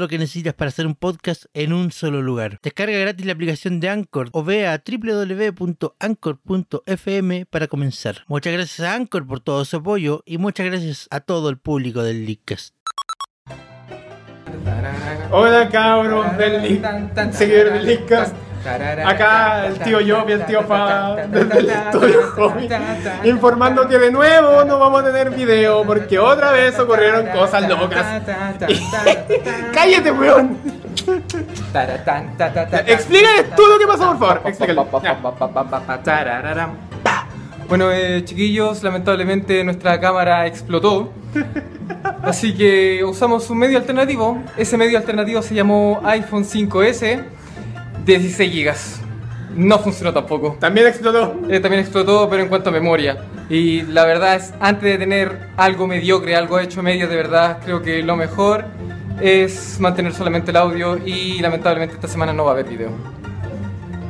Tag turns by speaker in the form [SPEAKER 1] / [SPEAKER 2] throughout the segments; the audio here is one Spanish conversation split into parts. [SPEAKER 1] lo que necesitas para hacer un podcast en un solo lugar. Descarga gratis la aplicación de Anchor o ve a www.anchor.fm para comenzar. Muchas gracias a Anchor por todo su apoyo y muchas gracias a todo el público del Leadcast.
[SPEAKER 2] Hola cabros del Lic- seguidores del Lickcast. Acá el tío Job y el tío Fa desde el estudio Hobbit, informándote de nuevo no vamos a tener video porque otra vez ocurrieron cosas locas. ¡Cállate, weón! Explícales tú lo que pasó, por favor. Explícale. Ya.
[SPEAKER 3] Tarararam. Pa. Bueno, eh, chiquillos, lamentablemente nuestra cámara explotó. Así que usamos un medio alternativo. Ese medio alternativo se llamó iPhone 5S, 16 GB. No funcionó tampoco.
[SPEAKER 2] También explotó.
[SPEAKER 3] Eh, también explotó, pero en cuanto a memoria. Y la verdad es, antes de tener algo mediocre, algo hecho medio de verdad, creo que lo mejor es mantener solamente el audio y lamentablemente esta semana no va a haber video.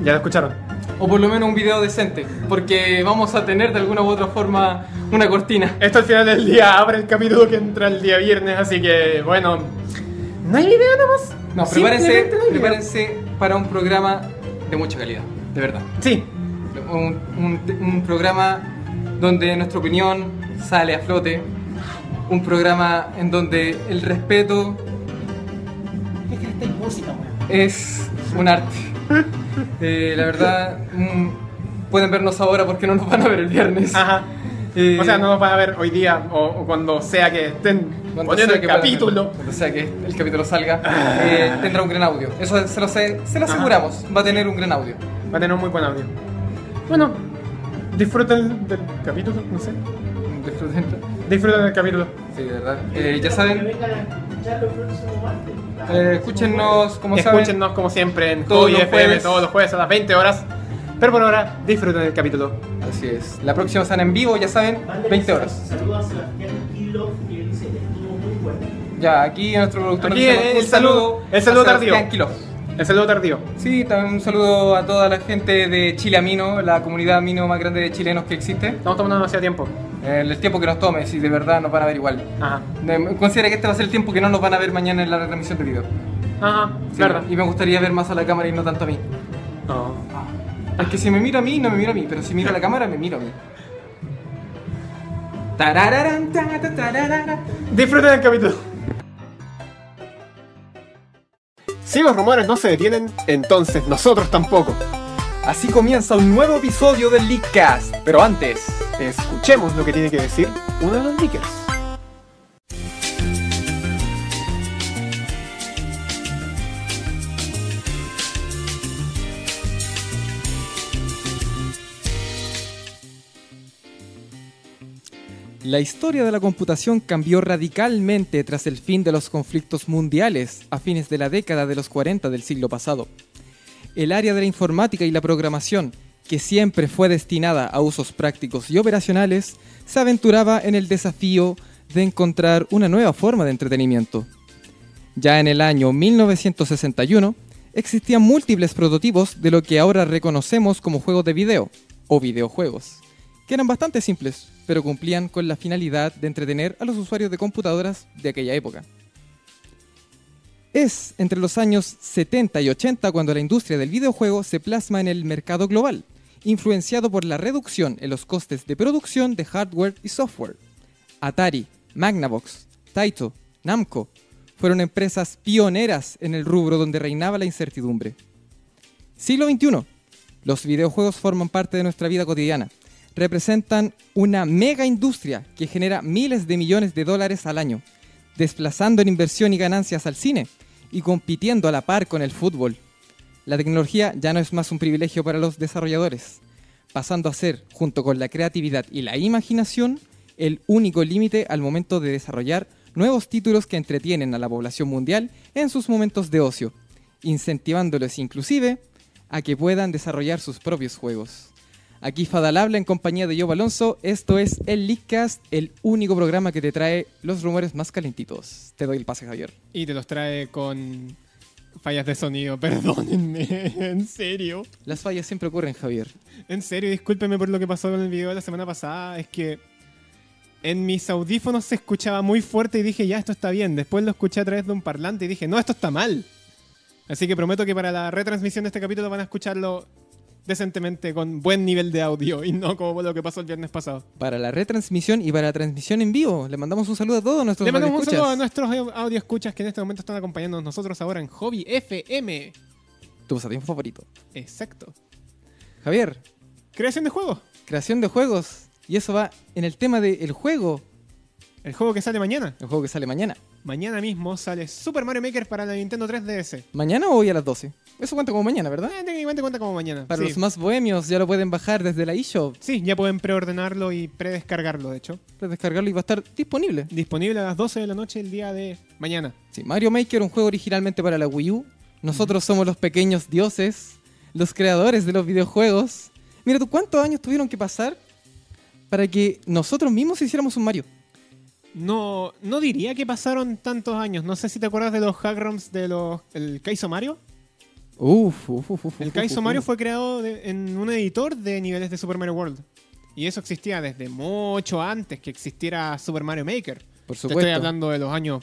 [SPEAKER 2] Ya lo escucharon.
[SPEAKER 3] O por lo menos un video decente, porque vamos a tener de alguna u otra forma una cortina.
[SPEAKER 2] Esto al final del día abre el capítulo que entra el día viernes, así que bueno. No hay video nomás.
[SPEAKER 3] No, prepárense,
[SPEAKER 2] Simplemente no hay video.
[SPEAKER 3] prepárense para un programa de mucha calidad, de verdad.
[SPEAKER 2] Sí,
[SPEAKER 3] Un, un- un programa donde nuestra opinión sale a flote. Un programa en donde el respeto es un arte. Eh, la verdad, mm, pueden vernos ahora porque no nos van a ver el viernes.
[SPEAKER 2] Ajá.
[SPEAKER 3] Eh,
[SPEAKER 2] O sea, no nos van a ver hoy día o, o cuando sea que estén
[SPEAKER 3] Cuando
[SPEAKER 2] poniendo
[SPEAKER 3] sea
[SPEAKER 2] el
[SPEAKER 3] que puedan-
[SPEAKER 2] capítulo.
[SPEAKER 3] cuando sea que el capítulo salga, eh, tendrá un gran audio. Eso se lo, sé- se lo
[SPEAKER 2] Ajá.
[SPEAKER 3] aseguramos. Va a tener un gran audio.
[SPEAKER 2] Va a tener muy buen audio. Bueno, disfruten del capítulo, no sé.
[SPEAKER 3] Disfruten.
[SPEAKER 2] Disfruten del capítulo.
[SPEAKER 3] Sí, de verdad. Eh, ya saben, eh, escúchenos, como saben,
[SPEAKER 2] Escúchenos como siempre en
[SPEAKER 3] todos
[SPEAKER 2] Hobby
[SPEAKER 3] los
[SPEAKER 2] FM
[SPEAKER 3] jueves.
[SPEAKER 2] todos los jueves a las 20 horas. Pero por ahora, disfruten del capítulo.
[SPEAKER 3] Así es. La próxima semana en vivo, ya saben, 20 horas.
[SPEAKER 4] Saludos a Sebastián Kilo que le dice estuvo muy bueno.
[SPEAKER 3] Ya, aquí nuestro productor
[SPEAKER 2] Aquí
[SPEAKER 3] nos llama
[SPEAKER 2] el-
[SPEAKER 3] un
[SPEAKER 2] el saludo- el saludo
[SPEAKER 3] a Sebastián
[SPEAKER 2] tardío.
[SPEAKER 3] Quilós.
[SPEAKER 2] El saludo tardío.
[SPEAKER 3] Sí, también un saludo a toda la gente de Chile Amino, la comunidad amino más grande de chilenos que existe.
[SPEAKER 2] Estamos tomando demasiado tiempo.
[SPEAKER 3] Eh, el tiempo que nos tome, si de verdad nos van a ver igual.
[SPEAKER 2] Ajá.
[SPEAKER 3] De- Considera que este va a ser el tiempo que no nos van a ver mañana en la retransmisión de video.
[SPEAKER 2] Ajá,
[SPEAKER 3] Sí,
[SPEAKER 2] verdad.
[SPEAKER 3] Y me gustaría ver más a la cámara y no tanto a mí.
[SPEAKER 2] No.
[SPEAKER 3] Es que si me miro a mí, no me miro a mí, pero si miro a la cámara, me miro a mí. Tarararán, ta, ta, tararara.
[SPEAKER 2] Disfruten del capítulo. Si los rumores no se detienen, entonces nosotros tampoco.
[SPEAKER 3] Así comienza un nuevo episodio del Leakcast. Pero antes,
[SPEAKER 2] Escuchemos lo que tiene que decir uno de los leakers.
[SPEAKER 3] La historia de la computación cambió radicalmente tras el fin de los conflictos mundiales a fines de la década de los 40 del siglo pasado. El área de la informática y la programación, que siempre fue destinada a usos prácticos y operacionales, se aventuraba en el desafío de encontrar una nueva forma de entretenimiento. Ya en el año 1961 existían múltiples prototipos de lo que ahora reconocemos como juegos de video o videojuegos, que eran bastante simples, pero cumplían con la finalidad de entretener a los usuarios de computadoras de aquella época. Es entre los años 70 y 80 cuando la industria del videojuego se plasma en el mercado global, influenciado por la reducción en los costes de producción de hardware y software. Atari, Magnavox, Taito, Namco fueron empresas pioneras en el rubro donde reinaba la incertidumbre. Siglo XXI. Los videojuegos forman parte de nuestra vida cotidiana. Representan una mega industria que genera miles de millones de dólares al año, desplazando en inversión y ganancias al cine y compitiendo a la par con el fútbol. La tecnología ya no es más un privilegio para los desarrolladores, pasando a ser, junto con la creatividad y la imaginación, el único límite al momento de desarrollar nuevos títulos que entretienen a la población mundial en sus momentos de ocio, incentivándoles inclusive a que puedan desarrollar sus propios juegos. Aquí Fadal habla en compañía de Job Alonso, esto es el Leakcast, el único programa que te trae los rumores más calentitos. Te doy el pase, Javier.
[SPEAKER 2] Y te los trae con fallas de sonido, perdónenme, en serio.
[SPEAKER 3] Las fallas siempre ocurren, Javier.
[SPEAKER 2] En serio, discúlpenme por lo que pasó en el video de la semana pasada, es que en mis audífonos se escuchaba muy fuerte y dije, ya, esto está bien. Después lo escuché a través de un parlante y dije, no, esto está mal. Así que prometo que para la retransmisión de este capítulo van a escucharlo decentemente con buen nivel de audio y no como lo que pasó el viernes pasado.
[SPEAKER 3] Para la retransmisión y para la transmisión en vivo, le mandamos un saludo a todos nuestros
[SPEAKER 2] Le mandamos un
[SPEAKER 3] radioescuchas.
[SPEAKER 2] saludo a nuestros audio escuchas que en este momento están acompañándonos nosotros ahora en Hobby FM.
[SPEAKER 3] Tu pasatiempo favorito.
[SPEAKER 2] Exacto.
[SPEAKER 3] Javier,
[SPEAKER 2] Creación de juegos.
[SPEAKER 3] creación de juegos. Y eso va en el tema del juego,
[SPEAKER 2] El juego que sale mañana.
[SPEAKER 3] el juego que sale mañana.
[SPEAKER 2] Mañana mismo sale Super Mario Maker para la Nintendo 3DS.
[SPEAKER 3] ¿Mañana o hoy a las 12? Eso cuenta como mañana, ¿verdad?
[SPEAKER 2] Ah, técnicamente cuenta como mañana.
[SPEAKER 3] Para
[SPEAKER 2] sí.
[SPEAKER 3] los más bohemios ya lo pueden bajar desde la eShop,
[SPEAKER 2] Sí, ya pueden preordenarlo y predescargarlo, de hecho.
[SPEAKER 3] descargarlo y va a estar disponible.
[SPEAKER 2] Disponible a las 12 de la noche el día de mañana.
[SPEAKER 3] Sí, Mario Maker, un juego originalmente para la Wii U. Nosotros somos los pequeños dioses, los creadores de los videojuegos. Mira tú, ¿cuántos años tuvieron que pasar para que nosotros mismos hiciéramos un Mario?
[SPEAKER 2] No, no diría que pasaron tantos años. No sé si te acuerdas de los hack ROMs de los el Kaizo Mario.
[SPEAKER 3] Uf, uf, uf, uf,
[SPEAKER 2] El
[SPEAKER 3] uf,
[SPEAKER 2] Kaizo
[SPEAKER 3] uf,
[SPEAKER 2] Mario
[SPEAKER 3] uf.
[SPEAKER 2] fue creado de- en un editor de niveles de Super Mario World. Y eso existía desde mucho antes que existiera Super Mario Maker.
[SPEAKER 3] Por
[SPEAKER 2] Te
[SPEAKER 3] supuesto.
[SPEAKER 2] estoy hablando de los años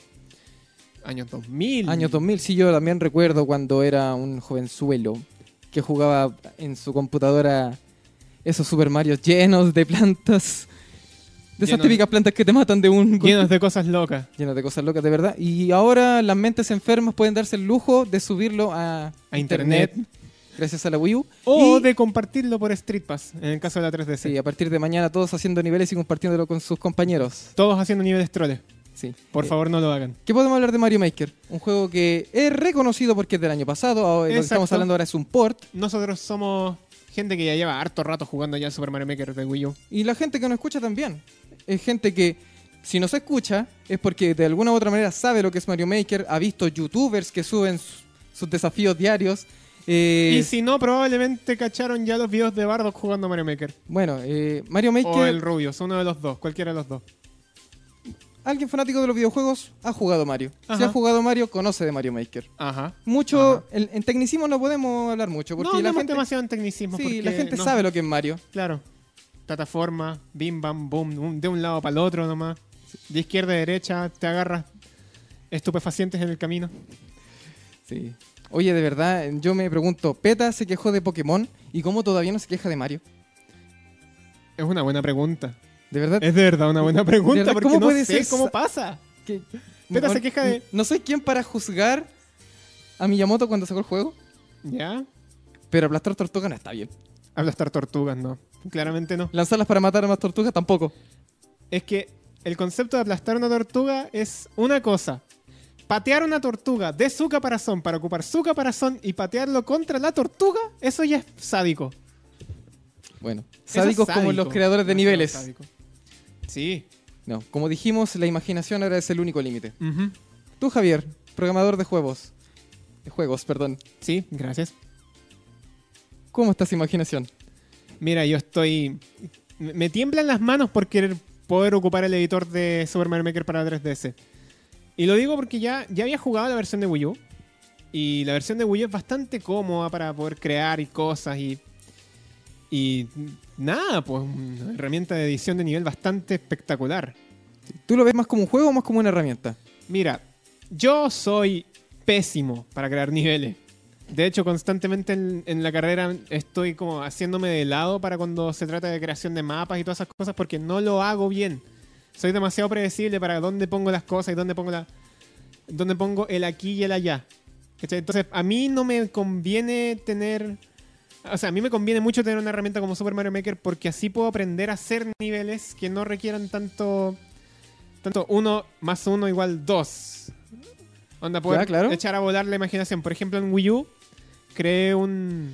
[SPEAKER 2] años 2000.
[SPEAKER 3] Año 2000, sí, yo también recuerdo cuando era un jovenzuelo que jugaba en su computadora esos Super Mario llenos de plantas. De esas
[SPEAKER 2] Llenos-
[SPEAKER 3] típicas plantas que te matan de un golpe.
[SPEAKER 2] Llenos de cosas locas.
[SPEAKER 3] lleno de cosas locas, de verdad. Y ahora las mentes enfermas pueden darse el lujo de subirlo a,
[SPEAKER 2] A internet.
[SPEAKER 3] gracias a la Wii U.
[SPEAKER 2] O
[SPEAKER 3] y,
[SPEAKER 2] de compartirlo por Street Pass, en el caso de la 3DS.
[SPEAKER 3] sí, a partir de mañana todos haciendo niveles y compartiéndolo con sus compañeros.
[SPEAKER 2] Todos haciendo niveles troles.
[SPEAKER 3] Sí.
[SPEAKER 2] Por
[SPEAKER 3] Eh,
[SPEAKER 2] favor, no lo hagan.
[SPEAKER 3] ¿Qué podemos hablar de Mario Maker? Un juego que es reconocido porque es del año pasado. ahora- Lo que
[SPEAKER 2] Exacto.
[SPEAKER 3] estamos hablando ahora es un port.
[SPEAKER 2] Nosotros somos gente que ya lleva harto rato jugando ya al Super Mario Maker de Wii U.
[SPEAKER 3] Y la gente que nos escucha también. Es gente que, si nos escucha, es porque de alguna u otra manera sabe lo que es Mario Maker, ha visto youtubers que suben su- sus desafíos diarios. eh,
[SPEAKER 2] Y si no, probablemente cacharon ya los videos de Bardock jugando Mario Maker.
[SPEAKER 3] Bueno, eh, Mario Maker,
[SPEAKER 2] O el Rubius, uno de los dos, cualquiera de los dos.
[SPEAKER 3] alguien fanático de los videojuegos, ha jugado Mario. Si
[SPEAKER 2] Ajá.
[SPEAKER 3] ha jugado Mario, conoce de Mario Maker.
[SPEAKER 2] Ajá.
[SPEAKER 3] Mucho,
[SPEAKER 2] Ajá.
[SPEAKER 3] en, en tecnicismo no podemos hablar mucho, porque
[SPEAKER 2] no,
[SPEAKER 3] la,
[SPEAKER 2] no gente...
[SPEAKER 3] gente,
[SPEAKER 2] demasiado en tecnicismo.
[SPEAKER 3] sí,
[SPEAKER 2] porque
[SPEAKER 3] la gente
[SPEAKER 2] no-
[SPEAKER 3] sabe lo que es Mario.
[SPEAKER 2] Claro. Plataforma, bim, bam, boom, un- de un lado para el otro nomás. De izquierda a derecha, te agarras estupefacientes en el camino.
[SPEAKER 3] Sí. Oye, de verdad, yo me pregunto, ¿Peta se quejó de Pokémon y cómo todavía no se queja de Mario?
[SPEAKER 2] Es una buena pregunta.
[SPEAKER 3] De verdad,
[SPEAKER 2] Es de verdad una buena pregunta,
[SPEAKER 3] verdad,
[SPEAKER 2] porque
[SPEAKER 3] ¿cómo
[SPEAKER 2] no
[SPEAKER 3] puede
[SPEAKER 2] sé
[SPEAKER 3] ser
[SPEAKER 2] cómo
[SPEAKER 3] sa-
[SPEAKER 2] pasa.
[SPEAKER 3] que-
[SPEAKER 2] Peta
[SPEAKER 3] no-
[SPEAKER 2] se queja de-
[SPEAKER 3] No soy quien para juzgar a Miyamoto cuando sacó el juego,
[SPEAKER 2] ¿Ya?
[SPEAKER 3] pero aplastar tortugas no está bien.
[SPEAKER 2] Aplastar tortugas, no. Claramente no.
[SPEAKER 3] Lanzarlas para matar a más tortugas tampoco.
[SPEAKER 2] es que el concepto de aplastar una tortuga es una cosa. Patear una tortuga de su caparazón para ocupar su caparazón y patearlo contra la tortuga, eso ya es sádico.
[SPEAKER 3] Bueno,
[SPEAKER 2] Eso es
[SPEAKER 3] sádicos como
[SPEAKER 2] sádico.
[SPEAKER 3] los creadores de
[SPEAKER 2] Demasiado
[SPEAKER 3] niveles.
[SPEAKER 2] sádico. Sí.
[SPEAKER 3] No, como dijimos, la imaginación ahora es el único límite.
[SPEAKER 2] Ujú.
[SPEAKER 3] Tú, Javier, programador de juegos. de juegos, perdón.
[SPEAKER 2] Sí, gracias.
[SPEAKER 3] ¿Cómo está esa imaginación?
[SPEAKER 2] Mira, yo estoy. Me me tiemblan las manos por querer poder ocupar el editor de Super Mario Maker para 3DS. Y lo digo porque ya, ya había jugado la versión de Wii U. Y la versión de Wii U es bastante cómoda para poder crear y cosas y. Y nada, pues una herramienta de edición de nivel bastante espectacular.
[SPEAKER 3] ¿Tú lo ves más como un juego o más como una herramienta?
[SPEAKER 2] Mira, yo soy pésimo para crear niveles. De hecho, constantemente en, en la carrera estoy como haciéndome de lado para cuando se trata de creación de mapas y todas esas cosas porque no lo hago bien. Soy demasiado predecible para dónde pongo las cosas y dónde pongo la dónde pongo el aquí y el allá. ¿Cachai? Entonces, a mí no me conviene tener o sea, a mí me conviene mucho tener una herramienta como Super Mario Maker porque así puedo aprender a hacer niveles que no requieran tanto tanto 1 más 1 igual 2. Onda, poder
[SPEAKER 3] Ya, claro.
[SPEAKER 2] echar a volar la imaginación. Por ejemplo, en Wii U, creé un,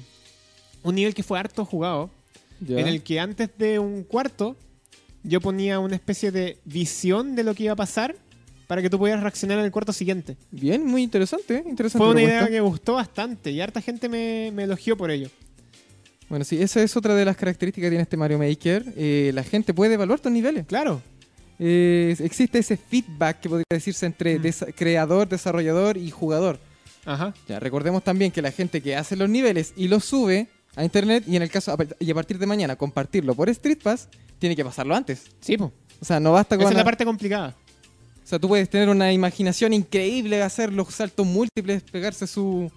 [SPEAKER 2] un nivel que fue harto jugado,
[SPEAKER 3] Ya.
[SPEAKER 2] en el que antes de un cuarto yo ponía una especie de visión de lo que iba a pasar para que tú pudieras reaccionar en el cuarto siguiente.
[SPEAKER 3] Bien, muy interesante, ¿eh? interesante.
[SPEAKER 2] Fue una idea
[SPEAKER 3] propuesta.
[SPEAKER 2] que gustó bastante y harta gente me, me elogió por ello.
[SPEAKER 3] Bueno, sí, esa es otra de las características que tiene este Mario Maker. Eh, la gente puede evaluar tus niveles.
[SPEAKER 2] Claro,
[SPEAKER 3] Eh, existe ese feedback que podría decirse entre
[SPEAKER 2] Mm.
[SPEAKER 3] desa- creador, desarrollador y jugador.
[SPEAKER 2] ajá,
[SPEAKER 3] Ya, recordemos también que la gente que hace los niveles y los sube a internet y en el caso a par- y a partir de mañana compartirlo por Street Pass, tiene que pasarlo antes.
[SPEAKER 2] sí, po.
[SPEAKER 3] O sea, no basta con
[SPEAKER 2] Esa es la
[SPEAKER 3] a-
[SPEAKER 2] parte complicada.
[SPEAKER 3] O sea, tú puedes tener una imaginación increíble, hacer los saltos múltiples, pegarse su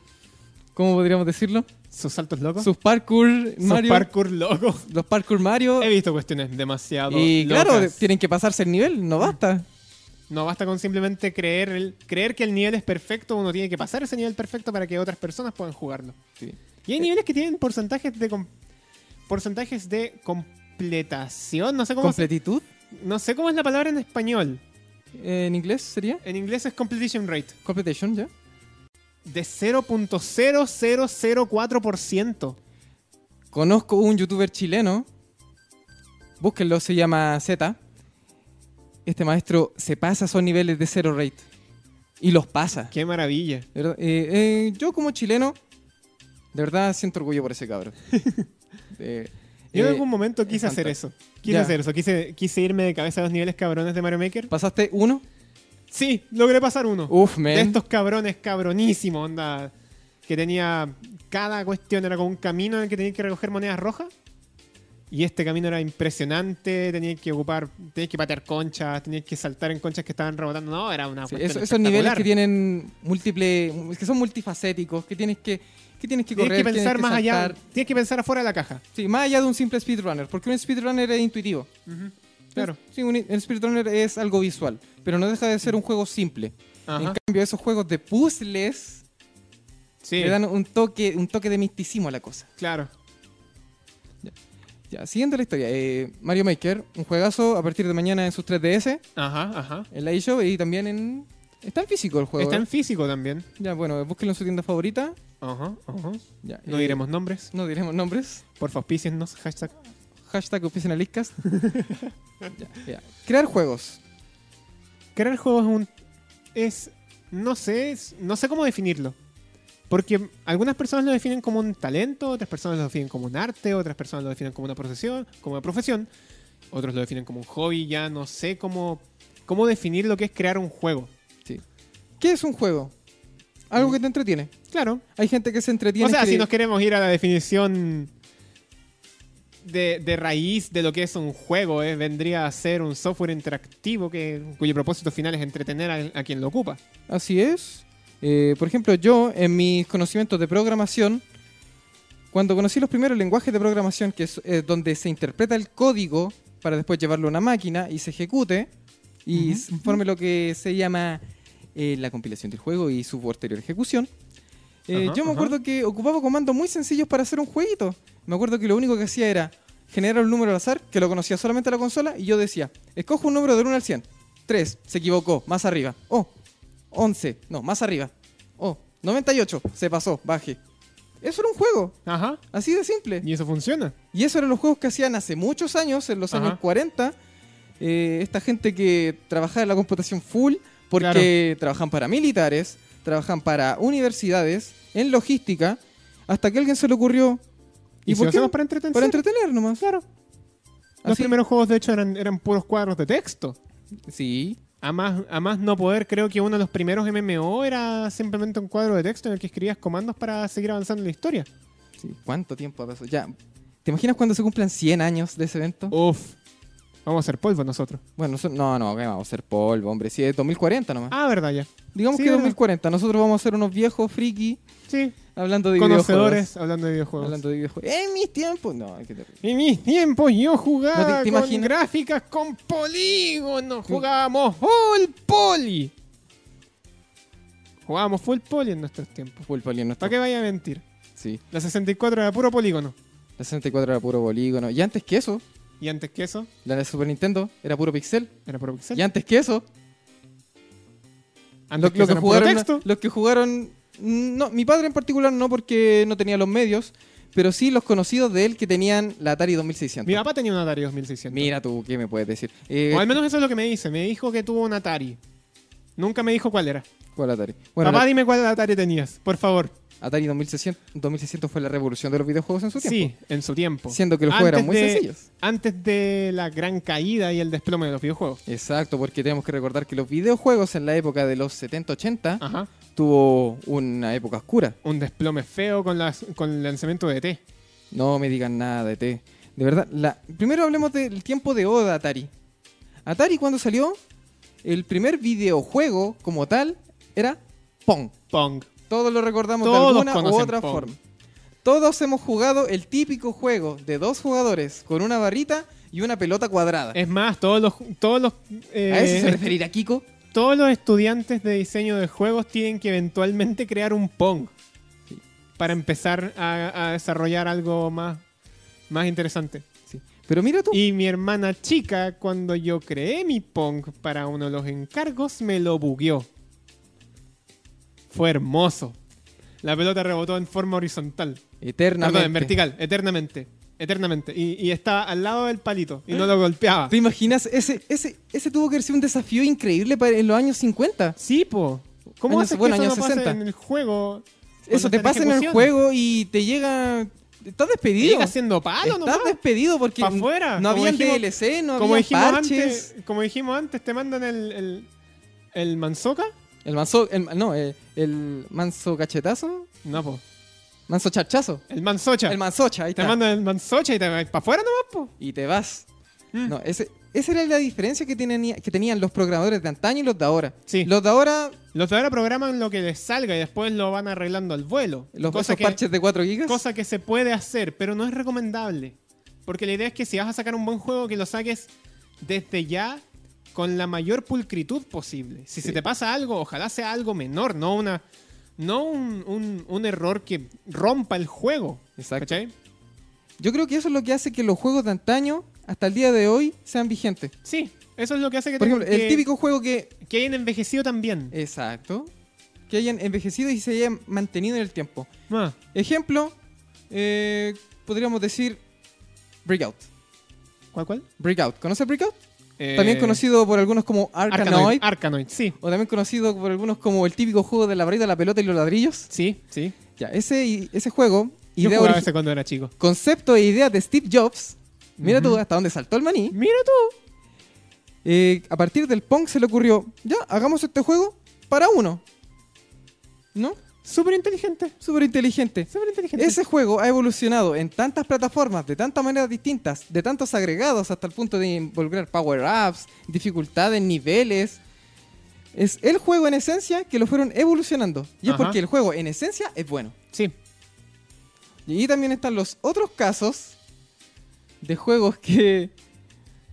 [SPEAKER 3] ¿cómo podríamos decirlo?
[SPEAKER 2] Sus saltos locos.
[SPEAKER 3] Sus parkour
[SPEAKER 2] Sus
[SPEAKER 3] Mario,
[SPEAKER 2] parkour locos.
[SPEAKER 3] los parkour Mario
[SPEAKER 2] He visto cuestiones demasiado
[SPEAKER 3] y claro,
[SPEAKER 2] locas.
[SPEAKER 3] tienen que pasarse el nivel, no basta.
[SPEAKER 2] No basta con simplemente creer, el- creer que el nivel es perfecto, uno tiene que pasar ese nivel perfecto para que otras personas puedan jugarlo. Y hay niveles que tienen porcentajes de com- porcentajes de completación, no sé cómo se-
[SPEAKER 3] ¿Completitud?
[SPEAKER 2] no sé cómo es la palabra en español.
[SPEAKER 3] En inglés sería
[SPEAKER 2] En inglés es completion rate
[SPEAKER 3] completion, ¿ya?
[SPEAKER 2] de 0.0004%.
[SPEAKER 3] Conozco un youtuber chileno. Búsquenlo, se llama Z. Este maestro se pasa esos niveles de cero rate. Y los pasa.
[SPEAKER 2] Qué maravilla.
[SPEAKER 3] De verdad, eh, eh, yo como chileno, de verdad siento orgullo por ese cabrón. Eh,
[SPEAKER 2] Yo
[SPEAKER 3] eh,
[SPEAKER 2] en algún momento quise
[SPEAKER 3] es
[SPEAKER 2] hacer eso.
[SPEAKER 3] fantástico.
[SPEAKER 2] Quise
[SPEAKER 3] Ya.
[SPEAKER 2] hacer eso, quise, quise irme de cabeza a los niveles cabrones de Mario Maker.
[SPEAKER 3] ¿Pasaste uno?
[SPEAKER 2] Sí, logré pasar uno.
[SPEAKER 3] Uf, men.
[SPEAKER 2] de estos cabrones cabronísimos, onda. Que tenía. Cada cuestión era como un camino en el que tenías que recoger monedas rojas. Y este camino era impresionante, tenías que ocupar, tenías que patear conchas, tenías que saltar en conchas que estaban rebotando. No, era una
[SPEAKER 3] Sí,
[SPEAKER 2] cuestión
[SPEAKER 3] esos, esos niveles
[SPEAKER 2] espectacular.
[SPEAKER 3] que tienen múltiples, que son multifacéticos, que tienes que, que tienes que
[SPEAKER 2] Tienes
[SPEAKER 3] correr,
[SPEAKER 2] que pensar más allá,
[SPEAKER 3] saltar.
[SPEAKER 2] tienes que pensar afuera de la caja.
[SPEAKER 3] Sí, más allá de un simple speedrunner, porque un speedrunner es intuitivo.
[SPEAKER 2] Claro.
[SPEAKER 3] Sí, un- el speedrunner es algo visual, pero no deja de ser un juego simple. En
[SPEAKER 2] Ajá.
[SPEAKER 3] cambio, esos juegos de puzzles
[SPEAKER 2] Sí,
[SPEAKER 3] le dan un toque, un toque de misticismo a la cosa.
[SPEAKER 2] claro.
[SPEAKER 3] Ya, siguiente la historia. eh, Mario Maker, un juegazo a partir de mañana en sus 3DS,
[SPEAKER 2] Ajá, ajá.
[SPEAKER 3] en la eShop y también en... Está en físico el juego.
[SPEAKER 2] Está en
[SPEAKER 3] ¿eh?
[SPEAKER 2] físico también.
[SPEAKER 3] Ya, bueno, búsquenlo en su tienda favorita.
[SPEAKER 2] Ajá, ajá.
[SPEAKER 3] Ya,
[SPEAKER 2] No
[SPEAKER 3] eh,
[SPEAKER 2] diremos nombres.
[SPEAKER 3] No diremos nombres.
[SPEAKER 2] Por auspiciennos, hashtag.
[SPEAKER 3] Hashtag oficinalistcast. Ya, ya. Crear juegos.
[SPEAKER 2] Crear juegos es un. Es. No sé, es- no sé cómo definirlo. Porque algunas personas lo definen como un talento, otras personas lo definen como un arte, otras personas lo definen como una profesión, como una profesión, otros lo definen como un hobby, ya no sé cómo, cómo definir lo que es crear un juego.
[SPEAKER 3] Sí. ¿Qué es un juego? Algo que te entretiene.
[SPEAKER 2] Claro.
[SPEAKER 3] Hay gente que se entretiene.
[SPEAKER 2] Mm. O sea,
[SPEAKER 3] cre-
[SPEAKER 2] si nos queremos ir a la definición de, de raíz de lo que es un juego, eh, vendría a ser un software interactivo que, cuyo propósito final es entretener a- a quien lo ocupa.
[SPEAKER 3] Así es. Eh, por ejemplo, yo en mis conocimientos de programación, cuando conocí los primeros lenguajes de programación, que es eh, donde se interpreta el código para después llevarlo a una máquina y se ejecute y se forme lo que se llama eh, la compilación del juego y su posterior ejecución. Eh,
[SPEAKER 2] Ajá,
[SPEAKER 3] yo me
[SPEAKER 2] ajá.
[SPEAKER 3] acuerdo que ocupaba comandos muy sencillos para hacer un jueguito. Me acuerdo que lo único que hacía era generar un número al azar, que lo conocía solamente la consola, y yo decía, escojo un número del 1 al 100. 3, se equivocó, más arriba. Oh, 11, no, más arriba. Oh, 98, se pasó, baje. Eso era un juego,
[SPEAKER 2] Ajá.
[SPEAKER 3] así de simple.
[SPEAKER 2] Y eso funciona.
[SPEAKER 3] Y eso eran los juegos que hacían hace muchos años, en los
[SPEAKER 2] Ajá.
[SPEAKER 3] años 40. eh, esta gente que trabajaba en la computación full, porque trabajan para militares, trabajan para universidades, en logística, hasta que a alguien se le ocurrió.
[SPEAKER 2] ¿Y, si
[SPEAKER 3] por
[SPEAKER 2] lo
[SPEAKER 3] qué
[SPEAKER 2] hacemos
[SPEAKER 3] no?
[SPEAKER 2] para entretener?
[SPEAKER 3] Para entretener nomás. Claro.
[SPEAKER 2] Los primeros juegos, de hecho, eran, eran puros cuadros de texto.
[SPEAKER 3] Sí.
[SPEAKER 2] A más, a más no poder, creo que uno de los primeros MMO era simplemente un cuadro de texto en el que escribías comandos para seguir avanzando en la historia.
[SPEAKER 3] sí. ¿Cuánto tiempo ha pasado? Ya. ¿Te imaginas cuando se cumplan 100 años de ese evento?
[SPEAKER 2] Uf. Vamos a hacer polvo nosotros.
[SPEAKER 3] Bueno, nosotros- no, no, ¿qué vamos a hacer polvo, hombre. Sí, es 2040 nomás.
[SPEAKER 2] Ah, verdad, ya.
[SPEAKER 3] Digamos
[SPEAKER 2] sí,
[SPEAKER 3] que
[SPEAKER 2] verdad.
[SPEAKER 3] 2040. Nosotros vamos a ser unos viejos friki
[SPEAKER 2] Sí.
[SPEAKER 3] hablando de videojuegos.
[SPEAKER 2] Conocedores hablando de videojuegos.
[SPEAKER 3] Hablando de videojuegos. En mis tiempos. No, qué terrible.
[SPEAKER 2] En mis tiempos yo
[SPEAKER 3] ¿No
[SPEAKER 2] jugaba
[SPEAKER 3] te- te
[SPEAKER 2] con
[SPEAKER 3] imaginas?
[SPEAKER 2] gráficas con polígonos. Jugábamos full poly. Jugábamos full poly en nuestros tiempos.
[SPEAKER 3] Full poly en nuestro-
[SPEAKER 2] ¿Para qué vaya a mentir?
[SPEAKER 3] Sí.
[SPEAKER 2] La 64 era puro polígono.
[SPEAKER 3] La 64 era puro polígono. Y antes que eso,
[SPEAKER 2] Y antes que eso,
[SPEAKER 3] la de Super Nintendo era puro pixel.
[SPEAKER 2] era puro pixel.
[SPEAKER 3] Y antes que eso,
[SPEAKER 2] Antes
[SPEAKER 3] lo-
[SPEAKER 2] que
[SPEAKER 3] lo
[SPEAKER 2] eso
[SPEAKER 3] que
[SPEAKER 2] era puro
[SPEAKER 3] jugaron-
[SPEAKER 2] texto.
[SPEAKER 3] los que jugaron No, mi padre en particular no, porque no tenía los medios, pero sí los conocidos de él que tenían la Atari 2600.
[SPEAKER 2] Mi papá tenía un Atari 2600.
[SPEAKER 3] Mira tú, ¿qué me puedes decir? Eh,
[SPEAKER 2] O al menos eso es lo que me dice. Me dijo que tuvo un Atari. Nunca me dijo cuál era.
[SPEAKER 3] ¿Cuál Atari? Bueno,
[SPEAKER 2] Papá,
[SPEAKER 3] la-
[SPEAKER 2] dime cuál Atari tenías, por favor.
[SPEAKER 3] Atari 2600, 2600 fue la revolución de los videojuegos en su tiempo.
[SPEAKER 2] Sí, en su tiempo.
[SPEAKER 3] Siendo que los juegos eran muy
[SPEAKER 2] de-
[SPEAKER 3] sencillos.
[SPEAKER 2] Antes de la gran caída y el desplome de los videojuegos.
[SPEAKER 3] Exacto, porque tenemos que recordar que los videojuegos en la época de los 70-80
[SPEAKER 2] Ajá.
[SPEAKER 3] tuvo una época oscura.
[SPEAKER 2] Un desplome feo con, las, con el lanzamiento de E T.
[SPEAKER 3] No me digan nada de té. De verdad, la... primero hablemos del tiempo de Oda Atari. Atari cuando salió, el primer videojuego como tal era Pong.
[SPEAKER 2] Pong.
[SPEAKER 3] Todos lo recordamos
[SPEAKER 2] Todos
[SPEAKER 3] de alguna u
[SPEAKER 2] conocen
[SPEAKER 3] otra
[SPEAKER 2] Pong.
[SPEAKER 3] forma. Todos hemos jugado el típico juego de dos jugadores con una barrita y una pelota cuadrada.
[SPEAKER 2] Es más, todos los, todos los, eh,
[SPEAKER 3] ¿A eso se referirá Kiko?
[SPEAKER 2] todos los estudiantes de diseño de juegos tienen que eventualmente crear un Pong
[SPEAKER 3] Sí.
[SPEAKER 2] para empezar a, a desarrollar algo más, más interesante.
[SPEAKER 3] Sí. Pero mira tú.
[SPEAKER 2] Y mi hermana chica, cuando yo creé mi Pong para uno de los encargos, me lo bugueó. Fue hermoso. La pelota rebotó en forma horizontal.
[SPEAKER 3] Eternamente.
[SPEAKER 2] Perdón, en vertical, eternamente. Eternamente. Y, y estaba al lado del palito y no lo golpeaba.
[SPEAKER 3] ¿Te imaginas? Ese, ese, ese tuvo que ser un desafío increíble para, en los años 50.
[SPEAKER 2] Sí, po. ¿Cómo
[SPEAKER 3] Años-
[SPEAKER 2] haces
[SPEAKER 3] bueno,
[SPEAKER 2] que eso
[SPEAKER 3] años
[SPEAKER 2] no pase
[SPEAKER 3] 60.
[SPEAKER 2] en el juego?
[SPEAKER 3] Eso te pasa en el juego y te llega. Estás despedido.
[SPEAKER 2] Sigue siendo palo nomás.
[SPEAKER 3] Estás despedido porque
[SPEAKER 2] Pa' afuera,
[SPEAKER 3] no
[SPEAKER 2] como
[SPEAKER 3] había
[SPEAKER 2] dijimos-
[SPEAKER 3] DLC, no
[SPEAKER 2] como,
[SPEAKER 3] había
[SPEAKER 2] dijimos
[SPEAKER 3] parches.
[SPEAKER 2] antes, como dijimos antes, te mandan el, el, el manzoca.
[SPEAKER 3] El manso, el, no, eh, el manso cachetazo,
[SPEAKER 2] No, po.
[SPEAKER 3] manso charchazo,
[SPEAKER 2] El manzocha.
[SPEAKER 3] el mansocha, ahí
[SPEAKER 2] te
[SPEAKER 3] está.
[SPEAKER 2] mandan el manzocha y te vas para afuera nomás, po.
[SPEAKER 3] Y te vas.
[SPEAKER 2] Mm.
[SPEAKER 3] No, ese, esa era la diferencia que, tenían- que tenían los programadores de antaño y los de ahora.
[SPEAKER 2] Sí.
[SPEAKER 3] Los de ahora,
[SPEAKER 2] Los de ahora programan lo que les salga y después lo van arreglando al vuelo.
[SPEAKER 3] los
[SPEAKER 2] cosa
[SPEAKER 3] esos
[SPEAKER 2] que,
[SPEAKER 3] parches de 4 gigas.
[SPEAKER 2] cosa que se puede hacer, pero no es recomendable. Porque la idea es que si vas a sacar un buen juego, que lo saques desde ya con la mayor pulcritud posible. Si
[SPEAKER 3] Sí.
[SPEAKER 2] se te pasa algo, ojalá sea algo menor, no una. No un, un- un error que rompa el juego.
[SPEAKER 3] Exacto.
[SPEAKER 2] ¿cachai?
[SPEAKER 3] Yo creo que eso es lo que hace que los juegos de antaño hasta el día de hoy sean vigentes.
[SPEAKER 2] Sí, eso es lo que hace que,
[SPEAKER 3] Por
[SPEAKER 2] te-
[SPEAKER 3] ejemplo, el
[SPEAKER 2] que-
[SPEAKER 3] típico Eh, juego que
[SPEAKER 2] que hayan envejecido también.
[SPEAKER 3] Exacto. Que hayan envejecido y se hayan mantenido en el tiempo.
[SPEAKER 2] Ah,
[SPEAKER 3] Ejemplo, eh, podríamos decir Breakout.
[SPEAKER 2] ¿Cuál, cuál?
[SPEAKER 3] Breakout. ¿Conoces Breakout?
[SPEAKER 2] Eh,
[SPEAKER 3] También conocido por algunos como Arkanoid.
[SPEAKER 2] Arkanoid. Arkanoid, sí.
[SPEAKER 3] o también conocido por algunos como el típico juego de la varita, la pelota y los ladrillos.
[SPEAKER 2] Sí, sí.
[SPEAKER 3] Ya, ese, y- ese juego,
[SPEAKER 2] Yo
[SPEAKER 3] idea
[SPEAKER 2] jugaba
[SPEAKER 3] origi-
[SPEAKER 2] ese cuando era chico.
[SPEAKER 3] concepto e idea de Steve Jobs. Mira tú
[SPEAKER 2] Ujú.
[SPEAKER 3] hasta dónde saltó el maní.
[SPEAKER 2] Mira tú.
[SPEAKER 3] Eh, a partir del Pong se le ocurrió, ya, hagamos este juego para uno. ¿No?
[SPEAKER 2] Súper inteligente.
[SPEAKER 3] Súper inteligente.
[SPEAKER 2] Súper inteligente.
[SPEAKER 3] Ese juego ha evolucionado en tantas plataformas, de tantas maneras distintas, de tantos agregados hasta el punto de involucrar power-ups, dificultades, niveles. Es el juego en esencia que lo fueron evolucionando. Y es
[SPEAKER 2] Ajá.
[SPEAKER 3] porque el juego en esencia es bueno.
[SPEAKER 2] Sí.
[SPEAKER 3] Y ahí también están los otros casos de juegos que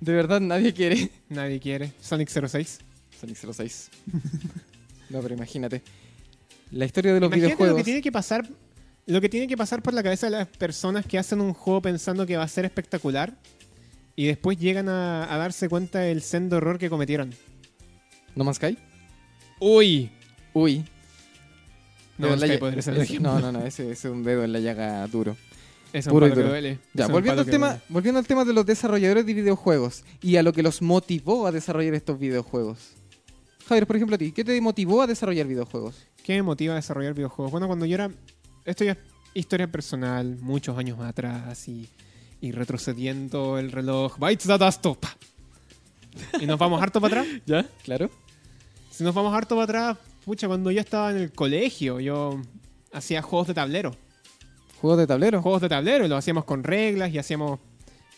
[SPEAKER 3] de verdad nadie quiere.
[SPEAKER 2] Nadie quiere. Sonic 06.
[SPEAKER 3] Sonic 06. no, pero imagínate. La historia de los
[SPEAKER 2] Imagínate lo
[SPEAKER 3] videojuegos.
[SPEAKER 2] que tiene que pasar. Lo que tiene que pasar por la cabeza de las personas que hacen un juego pensando que va a ser espectacular y después llegan a, a darse cuenta del sendo error que cometieron.
[SPEAKER 3] No Man's Sky.
[SPEAKER 2] Uy.
[SPEAKER 3] Uy,
[SPEAKER 2] No,
[SPEAKER 3] Pero
[SPEAKER 2] es
[SPEAKER 3] la
[SPEAKER 2] que
[SPEAKER 3] ya-
[SPEAKER 2] podría ser
[SPEAKER 3] ese-
[SPEAKER 2] el ejemplo.
[SPEAKER 3] no, no, no, ese ese es un dedo en la llaga duro.
[SPEAKER 2] Es
[SPEAKER 3] Puro y
[SPEAKER 2] un palo que
[SPEAKER 3] duro.
[SPEAKER 2] duele.
[SPEAKER 3] Ya,
[SPEAKER 2] Es un
[SPEAKER 3] volviendo
[SPEAKER 2] palo
[SPEAKER 3] al,
[SPEAKER 2] que
[SPEAKER 3] tema,
[SPEAKER 2] duele.
[SPEAKER 3] volviendo al tema de los desarrolladores de videojuegos y a lo que los motivó a desarrollar estos videojuegos. Javier, por ejemplo, a ti, ¿qué te motivó a desarrollar videojuegos?
[SPEAKER 2] ¿Qué me motiva a desarrollar videojuegos? Bueno, cuando yo era... Esto ya es historia personal, muchos años atrás y, y retrocediendo el reloj. Bytes da dasto. pa. Y nos vamos harto para atrás.
[SPEAKER 3] ¿Ya? Claro.
[SPEAKER 2] Si nos vamos harto para atrás, pucha, cuando yo estaba en el colegio, yo hacía juegos de tablero.
[SPEAKER 3] ¿Juegos de tablero?
[SPEAKER 2] Juegos de tablero, y los hacíamos con reglas y hacíamos...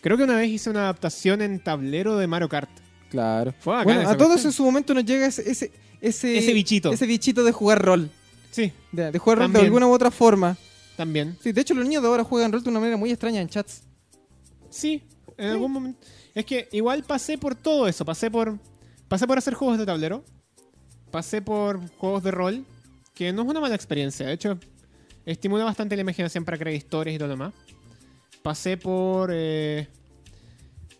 [SPEAKER 2] Creo que una vez hice una adaptación en tablero de Mario Kart.
[SPEAKER 3] Claro.
[SPEAKER 2] Fue bacán
[SPEAKER 3] bueno,
[SPEAKER 2] esa
[SPEAKER 3] a todos
[SPEAKER 2] cuestión.
[SPEAKER 3] en su momento nos llega ese... Ese, ese,
[SPEAKER 2] Ese bichito.
[SPEAKER 3] Ese bichito de jugar rol.
[SPEAKER 2] Sí,
[SPEAKER 3] De, de jugar rol de
[SPEAKER 2] También.
[SPEAKER 3] alguna u otra forma.
[SPEAKER 2] también.
[SPEAKER 3] Sí, de hecho los niños de ahora juegan rol de una manera muy extraña en chats.
[SPEAKER 2] Sí, en algún momento. Es que igual pasé por todo eso. Pasé por. Pasé por hacer juegos de tablero. Pasé por juegos de rol. Que no es una mala experiencia. De hecho, estimula bastante la imaginación para crear historias y todo lo demás. Pasé por. eh,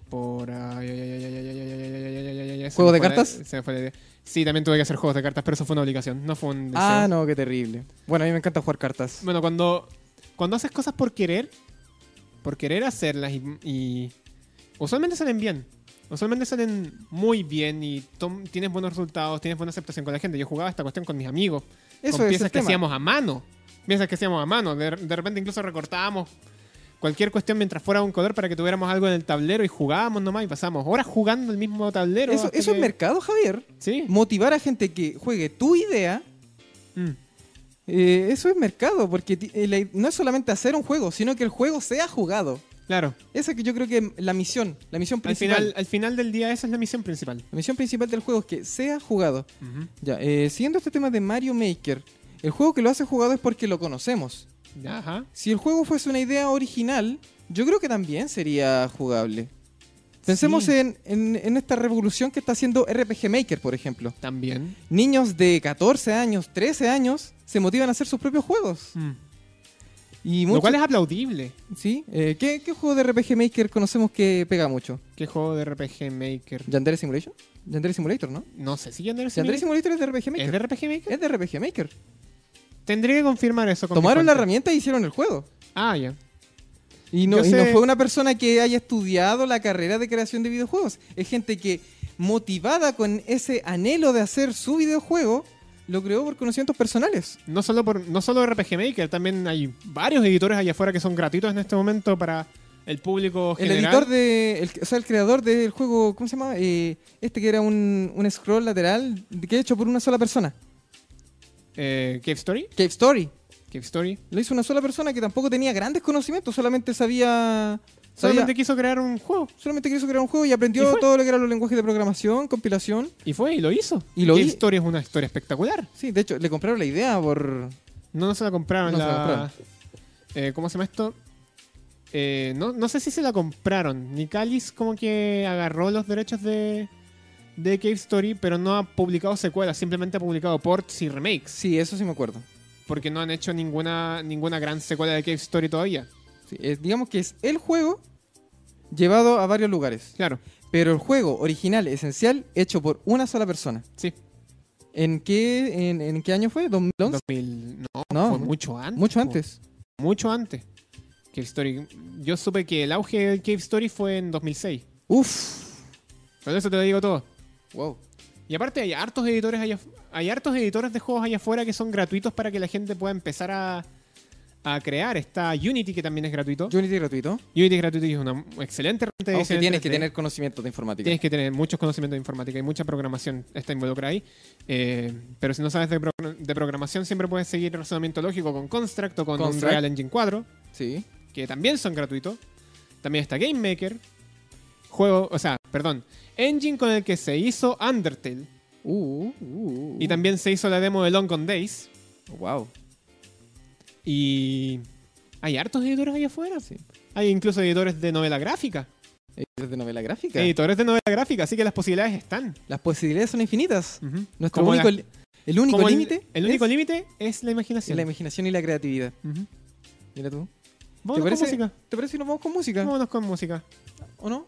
[SPEAKER 2] por. ay, ay, ay, ay, ay, ay, ay, ay, ay, ay, ay, ay, ay, ay, se
[SPEAKER 3] ¿Juegos de
[SPEAKER 2] me fue la-
[SPEAKER 3] cartas?
[SPEAKER 2] Se me fue la idea. Sí, también tuve que hacer juegos de cartas, pero eso fue una obligación, no fue un deseo.
[SPEAKER 3] Ah, no, qué terrible. Bueno, a mí me encanta jugar cartas.
[SPEAKER 2] Bueno, cuando, cuando haces cosas por querer, por querer hacerlas y, y- usualmente salen bien. Usualmente salen muy bien y tom- tienes buenos resultados, tienes buena aceptación con la gente. Yo jugaba esta cuestión con mis amigos.
[SPEAKER 3] Eso
[SPEAKER 2] con
[SPEAKER 3] es
[SPEAKER 2] piezas
[SPEAKER 3] el
[SPEAKER 2] que
[SPEAKER 3] tema.
[SPEAKER 2] hacíamos a mano. Piezas que hacíamos a mano. De, de repente incluso recortábamos cualquier cuestión mientras fuera un color para que tuviéramos algo en el tablero y jugábamos nomás y pasábamos horas jugando el mismo tablero.
[SPEAKER 3] Eso,
[SPEAKER 2] hasta
[SPEAKER 3] eso es
[SPEAKER 2] que-
[SPEAKER 3] mercado, Javier.
[SPEAKER 2] Sí.
[SPEAKER 3] Motivar a gente que juegue tu idea,
[SPEAKER 2] Mm.
[SPEAKER 3] eh, eso es mercado, porque ti- eh, la- no es solamente hacer un juego, sino que el juego sea jugado.
[SPEAKER 2] Claro.
[SPEAKER 3] Esa que yo creo que es la misión, la misión
[SPEAKER 2] Al
[SPEAKER 3] principal.
[SPEAKER 2] final, al final del día esa es la misión principal.
[SPEAKER 3] La misión principal del juego es que sea jugado. Ya, eh, siguiendo este tema de Mario Maker, el juego que lo hace jugado es porque lo conocemos.
[SPEAKER 2] Ajá.
[SPEAKER 3] Si el juego fuese una idea original, yo creo que también sería jugable. Pensemos
[SPEAKER 2] Sí.
[SPEAKER 3] en, en- en esta revolución que está haciendo RPG Maker, por ejemplo.
[SPEAKER 2] También.
[SPEAKER 3] Niños de 14 años, 13 años, se motivan a hacer sus propios juegos. Y
[SPEAKER 2] Lo
[SPEAKER 3] muchos-
[SPEAKER 2] cual es aplaudible.
[SPEAKER 3] ¿Sí? eh, ¿qué, qué juego de RPG Maker conocemos que pega mucho?
[SPEAKER 2] ¿Qué juego de RPG Maker?
[SPEAKER 3] ¿Yandere Simulation? ¿Yandere Simulator, no?
[SPEAKER 2] No sé si Yandere
[SPEAKER 3] ¿Yandere Simulator
[SPEAKER 2] Simulator
[SPEAKER 3] es de RPG
[SPEAKER 2] es
[SPEAKER 3] Maker?
[SPEAKER 2] de RPG Maker.
[SPEAKER 3] Es de RPG Maker.
[SPEAKER 2] Tendría que confirmar eso. con mi
[SPEAKER 3] Tomaron la
[SPEAKER 2] fuente.
[SPEAKER 3] herramienta y hicieron el juego.
[SPEAKER 2] Ah, ya.
[SPEAKER 3] Y no,
[SPEAKER 2] Yo
[SPEAKER 3] y no
[SPEAKER 2] sé-
[SPEAKER 3] fue una persona que haya estudiado la carrera de creación de videojuegos. Es gente que, motivada con ese anhelo de hacer su videojuego, lo creó por conocimientos personales.
[SPEAKER 2] No solo, por, no solo RPG Maker, también hay varios editores allá afuera que son gratuitos en este momento para el público
[SPEAKER 3] El
[SPEAKER 2] general.
[SPEAKER 3] editor de. el- o sea, el creador del juego. ¿Cómo se llama? Eh, este que era un, un scroll lateral de- que hecho por una sola persona.
[SPEAKER 2] Eh, Cave Story.
[SPEAKER 3] Cave Story.
[SPEAKER 2] Cave Story.
[SPEAKER 3] Lo hizo una sola persona que tampoco tenía grandes conocimientos, solamente sabía. sabía-
[SPEAKER 2] Solamente quiso crear un juego.
[SPEAKER 3] solamente quiso crear un juego y
[SPEAKER 2] Y
[SPEAKER 3] aprendió
[SPEAKER 2] fue.
[SPEAKER 3] todo lo que eran los lenguajes de programación, compilación.
[SPEAKER 2] Y fue, y lo hizo.
[SPEAKER 3] Y lo
[SPEAKER 2] Cave
[SPEAKER 3] hi-
[SPEAKER 2] Story es una historia espectacular.
[SPEAKER 3] Sí, de hecho, le compraron la idea por.
[SPEAKER 2] No, no se la compraron.
[SPEAKER 3] No se
[SPEAKER 2] la...
[SPEAKER 3] la compraron.
[SPEAKER 2] Eh, ¿Cómo se llama esto? Eh, no, no sé si se la compraron. Nicalis como que agarró los derechos de, de Cave Story, pero no ha publicado secuelas, simplemente ha publicado ports y remakes.
[SPEAKER 3] Sí, eso sí me acuerdo.
[SPEAKER 2] Porque no han hecho ninguna, ninguna gran secuela de Cave Story todavía.
[SPEAKER 3] Sí, es- digamos que es el juego llevado a varios lugares.
[SPEAKER 2] Claro,
[SPEAKER 3] Pero el juego original, esencial, hecho por una sola persona.
[SPEAKER 2] sí.
[SPEAKER 3] ¿En qué, en, en qué año fue? ¿2011?
[SPEAKER 2] 2000 no,
[SPEAKER 3] No,
[SPEAKER 2] fue
[SPEAKER 3] Ah, mu-
[SPEAKER 2] mucho antes.
[SPEAKER 3] Mucho
[SPEAKER 2] po.
[SPEAKER 3] antes.
[SPEAKER 2] Mucho antes. Cave Story. Yo supe que el auge de Cave Story fue en 2006.
[SPEAKER 3] Uf.
[SPEAKER 2] Con eso te lo digo todo.
[SPEAKER 3] Wow.
[SPEAKER 2] Y aparte hay hartos editores allá, hay hartos editores de juegos allá afuera que son gratuitos para que la gente pueda empezar a, a crear. Está Unity que también es gratuito.
[SPEAKER 3] Unity gratuito.
[SPEAKER 2] Unity es gratuito y es una excelente herramienta de
[SPEAKER 3] Aunque
[SPEAKER 2] diseño
[SPEAKER 3] Oh, tienes
[SPEAKER 2] en
[SPEAKER 3] que
[SPEAKER 2] 3D.
[SPEAKER 3] tener conocimientos de informática.
[SPEAKER 2] Tienes que tener muchos conocimientos de informática y mucha programación está involucrada ahí. Eh, pero si no sabes de, pro- de programación, siempre puedes seguir razonamiento lógico con Construct o con
[SPEAKER 3] Construct.
[SPEAKER 2] Unreal Engine 4,
[SPEAKER 3] Sí.
[SPEAKER 2] que también son gratuitos. También está Game Maker, juego, o sea, perdón, engine con el que se hizo Undertale.
[SPEAKER 3] Uh, uh, uh, uh.
[SPEAKER 2] Y también se hizo la demo de Long Gone Days.
[SPEAKER 3] Wow.
[SPEAKER 2] Y hay hartos editores allá afuera.
[SPEAKER 3] Sí.
[SPEAKER 2] Hay incluso editores de novela gráfica.
[SPEAKER 3] Editores de novela gráfica.
[SPEAKER 2] Editores de novela gráfica, así que las posibilidades están.
[SPEAKER 3] Las posibilidades son infinitas.
[SPEAKER 2] Ujú.
[SPEAKER 3] Nuestro
[SPEAKER 2] Como
[SPEAKER 3] único.
[SPEAKER 2] la-
[SPEAKER 3] li- el único
[SPEAKER 2] como el-
[SPEAKER 3] límite.
[SPEAKER 2] El,
[SPEAKER 3] es
[SPEAKER 2] único límite es la imaginación.
[SPEAKER 3] la imaginación y la creatividad.
[SPEAKER 2] Ujú.
[SPEAKER 3] Mira tú.
[SPEAKER 2] Vámonos
[SPEAKER 3] parece-
[SPEAKER 2] con música.
[SPEAKER 3] ¿Te parece si nos vamos con música?
[SPEAKER 2] Vámonos con música.
[SPEAKER 3] ¿O no?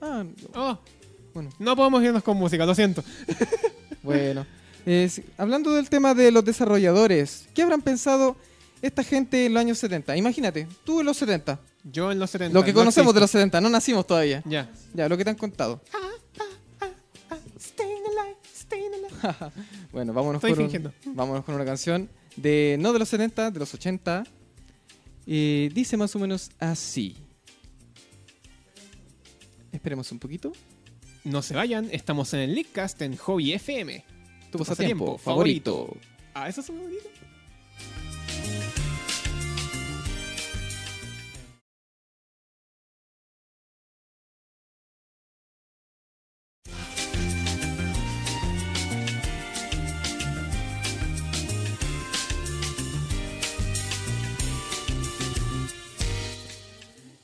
[SPEAKER 3] Ah,
[SPEAKER 2] Oh,
[SPEAKER 3] bueno.
[SPEAKER 2] no podemos irnos con música, lo siento.
[SPEAKER 3] Bueno, es- hablando del tema de los desarrolladores, ¿qué habrán pensado esta gente en los años 70? Imagínate, tú en los 70,
[SPEAKER 2] Yo en los 70.
[SPEAKER 3] lo que conocemos de los 70, no nacimos todavía.
[SPEAKER 2] Ya.
[SPEAKER 3] Ya, lo que te han contado. bueno, vámonos
[SPEAKER 2] Estoy
[SPEAKER 3] con, un-
[SPEAKER 2] fingiendo.
[SPEAKER 3] vámonos con una canción de, no de los 70, de los 80. Eh, dice más o menos así. Esperemos un poquito.
[SPEAKER 2] No se vayan, estamos en el Leakcast en Hobby FM.
[SPEAKER 3] Tu
[SPEAKER 2] pasatiempo
[SPEAKER 3] pasatiempo favorito.
[SPEAKER 2] Ah, eso es muy bonito.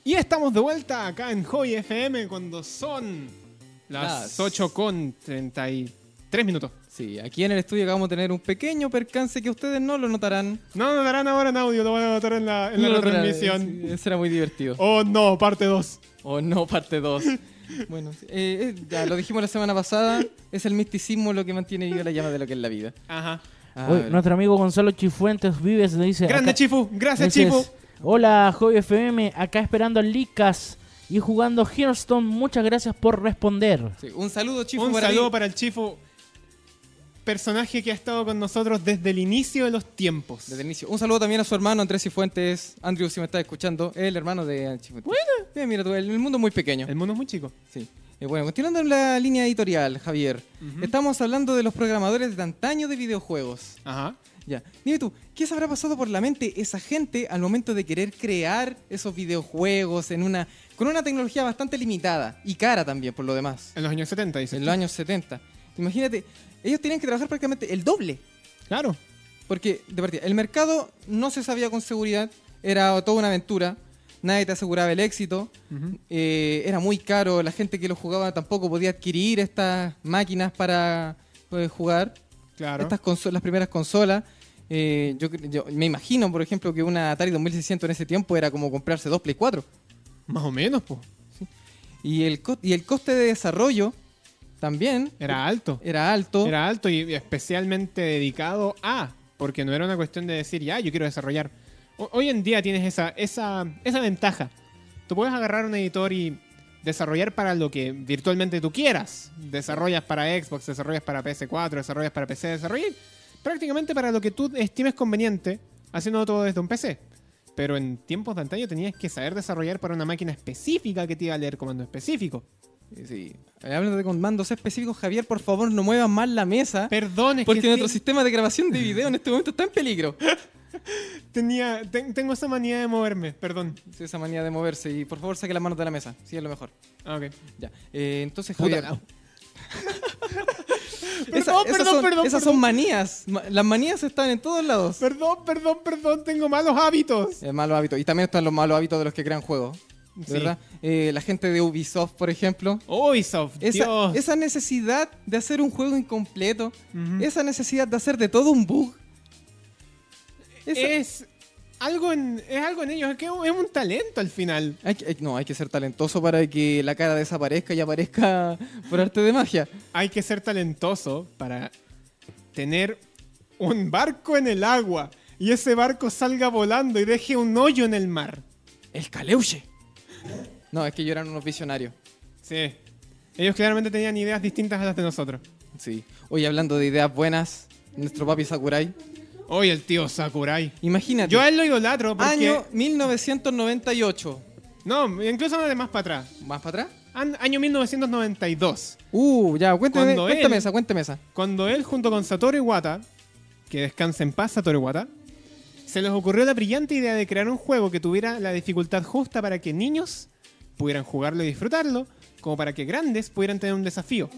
[SPEAKER 2] Y estamos de vuelta acá en Hobby FM cuando son las
[SPEAKER 3] Las-
[SPEAKER 2] 8 con 33 minutos.
[SPEAKER 3] Sí, aquí en el estudio acabamos de tener un pequeño percance que ustedes no lo notarán.
[SPEAKER 2] No lo darán ahora en audio, lo van a notar en la, en
[SPEAKER 3] No
[SPEAKER 2] la
[SPEAKER 3] lo notarán,
[SPEAKER 2] retransmisión.
[SPEAKER 3] sí, eh, Será muy divertido.
[SPEAKER 2] Oh no, parte 2.
[SPEAKER 3] O no, parte 2. Bueno, sí, eh, eh, ya lo dijimos la semana pasada, es el misticismo lo que mantiene viva la llama de lo que es la vida. Ah,
[SPEAKER 2] Ajá.
[SPEAKER 3] A
[SPEAKER 5] Uy,
[SPEAKER 3] ver.
[SPEAKER 5] nuestro amigo Gonzalo Chifuentes Vives le dice...
[SPEAKER 2] Grande
[SPEAKER 5] acá-
[SPEAKER 2] Chifu, gracias
[SPEAKER 5] Ese
[SPEAKER 2] Chifu.
[SPEAKER 5] es. Hola, Hobby FM, acá esperando al Licas y jugando Hearthstone. Muchas gracias por responder.
[SPEAKER 3] Sí, un saludo, Chifu,
[SPEAKER 2] Un
[SPEAKER 3] para ti.
[SPEAKER 2] saludo para el Chifu. Personaje que ha estado con nosotros desde el inicio de los tiempos.
[SPEAKER 3] Desde el inicio. Un saludo también a su hermano Andrés Cifuentes. Andrew, si me estás escuchando, es el hermano de Cifuentes. Bueno. mira tú, el el mundo es muy pequeño.
[SPEAKER 2] El mundo es muy chico.
[SPEAKER 3] Sí. Eh, bueno, continuando en la línea editorial, Javier. Estamos hablando de los programadores de antaño de videojuegos.
[SPEAKER 2] Ajá.
[SPEAKER 3] Ya. Dime tú, ¿qué se habrá pasado por la mente esa gente al momento de querer crear esos videojuegos en una con una tecnología bastante limitada y cara también por lo demás?
[SPEAKER 2] En los años 70, dice.
[SPEAKER 3] En los años 70. Imagínate, ellos tenían que trabajar prácticamente el doble
[SPEAKER 2] Claro.
[SPEAKER 3] porque, de partida, el mercado no se sabía con seguridad, era toda una aventura, nadie te aseguraba el éxito, eh, era muy caro, la gente que lo jugaba tampoco podía adquirir estas máquinas para poder jugar,
[SPEAKER 2] Claro.
[SPEAKER 3] estas consolas, las primeras consolas. eh, yo, cre- yo me imagino, por ejemplo, que una Atari 2600 en ese tiempo era como comprarse dos Play 4.
[SPEAKER 2] Más o menos, pues.
[SPEAKER 3] Y el, co- y el coste de desarrollo también
[SPEAKER 2] Era alto.
[SPEAKER 3] era alto.
[SPEAKER 2] Era alto y especialmente dedicado a. Porque no era una cuestión de decir, ya, yo quiero desarrollar. Ho- Hoy en día tienes esa, esa, esa ventaja. Tú puedes agarrar un editor y desarrollar para lo que virtualmente tú quieras. Desarrollas para Xbox, desarrollas para PS4, desarrollas para PC, desarrollas prácticamente para lo que tú estimes conveniente, haciendo todo desde un PC. Pero en tiempos de antaño tenías que saber desarrollar para una máquina específica que te iba a leer comando específico.
[SPEAKER 3] Sí. Hablando de comandos específicos, Javier, por favor, no muevas más la mesa.
[SPEAKER 2] Perdón, es
[SPEAKER 3] Porque
[SPEAKER 2] que
[SPEAKER 3] nuestro
[SPEAKER 2] sí-
[SPEAKER 3] sistema de grabación de video en este momento está en peligro.
[SPEAKER 2] tenía, ten- tengo esa manía de moverme, perdón.
[SPEAKER 3] Sí, esa manía de moverse. Y por favor, saque las manos de la mesa. Sí, es lo mejor.
[SPEAKER 2] Ah, ok.
[SPEAKER 3] Ya. Eh, entonces,
[SPEAKER 2] Puta
[SPEAKER 3] Javier.
[SPEAKER 2] la-
[SPEAKER 3] Esa-
[SPEAKER 2] Perdón,
[SPEAKER 3] esas
[SPEAKER 2] perdón,
[SPEAKER 3] son,
[SPEAKER 2] perdón,
[SPEAKER 3] Esas son manías. Ma- Las manías están en todos lados.
[SPEAKER 2] Perdón, perdón, perdón, tengo malos hábitos.
[SPEAKER 3] Eh, malos hábitos. Y también están los malos hábitos de los que crean juegos. de
[SPEAKER 2] Sí.
[SPEAKER 3] ¿Verdad? Eh, la gente de Ubisoft, por ejemplo.
[SPEAKER 2] Ubisoft,
[SPEAKER 3] Esa,
[SPEAKER 2] Dios.
[SPEAKER 3] esa necesidad de hacer un juego incompleto.
[SPEAKER 2] Ujú.
[SPEAKER 3] Esa necesidad de hacer de todo un bug. Esa-
[SPEAKER 2] Es algo en, es algo en ellos, es que es un talento al final.
[SPEAKER 3] Hay que- hay- no, hay que ser talentoso para que la cara desaparezca y aparezca por arte de magia.
[SPEAKER 2] Hay que ser talentoso para tener un barco en el agua y ese barco salga volando y deje un hoyo en el mar.
[SPEAKER 3] El caleuche. No, es que yo eran unos visionarios.
[SPEAKER 2] Sí. Ellos claramente tenían ideas distintas a las de nosotros.
[SPEAKER 3] Sí. Hoy hablando de ideas buenas, nuestro papi Sakurai.
[SPEAKER 2] Hoy el tío Sakurai.
[SPEAKER 3] Imagínate.
[SPEAKER 2] Yo a él lo idolatro porque...
[SPEAKER 3] Año 1998.
[SPEAKER 2] No, incluso nada más para atrás.
[SPEAKER 3] ¿Más para atrás?
[SPEAKER 2] An- año 1992.
[SPEAKER 3] Uh, ya, cuéntame,
[SPEAKER 2] Cuando él-
[SPEAKER 3] cuéntame esa, cuéntame esa.
[SPEAKER 2] Cuando él junto con Satoru Iwata, que descansa en paz Satoru Iwata, se les ocurrió la brillante idea de crear un juego que tuviera la dificultad justa para que niños pudieran jugarlo y disfrutarlo, como para que grandes pudieran tener un desafío.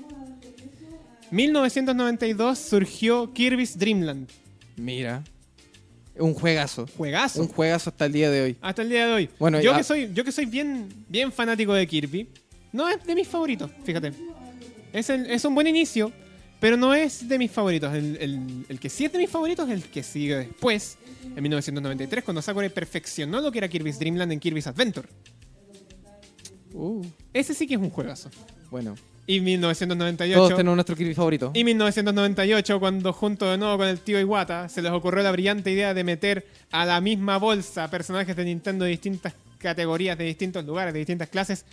[SPEAKER 2] 1992 surgió Kirby's Dreamland.
[SPEAKER 3] Mira. Un juegazo.
[SPEAKER 2] Juegazo.
[SPEAKER 3] Un juegazo hasta el día de hoy.
[SPEAKER 2] Hasta el día de hoy.
[SPEAKER 3] Bueno,
[SPEAKER 2] yo,
[SPEAKER 3] y-
[SPEAKER 2] que soy, yo que soy bien, bien fanático de Kirby, no es de mis favoritos, fíjate. Es, el- es un buen inicio, pero no es de mis favoritos. El, el- el que sí es de mis favoritos es el que sigue después, en 1993, cuando Sakurai perfeccionó lo que era Kirby's Dreamland en Kirby's Adventure.
[SPEAKER 3] Uh,
[SPEAKER 2] Ese sí que es un juegazo.
[SPEAKER 3] bueno.
[SPEAKER 2] Y
[SPEAKER 3] Todos
[SPEAKER 2] 1998...
[SPEAKER 3] tenemos nuestro Kirby favorito.
[SPEAKER 2] Y 1998, cuando junto de nuevo con el tío Iwata, se les ocurrió la brillante idea de meter a la misma bolsa personajes de Nintendo de distintas categorías, de distintos lugares, de distintas clases,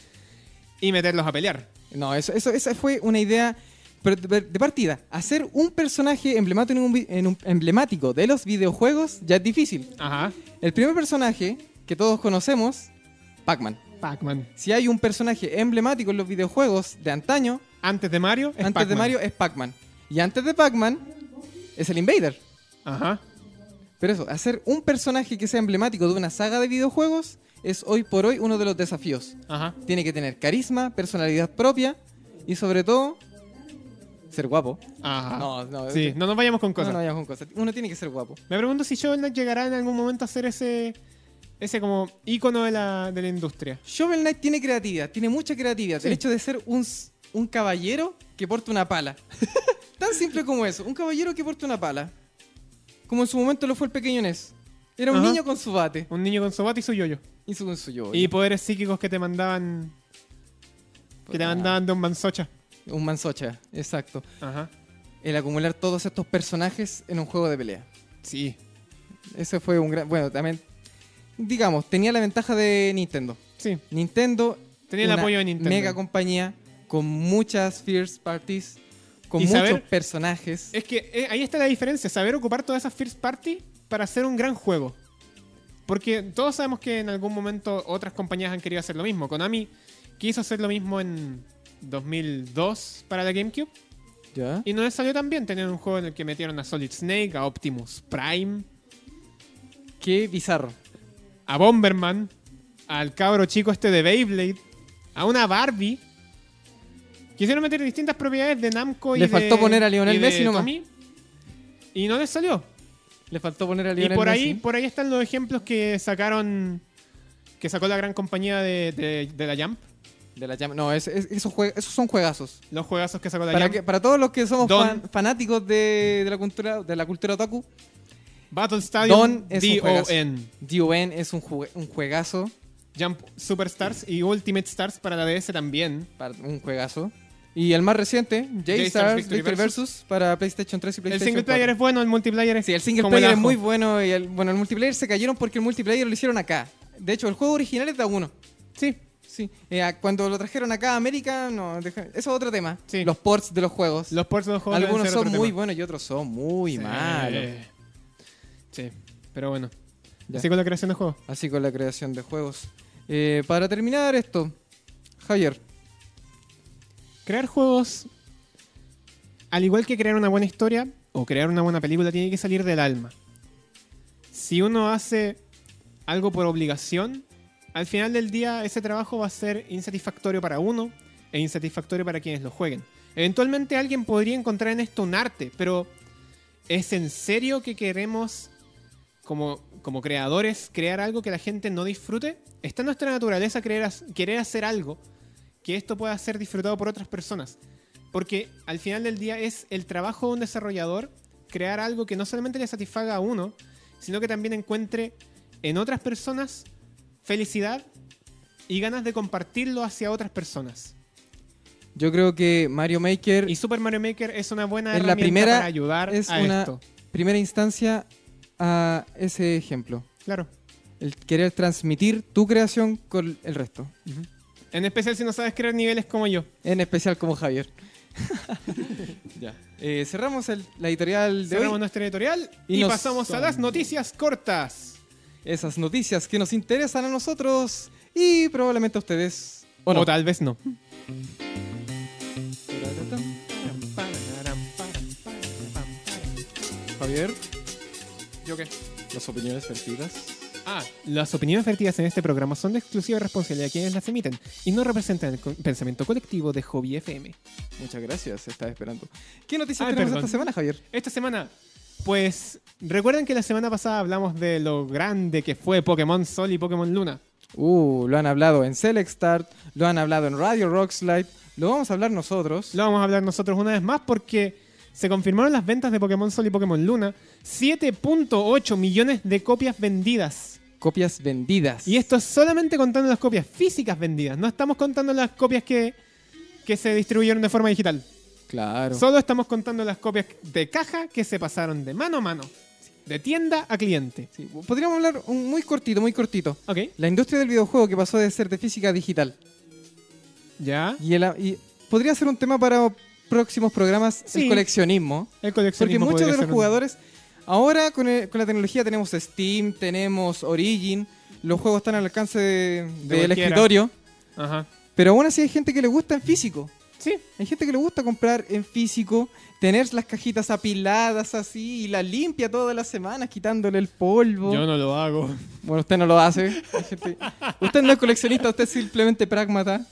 [SPEAKER 2] y meterlos a pelear.
[SPEAKER 3] No, eso, eso, esa fue una idea pero de de partida. Hacer un personaje emblemático en un vi- en un- emblemático de los videojuegos ya es difícil.
[SPEAKER 2] Ajá.
[SPEAKER 3] El primer personaje que todos conocemos, Pac-Man.
[SPEAKER 2] Pac-Man.
[SPEAKER 3] Si hay un personaje emblemático en los videojuegos de antaño,
[SPEAKER 2] Antes de Mario, es
[SPEAKER 3] antes de
[SPEAKER 2] Pac-Man.
[SPEAKER 3] Mario es Pac-Man. Y antes de Pac-Man es el Invader.
[SPEAKER 2] Ajá.
[SPEAKER 3] Pero eso, hacer un personaje que sea emblemático de una saga de videojuegos es hoy por hoy uno de los desafíos.
[SPEAKER 2] Ajá.
[SPEAKER 3] Tiene que tener carisma, personalidad propia y sobre todo ser guapo.
[SPEAKER 2] Ajá.
[SPEAKER 3] No, no,
[SPEAKER 2] Ah. Sí,
[SPEAKER 3] es-
[SPEAKER 2] no nos vayamos con cosas.
[SPEAKER 3] No, no vayamos con cosas. Uno tiene que ser guapo.
[SPEAKER 2] Me pregunto si Shovel Knight llegará en algún momento a ser ese. Ese como ícono de la, de la industria.
[SPEAKER 3] Shovel Knight tiene creatividad, tiene mucha creatividad.
[SPEAKER 2] Sí.
[SPEAKER 3] El hecho de ser un, s- un caballero que porta una pala. Tan simple como eso. Un caballero que porta una pala. Como en su momento lo fue el pequeño Ness. Era un
[SPEAKER 2] Ajá.
[SPEAKER 3] niño con su bate.
[SPEAKER 2] Un niño con sobate y su yoyo.
[SPEAKER 3] Y su, su yo.
[SPEAKER 2] Y poderes psíquicos que te mandaban. Que
[SPEAKER 3] Pues,
[SPEAKER 2] te mandaban de un manzocha.
[SPEAKER 3] Ah, Un manzocha, exacto.
[SPEAKER 2] Ajá.
[SPEAKER 3] El acumular todos estos personajes en un juego de pelea.
[SPEAKER 2] Sí.
[SPEAKER 3] Ese fue un gran... Bueno, también... Digamos, tenía la ventaja de Nintendo.
[SPEAKER 2] Sí.
[SPEAKER 3] Nintendo...
[SPEAKER 2] Tenía el
[SPEAKER 3] una
[SPEAKER 2] apoyo de Nintendo.
[SPEAKER 3] Mega compañía con muchas first parties, con
[SPEAKER 2] Y
[SPEAKER 3] muchos
[SPEAKER 2] saber-
[SPEAKER 3] personajes.
[SPEAKER 2] Es que eh, ahí está la diferencia, saber ocupar todas esas first party para hacer un gran juego. Porque todos sabemos que en algún momento otras compañías han querido hacer lo mismo. Konami quiso hacer lo mismo en 2002 para la GameCube
[SPEAKER 3] ¿Ya?
[SPEAKER 2] y no les salió tan bien tener un juego en el que metieron a Solid Snake, a Optimus Prime,
[SPEAKER 3] Qué bizarro.
[SPEAKER 2] a Bomberman, al cabro chico este de Beyblade, a una Barbie. Quisieron meter distintas propiedades de Namco y
[SPEAKER 3] Le
[SPEAKER 2] de-
[SPEAKER 3] faltó poner a Lionel
[SPEAKER 2] y de
[SPEAKER 3] Messi nomás.
[SPEAKER 2] Konami. Y no les salió.
[SPEAKER 3] Le faltó poner a
[SPEAKER 2] Y
[SPEAKER 3] Lionel
[SPEAKER 2] por
[SPEAKER 3] Messi.
[SPEAKER 2] ahí, por ahí están los ejemplos que sacaron. Que sacó la gran compañía de, de- de la Jump.
[SPEAKER 3] De la llama- No, es- es- esos, jue- esos son juegazos.
[SPEAKER 2] Los juegazos que sacó la
[SPEAKER 3] Para,
[SPEAKER 2] Jump.
[SPEAKER 3] que- para todos los que somos
[SPEAKER 2] Don-
[SPEAKER 3] fan- fanáticos de, de la cultura de la cultura otaku,
[SPEAKER 2] Battle Stadium,
[SPEAKER 3] Don es un juegazo.
[SPEAKER 2] D.O.N.
[SPEAKER 3] D.O.N. es un, jue- un juegazo,
[SPEAKER 2] Jump Superstars y Ultimate Stars para la DS también.
[SPEAKER 3] para- un juegazo. Y el más reciente, J-Stars Victory,
[SPEAKER 2] Victory
[SPEAKER 3] Versus, para PlayStation 3 y
[SPEAKER 2] El
[SPEAKER 3] PlayStation
[SPEAKER 2] single player
[SPEAKER 3] 4.
[SPEAKER 2] es bueno, el multiplayer es.
[SPEAKER 3] Sí, el single
[SPEAKER 2] como
[SPEAKER 3] player es
[SPEAKER 2] ajo.
[SPEAKER 3] muy bueno y el, bueno, el multiplayer se cayeron porque el multiplayer lo hicieron acá. De hecho, el juego original es de uno.
[SPEAKER 2] Sí,
[SPEAKER 3] Sí, eh, a- cuando lo trajeron acá a América, no, deja- eso es otro tema.
[SPEAKER 2] Sí.
[SPEAKER 3] Los ports de los juegos.
[SPEAKER 2] los ports de los juegos.
[SPEAKER 3] Algunos
[SPEAKER 2] deben ser
[SPEAKER 3] son
[SPEAKER 2] otro
[SPEAKER 3] muy
[SPEAKER 2] tema.
[SPEAKER 3] buenos y otros son muy
[SPEAKER 2] Sí.
[SPEAKER 3] malos.
[SPEAKER 2] Sí, pero bueno.
[SPEAKER 3] Ya.
[SPEAKER 2] Así con la creación de juegos.
[SPEAKER 3] Así con la creación de juegos. Eh, para terminar esto, Javier,
[SPEAKER 2] Crear juegos, al igual que crear una buena historia o crear una buena película, tiene que salir del alma. Si uno hace algo por obligación, al final del día ese trabajo va a ser insatisfactorio para uno e insatisfactorio para quienes lo jueguen. Eventualmente alguien podría encontrar en esto un arte, pero ¿es en serio que queremos, como, como creadores, crear algo que la gente no disfrute? Está en nuestra naturaleza querer ha- querer hacer algo que esto pueda ser disfrutado por otras personas. Porque al final del día es el trabajo de un desarrollador crear algo que no solamente le satisfaga a uno, sino que también encuentre en otras personas felicidad y ganas de compartirlo hacia otras personas.
[SPEAKER 3] yo creo que Mario Maker
[SPEAKER 2] Y Super Mario Maker es una buena
[SPEAKER 3] Es la
[SPEAKER 2] herramienta
[SPEAKER 3] primera-
[SPEAKER 2] para ayudar
[SPEAKER 3] es
[SPEAKER 2] a
[SPEAKER 3] una
[SPEAKER 2] esto.
[SPEAKER 3] primera instancia a ese ejemplo.
[SPEAKER 2] Claro.
[SPEAKER 3] El querer transmitir tu creación con el resto.
[SPEAKER 2] En especial si no sabes crear niveles como yo.
[SPEAKER 3] En especial como Javier. Eh, cerramos el- la editorial de
[SPEAKER 2] Cerramos
[SPEAKER 3] hoy.
[SPEAKER 2] nuestro editorial
[SPEAKER 3] Y
[SPEAKER 2] y,
[SPEAKER 3] nos
[SPEAKER 2] pasamos a las
[SPEAKER 3] son-
[SPEAKER 2] noticias cortas.
[SPEAKER 3] Esas noticias que nos interesan a nosotros y probablemente a ustedes. ¿O no?
[SPEAKER 2] tal vez no.
[SPEAKER 3] Javier,
[SPEAKER 2] ¿Yo qué?
[SPEAKER 3] las opiniones perdidas.
[SPEAKER 2] Ah, las opiniones vertidas en este programa son de exclusiva responsabilidad de quienes las emiten y no representan el co- pensamiento colectivo de Hobby FM.
[SPEAKER 3] Muchas gracias, estaba esperando. ¿Qué noticias
[SPEAKER 2] Ay,
[SPEAKER 3] tenemos
[SPEAKER 2] Ah, perdón.
[SPEAKER 3] esta semana, Javier?
[SPEAKER 2] Esta semana, pues, recuerden que la semana pasada hablamos de lo grande que fue Pokémon Sol y Pokémon Luna.
[SPEAKER 3] Uh, lo han hablado en Select Start, lo han hablado en Radio Rock Slide, lo vamos a hablar nosotros.
[SPEAKER 2] Lo vamos a hablar nosotros una vez más porque se confirmaron las ventas de Pokémon Sol y Pokémon Luna. 7.8 millones de copias vendidas.
[SPEAKER 3] Copias vendidas.
[SPEAKER 2] Y esto es solamente contando las copias físicas vendidas. No estamos contando las copias que, que se distribuyeron de forma digital.
[SPEAKER 3] Claro.
[SPEAKER 2] Solo estamos contando las copias de caja que se pasaron de mano a mano, de tienda a cliente.
[SPEAKER 3] Sí, podríamos hablar un- muy cortito, muy cortito.
[SPEAKER 2] Ok,
[SPEAKER 3] La industria del videojuego que pasó de ser de física a digital.
[SPEAKER 2] ya.
[SPEAKER 3] Y, el- y podría ser un tema para próximos programas, el
[SPEAKER 2] Sí.
[SPEAKER 3] coleccionismo.
[SPEAKER 2] El
[SPEAKER 3] Porque
[SPEAKER 2] coleccionismo
[SPEAKER 3] muchos
[SPEAKER 2] podría
[SPEAKER 3] de los
[SPEAKER 2] ser un-
[SPEAKER 3] jugadores, ahora con, el- con la tecnología tenemos Steam, tenemos Origin, los juegos están al alcance de- del
[SPEAKER 2] cualquiera.
[SPEAKER 3] escritorio,
[SPEAKER 2] Ajá.
[SPEAKER 3] pero aún así hay gente que le gusta en físico.
[SPEAKER 2] Sí,
[SPEAKER 3] Hay gente que le gusta comprar en físico, tener las cajitas apiladas así y las limpia todas las semanas quitándole el polvo.
[SPEAKER 2] yo no lo hago.
[SPEAKER 3] Bueno, usted no lo hace. Hay gente- Usted no es coleccionista, usted es simplemente pragmata.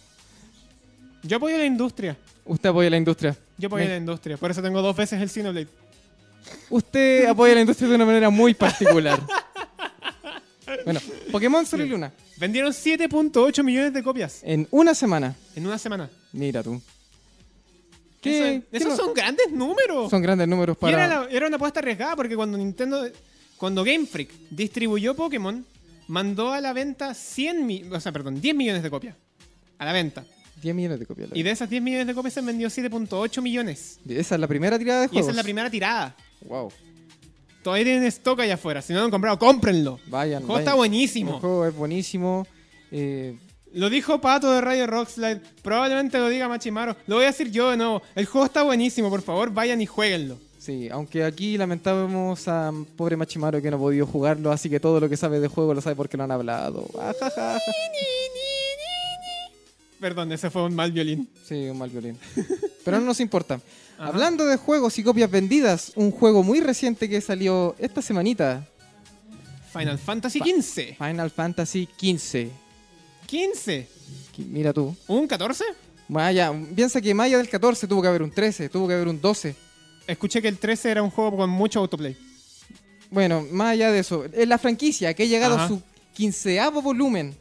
[SPEAKER 2] Yo apoyo la industria.
[SPEAKER 3] Usted apoya la industria.
[SPEAKER 2] Yo apoyo la industria. Por eso tengo dos veces el Xenoblade.
[SPEAKER 3] Usted apoya la industria de una manera muy particular. bueno, Pokémon Sol y Luna.
[SPEAKER 2] Vendieron 7.8 millones de copias
[SPEAKER 3] En una semana.
[SPEAKER 2] en una semana.
[SPEAKER 3] Mira tú. ¿Qué?
[SPEAKER 2] Eso-
[SPEAKER 3] qué
[SPEAKER 2] esos
[SPEAKER 3] no-
[SPEAKER 2] son grandes números.
[SPEAKER 3] son grandes números
[SPEAKER 2] Y
[SPEAKER 3] para...
[SPEAKER 2] era, la- era una apuesta arriesgada porque cuando Nintendo, cuando Game Freak distribuyó Pokémon, mandó a la venta 100 mi- o sea, perdón, 10 millones de copias. A la venta.
[SPEAKER 3] 10 millones de copias. la
[SPEAKER 2] Y de esas 10 millones de copias se han vendido 7.8 millones.
[SPEAKER 3] verdad. Esa es la primera tirada de
[SPEAKER 2] Y
[SPEAKER 3] juegos.
[SPEAKER 2] esa es la primera tirada.
[SPEAKER 3] Wow.
[SPEAKER 2] Todavía tienen stock allá afuera. Si no lo han comprado, cómprenlo.
[SPEAKER 3] Vayan,
[SPEAKER 2] El juego
[SPEAKER 3] vayan.
[SPEAKER 2] está buenísimo.
[SPEAKER 3] El juego es buenísimo. Eh,
[SPEAKER 2] Lo dijo Pato de Radio Rockslide. Probablemente lo diga Machimaro. Lo voy a decir yo de nuevo. El juego está buenísimo. Por favor, vayan y jueguenlo.
[SPEAKER 3] sí, aunque aquí lamentábamos a pobre Machimaro que no ha podido jugarlo, así que todo lo que sabe de juego lo sabe porque lo han hablado. Ah, Ajaja.
[SPEAKER 2] Perdón, ese fue un mal violín.
[SPEAKER 3] Sí, un mal violín. Pero no nos importa. Hablando de juegos y copias vendidas, un juego muy reciente que salió esta semanita,
[SPEAKER 2] Final Fantasy XV.
[SPEAKER 3] Final Fantasy XV.
[SPEAKER 2] ¿15?
[SPEAKER 3] Qui- Mira tú.
[SPEAKER 2] ¿Un 14?
[SPEAKER 3] Maya, piensa que Maya del 14 tuvo que haber un 13, tuvo que haber un 12.
[SPEAKER 2] Escuché que el 13 era un juego con mucho autoplay.
[SPEAKER 3] Bueno, más allá de eso, es la franquicia que ha llegado a
[SPEAKER 2] Ajá.
[SPEAKER 3] su quinceavo volumen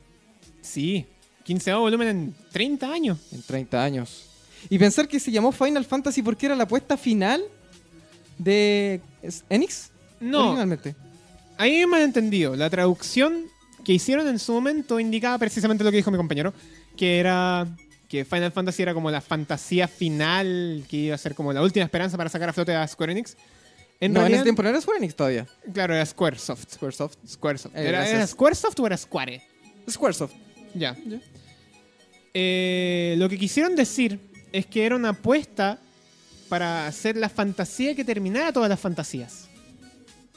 [SPEAKER 2] Sí. 15 volumen en 30 años.
[SPEAKER 3] en 30 años. Y pensar que se llamó Final Fantasy porque era la apuesta final de ¿es Enix.
[SPEAKER 2] No.
[SPEAKER 3] Originalmente.
[SPEAKER 2] Ahí hay un malentendido. La traducción que hicieron en su momento indicaba precisamente lo que dijo mi compañero, que era que Final Fantasy era como la fantasía final, que iba a ser como la última esperanza para sacar a flote a Square Enix. En
[SPEAKER 3] no, en
[SPEAKER 2] realidad-
[SPEAKER 3] ese tiempo no era Square Enix todavía.
[SPEAKER 2] Claro, era Squaresoft.
[SPEAKER 3] Squaresoft.
[SPEAKER 2] Squaresoft.
[SPEAKER 3] Eh,
[SPEAKER 2] ¿Era,
[SPEAKER 3] gracias.
[SPEAKER 2] era Squaresoft o era Square?
[SPEAKER 3] Squaresoft.
[SPEAKER 2] Ya.
[SPEAKER 3] Ya.
[SPEAKER 2] Eh, lo que quisieron decir es que era una apuesta para hacer la fantasía que terminara todas las fantasías.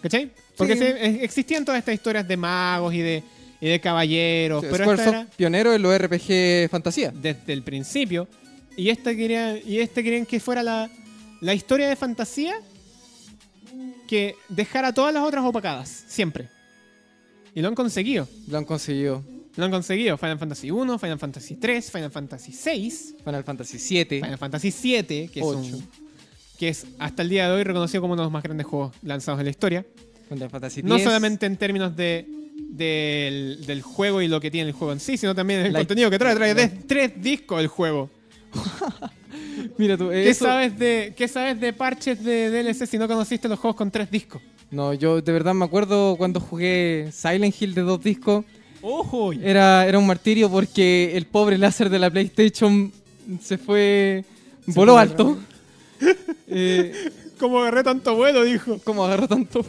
[SPEAKER 2] ¿Cachai? Porque
[SPEAKER 3] Sí.
[SPEAKER 2] se- eh, existían todas estas historias de magos y de, y de caballeros,
[SPEAKER 3] Sí,
[SPEAKER 2] pero esta
[SPEAKER 3] Squaresoft,
[SPEAKER 2] era
[SPEAKER 3] pionero de los RPG fantasía.
[SPEAKER 2] desde el principio. Y esta querían, y esta querían que fuera la, la historia de fantasía que dejara todas las otras opacadas, siempre. Y lo han conseguido.
[SPEAKER 3] Lo han conseguido.
[SPEAKER 2] Lo han conseguido. Final Fantasy 1, Final Fantasy 3, Final Fantasy 6.
[SPEAKER 3] Final Fantasy VII.
[SPEAKER 2] Final Fantasy VII, que es, un-
[SPEAKER 3] Ocho.
[SPEAKER 2] que es hasta el día de hoy reconocido como uno de los más grandes juegos lanzados en la historia.
[SPEAKER 3] Final Fantasy
[SPEAKER 2] No
[SPEAKER 3] X.
[SPEAKER 2] solamente en términos de, del, del juego y lo que tiene el juego en sí, sino también el
[SPEAKER 3] La-
[SPEAKER 2] contenido que trae. Trae
[SPEAKER 3] la-
[SPEAKER 2] tres- tres discos el juego.
[SPEAKER 3] Mira tú,
[SPEAKER 2] ¿Qué
[SPEAKER 3] eso-
[SPEAKER 2] sabes, de, ¿Qué sabes de parches de DLC si no conociste los juegos con tres discos?
[SPEAKER 3] No, yo de verdad me acuerdo cuando jugué Silent Hill de dos discos.
[SPEAKER 2] ¡Ojo!
[SPEAKER 3] Era, era un martirio porque el pobre láser de la PlayStation se fue. voló
[SPEAKER 2] fue
[SPEAKER 3] alto. Eh,
[SPEAKER 2] Como agarré tanto vuelo, dijo.
[SPEAKER 3] ¿Cómo agarró tanto?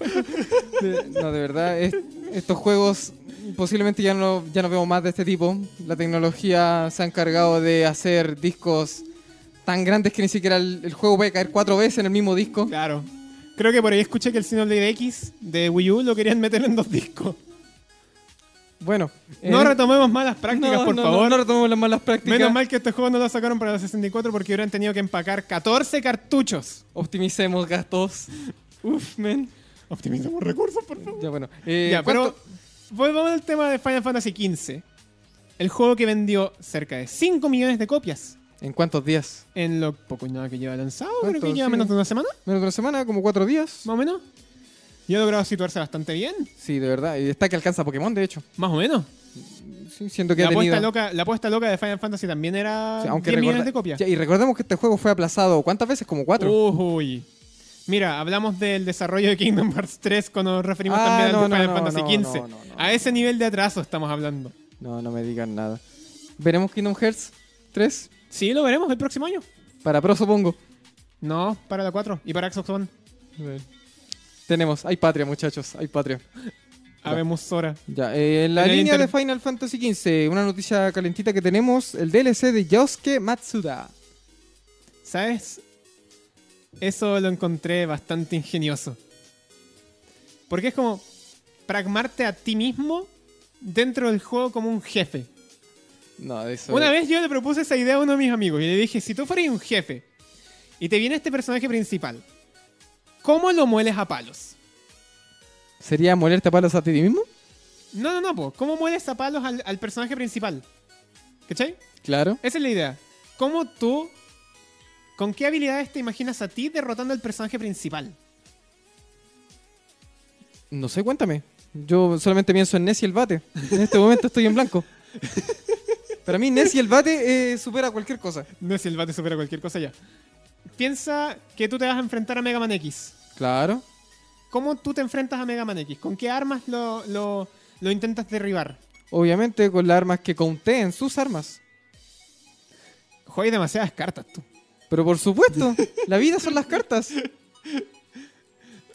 [SPEAKER 3] De- no, de verdad, es- estos juegos posiblemente ya no, ya no vemos más de este tipo. La tecnología se ha encargado de hacer discos tan grandes que ni siquiera el, el juego puede caer cuatro veces en el mismo disco.
[SPEAKER 2] Claro. Creo que por ahí escuché que el Xenoblade X de Wii U lo querían meter en dos discos.
[SPEAKER 3] Bueno,
[SPEAKER 2] No
[SPEAKER 3] eh,
[SPEAKER 2] retomemos malas prácticas,
[SPEAKER 3] no,
[SPEAKER 2] por
[SPEAKER 3] no, no,
[SPEAKER 2] favor.
[SPEAKER 3] No, retomemos las malas prácticas.
[SPEAKER 2] Menos mal que este juego no lo sacaron para la 64 porque hubieran tenido que empacar 14 cartuchos.
[SPEAKER 3] Optimicemos gastos. Uf, men.
[SPEAKER 2] Optimizamos recursos, por favor.
[SPEAKER 3] Ya, bueno. eh,
[SPEAKER 2] ya, pero
[SPEAKER 3] ¿cuánto-
[SPEAKER 2] volvamos Pues al tema de Final Fantasy XV. El juego que vendió cerca de 5 millones de copias
[SPEAKER 3] ¿En cuántos días?
[SPEAKER 2] en lo poco y nada que lleva lanzado. Creo
[SPEAKER 3] ¿Cuánto?
[SPEAKER 2] que lleva
[SPEAKER 3] Sí.
[SPEAKER 2] menos de una semana,
[SPEAKER 3] Menos de una semana, como cuatro días.
[SPEAKER 2] más o menos. Y ha logrado situarse bastante bien,
[SPEAKER 3] Sí, de verdad. Y está que alcanza Pokémon, de hecho.
[SPEAKER 2] más o menos.
[SPEAKER 3] Sí, siento que
[SPEAKER 2] La
[SPEAKER 3] ha tenido...
[SPEAKER 2] apuesta, loca, la apuesta loca de Final Fantasy también era
[SPEAKER 3] Sí, aunque
[SPEAKER 2] 10 millones
[SPEAKER 3] recorda-
[SPEAKER 2] de copias.
[SPEAKER 3] Ya, y recordemos que este juego fue aplazado ¿cuántas veces? Como cuatro.
[SPEAKER 2] Uh. Uy. Mira, hablamos del desarrollo de Kingdom Hearts 3 cuando nos referimos
[SPEAKER 3] Ah,
[SPEAKER 2] también
[SPEAKER 3] no,
[SPEAKER 2] al de
[SPEAKER 3] no,
[SPEAKER 2] Final
[SPEAKER 3] no,
[SPEAKER 2] Fantasy
[SPEAKER 3] no,
[SPEAKER 2] XV.
[SPEAKER 3] no, no, no.
[SPEAKER 2] A ese nivel de atraso estamos hablando.
[SPEAKER 3] No, no me digan nada. Veremos Kingdom Hearts 3
[SPEAKER 2] Sí, lo veremos el próximo año.
[SPEAKER 3] para Pro, supongo.
[SPEAKER 2] No, para la 4 y para Xbox One.
[SPEAKER 3] Tenemos, hay patria, muchachos, hay patria.
[SPEAKER 2] Habemos Sora.
[SPEAKER 3] Ya, eh, en la
[SPEAKER 2] En el
[SPEAKER 3] línea
[SPEAKER 2] inter-
[SPEAKER 3] de Final Fantasy XV, una noticia calentita que tenemos, el DLC de Yosuke Matsuda.
[SPEAKER 2] ¿Sabes? Eso lo encontré bastante ingenioso. Porque es como pragmarte a ti mismo dentro del juego como un jefe.
[SPEAKER 3] No, de eso.
[SPEAKER 2] Una vez yo le propuse esa idea a uno de mis amigos y le dije, si tú fueras un jefe y te viene este personaje principal, ¿cómo lo mueles a palos?
[SPEAKER 3] ¿Sería molerte a palos a ti mismo?
[SPEAKER 2] No, no, no, po. ¿cómo mueles a palos al, al personaje principal? ¿Cachai?
[SPEAKER 3] Claro.
[SPEAKER 2] Esa es la idea. ¿Cómo tú, con qué habilidades te imaginas a ti derrotando al personaje principal?
[SPEAKER 3] No sé, cuéntame. Yo solamente pienso en Nessie el bate. En este momento estoy en blanco. Para mí, Nessie el bate eh, supera cualquier cosa.
[SPEAKER 2] No es si el bate supera cualquier cosa ya. piensa que tú te vas a enfrentar a Mega Man X.
[SPEAKER 3] Claro.
[SPEAKER 2] ¿Cómo tú te enfrentas a Mega Man X? ¿Con qué armas lo, lo- lo intentas derribar?
[SPEAKER 3] Obviamente con las armas que conteen sus armas.
[SPEAKER 2] Juegas demasiadas cartas tú.
[SPEAKER 3] Pero por supuesto, la vida son las cartas.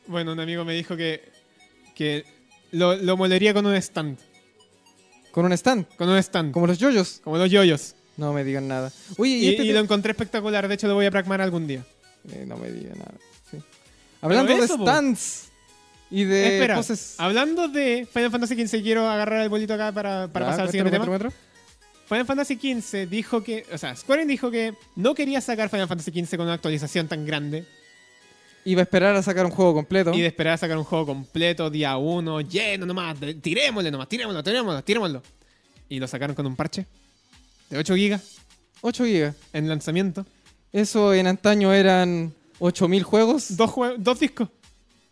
[SPEAKER 2] Bueno, un amigo me dijo que, que lo, lo molería con un stand.
[SPEAKER 3] Con un stand,
[SPEAKER 2] Con un stand.
[SPEAKER 3] como los yoyos.
[SPEAKER 2] Como los yoyos.
[SPEAKER 3] No me digan nada. Oye, y,
[SPEAKER 2] Y,
[SPEAKER 3] este
[SPEAKER 2] y
[SPEAKER 3] te-
[SPEAKER 2] lo encontré espectacular. De hecho, lo voy a pragmar algún día.
[SPEAKER 3] Eh, no me digan nada. sí. Hablando
[SPEAKER 2] eso,
[SPEAKER 3] de
[SPEAKER 2] po.
[SPEAKER 3] stands y de
[SPEAKER 2] Espera,
[SPEAKER 3] poses.
[SPEAKER 2] hablando de Final Fantasy XV, quiero agarrar el bolito acá para, para
[SPEAKER 3] Ya, este
[SPEAKER 2] pasar
[SPEAKER 3] cuéntame,
[SPEAKER 2] al siguiente tema.
[SPEAKER 3] cuéntame, cuéntame.
[SPEAKER 2] Final Fantasy XV dijo que, o sea, Square Enix dijo que no quería sacar Final Fantasy XV con una actualización tan grande
[SPEAKER 3] Iba a esperar a sacar un juego completo.
[SPEAKER 2] y de esperar a sacar un juego completo, día uno, lleno nomás, de- tirémosle nomás, tirémoslo, tirémoslo, tirémoslo. Y lo sacaron con un parche de 8 gigas
[SPEAKER 3] 8 GB.
[SPEAKER 2] en lanzamiento.
[SPEAKER 3] Eso en antaño eran 8000 juegos.
[SPEAKER 2] Dos, jue- dos discos.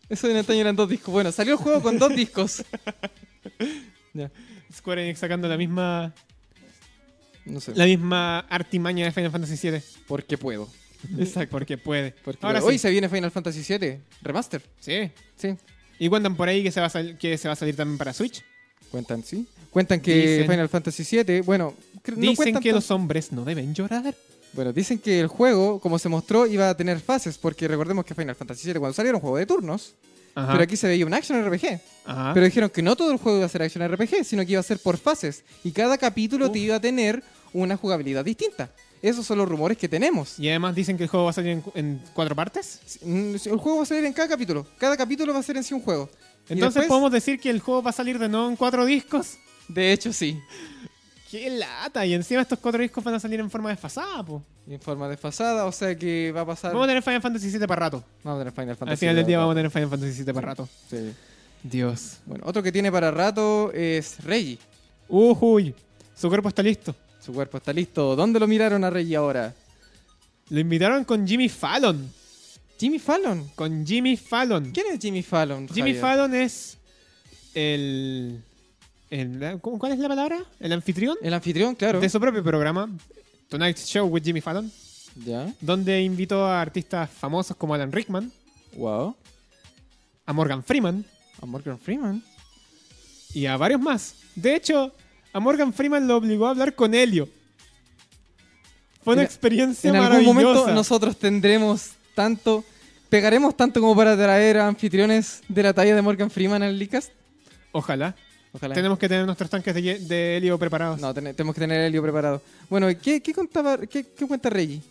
[SPEAKER 3] Eso en antaño eran dos discos. Bueno, salió el juego con dos discos. ya,
[SPEAKER 2] Square Enix sacando la misma,
[SPEAKER 3] no sé.
[SPEAKER 2] la misma artimaña de Final Fantasy VII.
[SPEAKER 3] Porque puedo.
[SPEAKER 2] Exacto. Porque puede.
[SPEAKER 3] Porque
[SPEAKER 2] Ahora
[SPEAKER 3] hoy
[SPEAKER 2] sí.
[SPEAKER 3] se viene Final Fantasy VII Remaster.
[SPEAKER 2] Sí.
[SPEAKER 3] Sí.
[SPEAKER 2] Y cuentan por ahí que se va a, sal- que se va a salir también para Switch.
[SPEAKER 3] Cuentan, sí. Cuentan que
[SPEAKER 2] Dicen-
[SPEAKER 3] Final Fantasy VII, bueno, cre- no
[SPEAKER 2] Dicen
[SPEAKER 3] cuentan
[SPEAKER 2] que
[SPEAKER 3] tan-
[SPEAKER 2] los hombres no deben llorar.
[SPEAKER 3] Bueno, dicen que el juego, como se mostró, iba a tener fases, porque recordemos que Final Fantasy VII cuando salió era un juego de turnos,
[SPEAKER 2] Ajá. Ah.
[SPEAKER 3] pero aquí se veía un action RPG.
[SPEAKER 2] Ajá.
[SPEAKER 3] Pero dijeron que no todo el juego iba a ser action RPG, sino que iba a ser por fases, y cada capítulo te iba a tener una jugabilidad distinta. Esos son los rumores que tenemos.
[SPEAKER 2] Y además dicen que el juego va a salir en, cu- en cuatro partes.
[SPEAKER 3] Mm, El juego va a salir en cada capítulo. Cada capítulo va a ser en sí un juego. Y
[SPEAKER 2] Entonces
[SPEAKER 3] después-
[SPEAKER 2] podemos decir que el juego va a salir de nuevo en cuatro discos.
[SPEAKER 3] De hecho, sí.
[SPEAKER 2] ¡Qué lata! Y encima estos cuatro discos van a salir en forma desfasada, po.
[SPEAKER 3] En forma desfasada, o sea que va a pasar...
[SPEAKER 2] Vamos a tener Final Fantasy VII para rato.
[SPEAKER 3] Vamos a tener Final Fantasy
[SPEAKER 2] Al final del día
[SPEAKER 3] VII.
[SPEAKER 2] vamos a tener Final Fantasy VII para rato.
[SPEAKER 3] Sí.
[SPEAKER 2] Dios.
[SPEAKER 3] Bueno, otro que tiene para rato es Reggie.
[SPEAKER 2] Ujuy. Su cuerpo está listo.
[SPEAKER 3] Su cuerpo está listo. ¿Dónde lo miraron a Reggie ahora?
[SPEAKER 2] Lo invitaron con Jimmy Fallon.
[SPEAKER 3] Jimmy Fallon.
[SPEAKER 2] Con Jimmy Fallon.
[SPEAKER 3] ¿Quién es Jimmy Fallon?
[SPEAKER 2] Jimmy
[SPEAKER 3] Javier?
[SPEAKER 2] Fallon es el, el- ¿cómo- ¿Cuál es la palabra? ¿El anfitrión?
[SPEAKER 3] El anfitrión, claro.
[SPEAKER 2] De su propio programa, Tonight Show with Jimmy Fallon,
[SPEAKER 3] Ya.
[SPEAKER 2] donde invitó a artistas famosos como Alan Rickman,
[SPEAKER 3] Wow.
[SPEAKER 2] a Morgan Freeman
[SPEAKER 3] A Morgan Freeman.
[SPEAKER 2] y a varios más. De hecho, a Morgan Freeman lo obligó a hablar con Helio. Fue una
[SPEAKER 3] En-
[SPEAKER 2] experiencia
[SPEAKER 3] en algún
[SPEAKER 2] maravillosa.
[SPEAKER 3] momento nosotros tendremos tanto. Pegaremos tanto como para traer a anfitriones de la talla de Morgan Freeman al Licas.
[SPEAKER 2] Ojalá.
[SPEAKER 3] Ojalá.
[SPEAKER 2] Tenemos que tener nuestros tanques de, ye- de helio preparados.
[SPEAKER 3] No, ten- tenemos que tener el lío preparado. Bueno, ¿qué, qué contaba, qué, qué cuenta Reggie?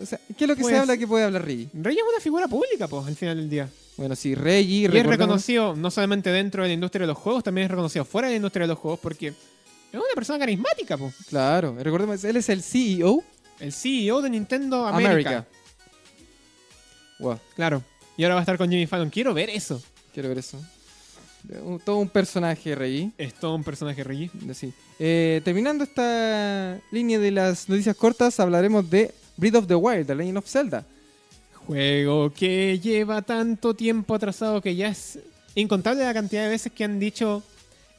[SPEAKER 3] O sea, ¿qué es lo que se
[SPEAKER 2] Pues-
[SPEAKER 3] habla que puede hablar Reggie?
[SPEAKER 2] Rey es una figura pública, pues, al final del día.
[SPEAKER 3] Bueno, sí, Reggie.
[SPEAKER 2] Y es
[SPEAKER 3] recordemos-
[SPEAKER 2] reconocido no solamente dentro de la industria de los juegos, también es reconocido fuera de la industria de los juegos porque es una persona carismática, po.
[SPEAKER 3] Claro, recordemos, él es el CEO
[SPEAKER 2] El CEO de Nintendo América.
[SPEAKER 3] América. Wow,
[SPEAKER 2] Claro. Y ahora va a estar con Jimmy Fallon. Quiero ver eso.
[SPEAKER 3] quiero ver eso. Un- todo un personaje, Reggie.
[SPEAKER 2] Es todo un personaje, Reggie.
[SPEAKER 3] Sí. Eh, terminando esta línea de las noticias cortas, hablaremos de Breath of the Wild, The Legend of Zelda.
[SPEAKER 2] Juego que lleva tanto tiempo atrasado que ya es incontable la cantidad de veces que han dicho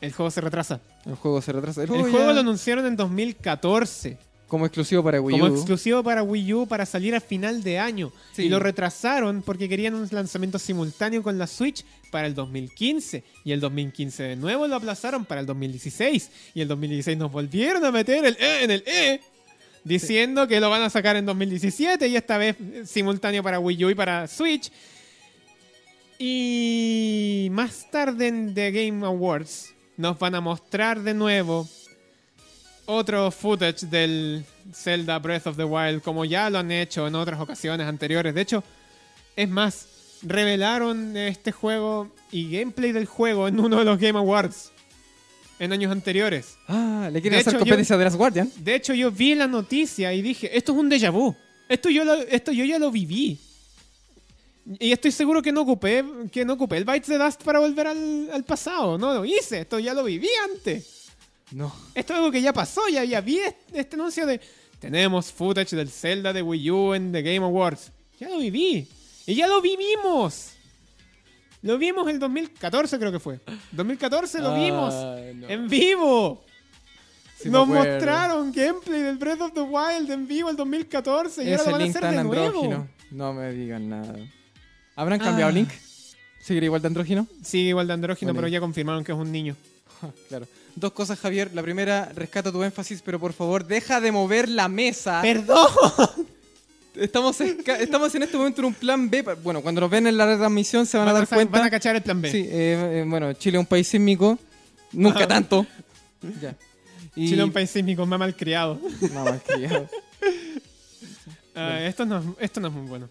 [SPEAKER 2] el juego se retrasa.
[SPEAKER 3] El juego se retrasa. Oh,
[SPEAKER 2] El juego
[SPEAKER 3] ya-
[SPEAKER 2] lo anunciaron en 2014
[SPEAKER 3] como exclusivo para Wii U.
[SPEAKER 2] como exclusivo para Wii U para salir a final de año.
[SPEAKER 3] Sí.
[SPEAKER 2] Y lo retrasaron porque querían un lanzamiento simultáneo con la Switch para el 2015. Y el 2015 de nuevo lo aplazaron para el 2016. Y el 2016 nos volvieron a meter el E en el E. Diciendo que lo van a sacar en 2017 y esta vez eh, simultáneo para Wii U y para Switch. Y más tarde en The Game Awards nos van a mostrar de nuevo otro footage del Zelda Breath of the Wild, como ya lo han hecho en otras ocasiones anteriores. De hecho, es más, revelaron este juego y gameplay del juego en uno de los Game Awards en años anteriores.
[SPEAKER 3] Ah, le quieren
[SPEAKER 2] De
[SPEAKER 3] hacer
[SPEAKER 2] hecho,
[SPEAKER 3] competencia de las Guardian.
[SPEAKER 2] De hecho, yo vi la noticia y dije, esto es un déjà vu. Esto yo, lo- esto yo ya lo viví. Y estoy seguro que no ocupé, que no ocupé el Bytes de Dust para volver al, al pasado. No lo hice, esto ya lo viví antes.
[SPEAKER 3] No.
[SPEAKER 2] Esto es algo que ya pasó, ya, ya vi este, este anuncio de tenemos footage del Zelda de Wii U en The Game Awards. Ya lo viví. Y ya lo vivimos. Lo vimos en 2014 creo que fue. 2014 lo vimos.
[SPEAKER 3] Ah, no.
[SPEAKER 2] En vivo.
[SPEAKER 3] Sí,
[SPEAKER 2] Nos
[SPEAKER 3] me acuerdo.
[SPEAKER 2] mostraron gameplay del Breath of the Wild en vivo el 2014 y ahora
[SPEAKER 3] Ese
[SPEAKER 2] lo van a
[SPEAKER 3] Link
[SPEAKER 2] hacer
[SPEAKER 3] tan
[SPEAKER 2] de nuevo.
[SPEAKER 3] andrógino. No me digan nada. ¿Habrán
[SPEAKER 2] Ah.
[SPEAKER 3] cambiado Link? ¿Seguirá igual de andrógino?
[SPEAKER 2] Sí, igual de andrógino,
[SPEAKER 3] Vale.
[SPEAKER 2] pero ya confirmaron que es un niño.
[SPEAKER 3] Claro. Dos cosas, Javier. La primera, rescata tu énfasis, pero por favor, deja de mover la mesa.
[SPEAKER 2] ¡Perdón!
[SPEAKER 3] Estamos, esca- estamos en este momento en un plan B. pa- Bueno, cuando nos ven en la retransmisión se van, a dar
[SPEAKER 2] sa-
[SPEAKER 3] cuenta.
[SPEAKER 2] van a cachar el plan B. Ah.
[SPEAKER 3] Sí, eh, eh, bueno, Chile es un país sísmico. Nunca tanto. ya. Y...
[SPEAKER 2] Chile es un país sísmico, más malcriado.
[SPEAKER 3] No, más criado.
[SPEAKER 2] Ah, esto, no, es- esto no es muy bueno.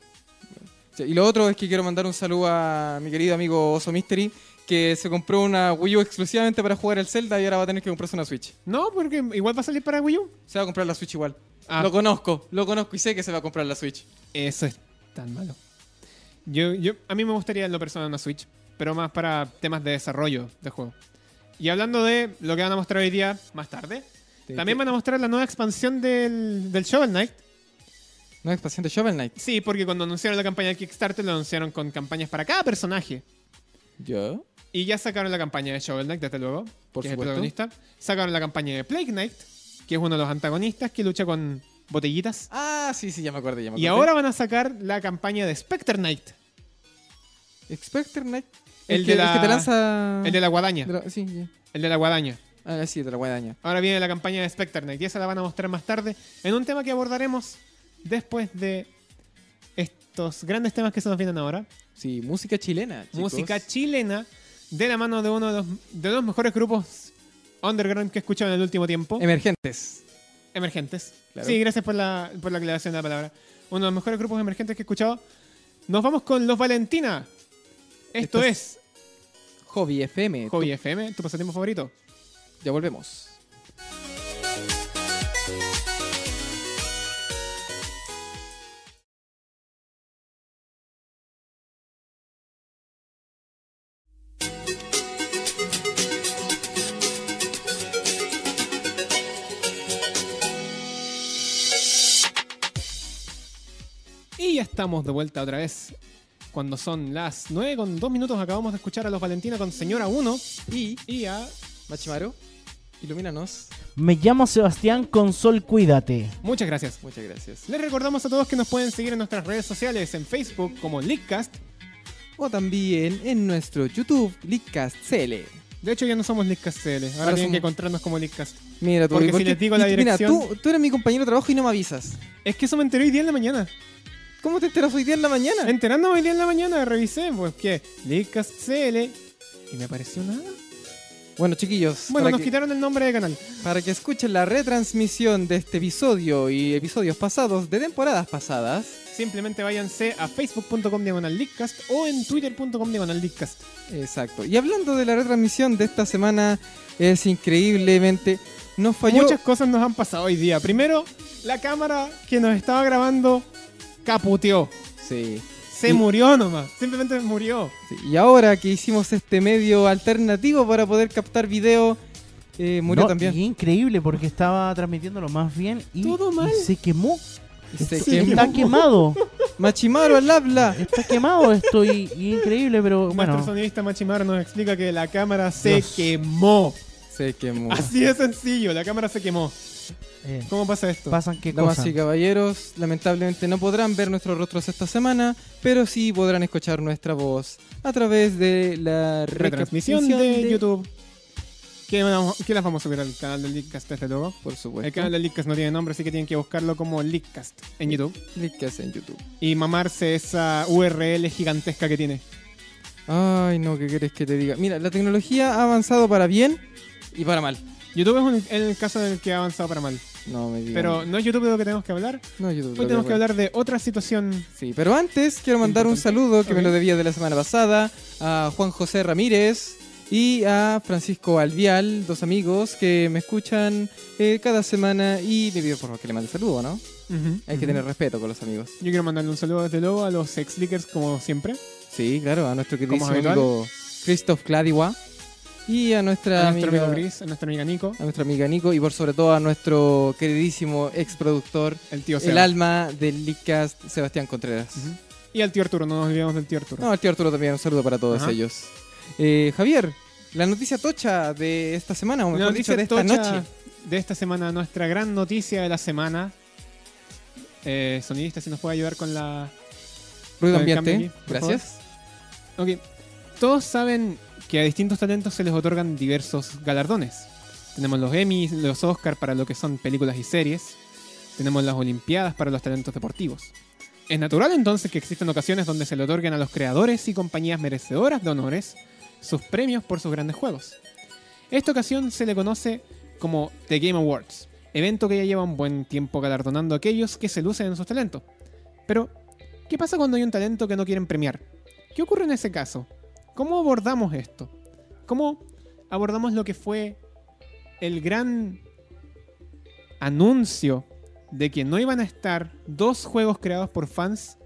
[SPEAKER 3] Ya, Y lo otro es que quiero mandar un saludo a mi querido amigo Oso Mystery, que se compró una Wii U exclusivamente para jugar al Zelda y ahora va a tener que comprarse una Switch.
[SPEAKER 2] No, porque igual va a salir para Wii U.
[SPEAKER 3] Se va a comprar la Switch igual.
[SPEAKER 2] Ah.
[SPEAKER 3] Lo conozco, lo conozco y sé que se va a comprar la Switch.
[SPEAKER 2] Eso es tan malo. Yo, yo, a mí me gustaría en lo personal una Switch, pero más para temas de desarrollo de juego. Y hablando de lo que van a mostrar hoy día más tarde, también van a mostrar la nueva expansión del, del Shovel Knight.
[SPEAKER 3] No es paciente Shovel Knight.
[SPEAKER 2] Sí, porque cuando anunciaron la campaña del Kickstarter lo anunciaron con campañas para cada personaje.
[SPEAKER 3] Yo.
[SPEAKER 2] Y ya sacaron la campaña de Shovel Knight, desde luego,
[SPEAKER 3] Por
[SPEAKER 2] que es el
[SPEAKER 3] supuesto.
[SPEAKER 2] protagonista. Sacaron la campaña de Plague Knight, que es uno de los antagonistas que lucha con botellitas.
[SPEAKER 3] Ah, sí, sí, ya me acuerdo, ya me acuerdo.
[SPEAKER 2] Y ahora van a sacar la campaña de Spectre Knight,
[SPEAKER 3] Spectre Knight.
[SPEAKER 2] El
[SPEAKER 3] El,
[SPEAKER 2] de
[SPEAKER 3] que,
[SPEAKER 2] la-
[SPEAKER 3] el que te lanza.
[SPEAKER 2] el de la guadaña.
[SPEAKER 3] de la- Sí, ya.
[SPEAKER 2] El de la guadaña.
[SPEAKER 3] Ah, sí, de la guadaña.
[SPEAKER 2] Ahora viene la campaña de Spectre Knight y esa la van a mostrar más tarde en un tema que abordaremos después de estos grandes temas que se nos vienen ahora.
[SPEAKER 3] Sí, música chilena. chicos.
[SPEAKER 2] Música chilena de la mano de uno de los, de los mejores grupos underground que he escuchado en el último tiempo.
[SPEAKER 3] Emergentes.
[SPEAKER 2] emergentes.
[SPEAKER 3] Em- Claro.
[SPEAKER 2] Sí, gracias por la, por la aclaración de la palabra. Uno de los mejores grupos emergentes que he escuchado. Nos vamos con Los Valentina.
[SPEAKER 3] Esto
[SPEAKER 2] Esto es
[SPEAKER 3] Hobby FM.
[SPEAKER 2] Hobby FM, tu pasatiempo favorito.
[SPEAKER 3] Ya volvemos.
[SPEAKER 2] Y ya estamos de vuelta otra vez. Cuando son las 9 con 2 minutos acabamos de escuchar a los Valentina con Señora 1
[SPEAKER 3] Y,
[SPEAKER 2] y a...
[SPEAKER 3] Machimaru, ilumínanos.
[SPEAKER 5] Me llamo Sebastián Consol Cuídate.
[SPEAKER 2] Muchas gracias.
[SPEAKER 3] Muchas gracias.
[SPEAKER 2] Les recordamos a todos que nos pueden seguir en nuestras redes sociales, en Facebook como Leakcast.
[SPEAKER 3] O también en nuestro YouTube, Leakcast CL.
[SPEAKER 2] De hecho ya no somos Leakcast CL, ahora,
[SPEAKER 3] Ahora
[SPEAKER 2] tienen
[SPEAKER 3] somos-
[SPEAKER 2] que encontrarnos como Leakcast.
[SPEAKER 3] Mira, tú,
[SPEAKER 2] Porque
[SPEAKER 3] ¿por
[SPEAKER 2] si
[SPEAKER 3] qué-
[SPEAKER 2] les digo la
[SPEAKER 3] viste, mira,
[SPEAKER 2] dirección-
[SPEAKER 3] tú, tú eres mi compañero de trabajo y no me avisas.
[SPEAKER 2] Es que eso me enteré hoy día en la mañana.
[SPEAKER 3] ¿Cómo te enteras hoy día en la mañana?
[SPEAKER 2] Enterándome hoy día en la mañana, revisé, pues que Leakcast CL... Y me apareció nada.
[SPEAKER 3] Bueno, chiquillos,
[SPEAKER 2] Bueno,
[SPEAKER 3] para,
[SPEAKER 2] nos
[SPEAKER 3] que,
[SPEAKER 2] quitaron el nombre de canal.
[SPEAKER 3] para que escuchen la retransmisión de este episodio y episodios pasados de temporadas pasadas,
[SPEAKER 2] Simplemente váyanse a facebook.com diagonal Leakcast o en twitter.com diagonal Leakcast.
[SPEAKER 3] Exacto. Y hablando de la retransmisión de esta semana, es increíblemente. Nos falló.
[SPEAKER 2] Muchas cosas nos han pasado hoy día. Primero, la cámara que nos estaba grabando caputeó.
[SPEAKER 3] Sí,
[SPEAKER 2] Se
[SPEAKER 3] Y-
[SPEAKER 2] murió nomás. Simplemente murió.
[SPEAKER 3] sí. Y ahora que hicimos este medio alternativo para poder captar video, eh, murió
[SPEAKER 5] No,
[SPEAKER 3] también.
[SPEAKER 5] y increíble porque estaba transmitiéndolo más bien y,
[SPEAKER 2] Todo
[SPEAKER 5] y
[SPEAKER 2] mal.
[SPEAKER 5] se quemó.
[SPEAKER 3] Y se
[SPEAKER 2] Sí,
[SPEAKER 3] quemó.
[SPEAKER 5] Está quemado.
[SPEAKER 3] Machimaru al habla.
[SPEAKER 5] Está quemado esto y, y increíble, pero bueno.
[SPEAKER 2] Nuestro sonidista Machimar nos explica que la cámara se
[SPEAKER 5] Dios.
[SPEAKER 2] quemó.
[SPEAKER 3] Se quemó.
[SPEAKER 2] Así de sencillo, la cámara se quemó.
[SPEAKER 5] eh,
[SPEAKER 2] ¿Cómo pasa esto?
[SPEAKER 5] pasan qué
[SPEAKER 3] Damas
[SPEAKER 5] cosas.
[SPEAKER 3] y caballeros, lamentablemente no podrán ver nuestros rostros esta semana, pero sí podrán escuchar nuestra voz a través de la
[SPEAKER 2] Retransmisión de, YouTube. Que, vamos- que las vamos a subir al canal del Leakcast desde luego.
[SPEAKER 3] Por
[SPEAKER 2] El
[SPEAKER 3] supuesto.
[SPEAKER 2] canal del Leakcast no tiene nombre, así que tienen que buscarlo como Leakcast en YouTube.
[SPEAKER 3] Cliques en YouTube.
[SPEAKER 2] Y mamarse esa URL gigantesca que tiene.
[SPEAKER 3] Ay, no, ¿qué querés que te diga? Mira, la tecnología ha avanzado para bien y para mal.
[SPEAKER 2] YouTube es un- el caso en el que ha avanzado para mal.
[SPEAKER 3] No, me digas.
[SPEAKER 2] Pero no es YouTube de lo que tenemos que hablar.
[SPEAKER 3] No, YouTube.
[SPEAKER 2] Hoy tenemos que hablar de otra situación.
[SPEAKER 3] Sí, pero antes quiero mandar un
[SPEAKER 2] Importante.
[SPEAKER 3] saludo que me
[SPEAKER 2] Ok.
[SPEAKER 3] lo debía de la semana pasada a Juan José Ramírez y a Francisco Alvial, dos amigos que me escuchan eh, cada semana y le pido por favor que le mande saludo, ¿no? Hay que tener respeto con los amigos.
[SPEAKER 2] Yo quiero mandarle un saludo desde luego a los ex leakers como siempre.
[SPEAKER 3] Sí, claro, a nuestro queridísimo
[SPEAKER 2] habitual.
[SPEAKER 3] amigo Christoph Cladiwa y a nuestra
[SPEAKER 2] A nuestro
[SPEAKER 3] amiga,
[SPEAKER 2] amigo Chris, a nuestra amiga Nico,
[SPEAKER 3] a nuestra amiga Nico y por sobre todo a nuestro queridísimo ex productor,
[SPEAKER 2] el tío
[SPEAKER 3] el
[SPEAKER 2] Seba.
[SPEAKER 3] alma del Leadcast, Sebastián Contreras.
[SPEAKER 2] Ujú. Y al tío Arturo, no nos olvidemos del tío Arturo.
[SPEAKER 3] No, al tío Arturo también, un saludo para todos
[SPEAKER 2] Ajá.
[SPEAKER 3] ellos. Eh, Javier, la noticia tocha de esta semana, o mejor dicho, de esta
[SPEAKER 2] tocha
[SPEAKER 3] noche.
[SPEAKER 2] de esta semana, nuestra gran noticia de la semana. Eh, sonidista, si nos puede ayudar con la.
[SPEAKER 3] Ruido
[SPEAKER 2] con el
[SPEAKER 3] ambiente,
[SPEAKER 2] cambio aquí, por
[SPEAKER 3] gracias.
[SPEAKER 2] favor. Ok. Todos saben que a distintos talentos se les otorgan diversos galardones. Tenemos los Emmy, los Oscar para lo que son películas y series. Tenemos las Olimpiadas para los talentos deportivos. Es natural entonces que existan ocasiones donde se le otorguen a los creadores y compañías merecedoras de honores sus premios por sus grandes juegos. Esta ocasión se le conoce como The Game Awards, evento que ya lleva un buen tiempo galardonando a aquellos que se lucen en sus talentos. Pero, ¿qué pasa cuando hay un talento que no quieren premiar? ¿Qué ocurre en ese caso? ¿Cómo abordamos esto? ¿Cómo abordamos lo que fue el gran anuncio de que no iban a estar dos juegos creados por fans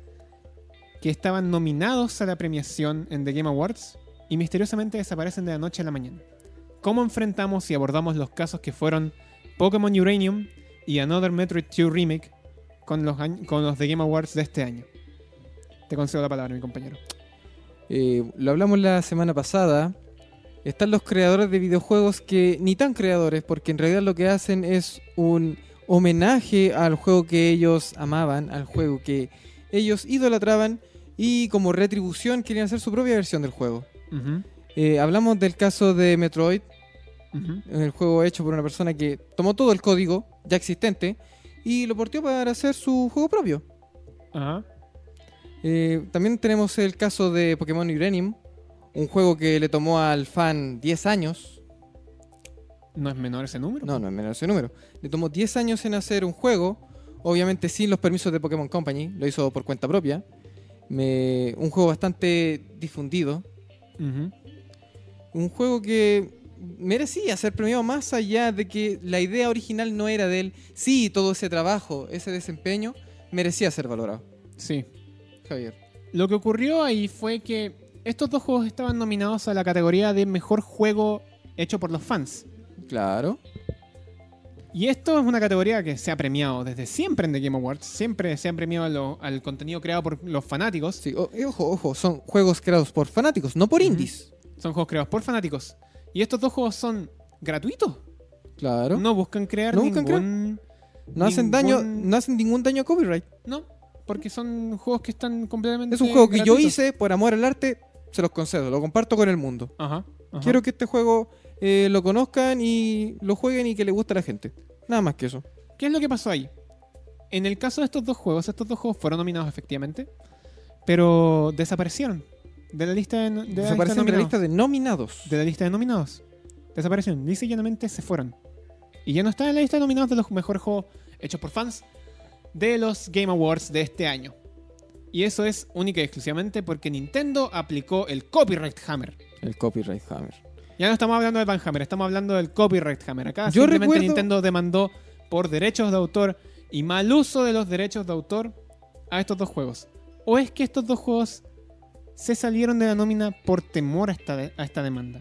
[SPEAKER 2] que estaban nominados a la premiación en The Game Awards y misteriosamente desaparecen de la noche a la mañana? ¿Cómo enfrentamos y abordamos los casos que fueron Pokémon Uranium y Another Metroid 2 Remake con los, añ- con los The Game Awards de este año? Te concedo la palabra, mi compañero.
[SPEAKER 3] Eh, lo hablamos la semana pasada. Están los creadores de videojuegos que ni tan creadores, porque en realidad lo que hacen es un homenaje al juego que ellos amaban, al juego que ellos idolatraban y como retribución querían hacer su propia versión del juego.
[SPEAKER 2] Ujú,
[SPEAKER 3] Eh, hablamos del caso de Metroid,
[SPEAKER 2] ujú.
[SPEAKER 3] el juego hecho por una persona que tomó todo el código ya existente y lo portió para hacer su juego propio.
[SPEAKER 2] Ajá.
[SPEAKER 3] Eh, también tenemos el caso de Pokémon Uranium, un juego que le tomó al fan 10 años.
[SPEAKER 2] ¿No es menor ese número?
[SPEAKER 3] No, no es menor ese número. Le tomó 10 años en hacer un juego, obviamente sin los permisos de Pokémon Company, lo hizo por cuenta propia. Me- un juego bastante difundido.
[SPEAKER 2] Ujú.
[SPEAKER 3] Un juego que merecía ser premiado más allá de que la idea original no era de él. Sí, todo ese trabajo, ese desempeño, merecía ser valorado.
[SPEAKER 2] Sí.
[SPEAKER 3] Javier.
[SPEAKER 2] Lo que ocurrió ahí fue que estos dos juegos estaban nominados a la categoría de mejor juego hecho por los fans.
[SPEAKER 3] Claro.
[SPEAKER 2] Y esto es una categoría que se ha premiado desde siempre en The Game Awards. Siempre se han premiado a lo- al contenido creado por los fanáticos.
[SPEAKER 3] Sí, o- eh, ojo, ojo, son juegos creados por fanáticos, no por
[SPEAKER 2] Ujú.
[SPEAKER 3] indies.
[SPEAKER 2] Son juegos creados por fanáticos. Y estos dos juegos son gratuitos.
[SPEAKER 3] Claro. No,
[SPEAKER 2] No buscan crear
[SPEAKER 3] No buscan
[SPEAKER 2] ningún...
[SPEAKER 3] hacen
[SPEAKER 2] ningún-
[SPEAKER 3] daño, no hacen ningún daño a copyright.
[SPEAKER 2] No, porque son juegos que están completamente
[SPEAKER 3] Es un juego que yo
[SPEAKER 2] gratuitos.
[SPEAKER 3] hice por amor al arte, se los concedo, lo comparto con el mundo.
[SPEAKER 2] Ajá, ajá.
[SPEAKER 3] Quiero que este juego eh, lo conozcan y lo jueguen y que le guste a la gente. Nada más que eso.
[SPEAKER 2] ¿Qué es lo que pasó ahí? En el caso de estos dos juegos, estos dos juegos fueron nominados efectivamente, pero desaparecieron de la lista de, no- de la lista de
[SPEAKER 3] Desaparecen de la
[SPEAKER 2] nominados.
[SPEAKER 3] lista de nominados.
[SPEAKER 2] De la lista de nominados. Desaparecieron, lisa y llanamente se fueron. Y ya no están en la lista de nominados de los mejores juegos hechos por fans de los Game Awards de este año. Y eso es única y exclusivamente porque Nintendo aplicó el Copyright Hammer.
[SPEAKER 3] El copyright hammer.
[SPEAKER 2] Ya no estamos hablando del Banhammer, estamos hablando del copyright hammer. Acá
[SPEAKER 3] Yo
[SPEAKER 2] simplemente
[SPEAKER 3] recuerdo-
[SPEAKER 2] Nintendo demandó por derechos de autor y mal uso de los derechos de autor a estos dos juegos. ¿O es que estos dos juegos se salieron de la nómina por temor a esta, de- a esta demanda?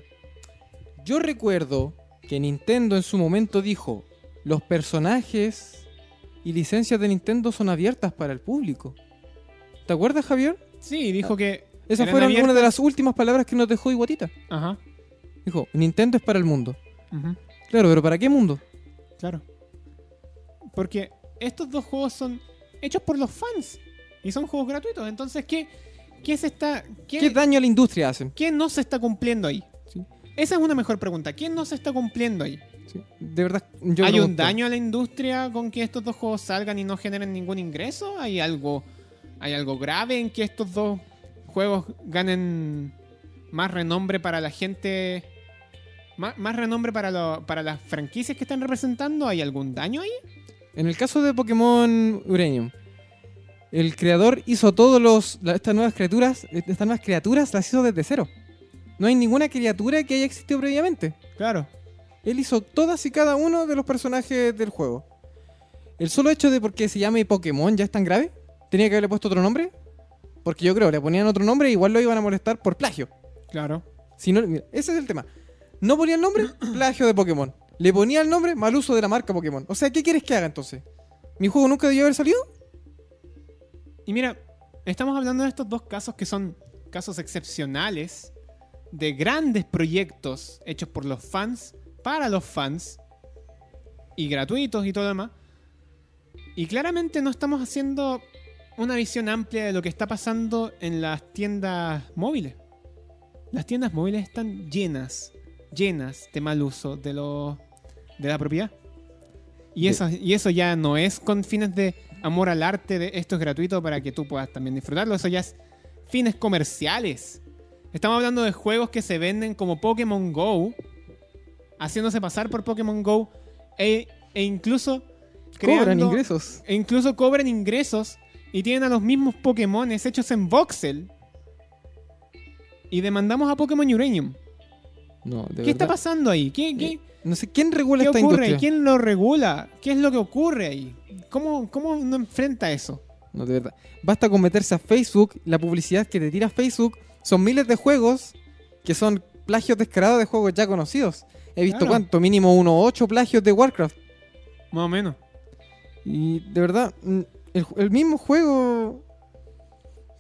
[SPEAKER 3] Yo recuerdo que Nintendo en su momento dijo, los personajes y licencias de Nintendo son abiertas para el público. ¿Te acuerdas, Javier?
[SPEAKER 2] Sí, dijo que.
[SPEAKER 3] Esas
[SPEAKER 2] eran
[SPEAKER 3] fueron
[SPEAKER 2] abiertas-
[SPEAKER 3] una de las últimas palabras que nos dejó Iguatita.
[SPEAKER 2] Ajá.
[SPEAKER 3] Dijo, Nintendo es para el mundo.
[SPEAKER 2] ujú,
[SPEAKER 3] Claro, pero ¿para qué mundo?
[SPEAKER 2] Claro. Porque estos dos juegos son hechos por los fans y son juegos gratuitos. Entonces, ¿qué, qué se está.
[SPEAKER 3] ¿Qué,
[SPEAKER 2] qué-
[SPEAKER 3] daño a la industria hacen?
[SPEAKER 2] ¿Qué no se está cumpliendo ahí?
[SPEAKER 3] Sí.
[SPEAKER 2] Esa es una mejor pregunta. ¿Qué no se está cumpliendo ahí?
[SPEAKER 3] Sí, De verdad, yo
[SPEAKER 2] ¿Hay un
[SPEAKER 3] pregunto.
[SPEAKER 2] daño a la industria con que estos dos juegos salgan y no generen ningún ingreso? ¿Hay algo, ¿Hay algo grave en que estos dos juegos ganen más renombre para la gente? Más, más renombre para, lo- para las franquicias que están representando? ¿Hay algún daño ahí?
[SPEAKER 3] En el caso de Pokémon Uranium, el creador hizo todos los la- estas nuevas criaturas, eh, estas nuevas criaturas las hizo desde cero. No hay ninguna criatura que haya existido previamente.
[SPEAKER 2] Claro.
[SPEAKER 3] Él hizo todas y cada uno de los personajes del juego. El solo hecho de porque se llame Pokémon ya es tan grave. Tenía que haberle puesto otro nombre. Porque yo creo, le ponían otro nombre e igual lo iban a molestar por plagio.
[SPEAKER 2] Claro.
[SPEAKER 3] Si no- mira, ese es el tema. No ponía el nombre, plagio de Pokémon. Le ponía el nombre, mal uso de la marca Pokémon. O sea, ¿qué quieres que haga entonces? ¿Mi juego nunca debió haber salido?
[SPEAKER 2] Y mira, estamos hablando de estos dos casos que son casos excepcionales de grandes proyectos hechos por los fans, para los fans, y gratuitos y todo lo demás. Y claramente no estamos haciendo una visión amplia de lo que está pasando en las tiendas móviles. Las tiendas móviles están llenas, llenas de mal uso de, lo, de la propiedad. Y,
[SPEAKER 3] De-
[SPEAKER 2] eso, y eso ya no es con fines de amor al arte, de esto es gratuito para que tú puedas también disfrutarlo. Eso ya es fines comerciales. Estamos hablando de juegos que se venden como Pokémon Go, haciéndose pasar por Pokémon Go e, e incluso
[SPEAKER 3] Cobran
[SPEAKER 2] creando-
[SPEAKER 3] ingresos.
[SPEAKER 2] e incluso cobran ingresos y tienen a los mismos Pokémones hechos en voxel. Y demandamos a Pokémon Uranium.
[SPEAKER 3] No, de
[SPEAKER 2] ¿Qué está
[SPEAKER 3] verdad.
[SPEAKER 2] pasando ahí? ¿Qué, qué,
[SPEAKER 3] No sé, ¿quién regula
[SPEAKER 2] qué
[SPEAKER 3] esta
[SPEAKER 2] ocurre?
[SPEAKER 3] industria?
[SPEAKER 2] ¿Quién lo regula? ¿Qué es lo que ocurre ahí? ¿Cómo, cómo uno enfrenta eso?
[SPEAKER 3] No, de verdad. Basta con meterse a Facebook, la publicidad que te tira Facebook son miles de juegos que son plagios descarados de juegos ya conocidos. He visto
[SPEAKER 2] Claro.
[SPEAKER 3] cuánto, mínimo uno ocho plagios de Warcraft.
[SPEAKER 2] Más o menos.
[SPEAKER 3] Y de verdad, mm, el, ju- el mismo juego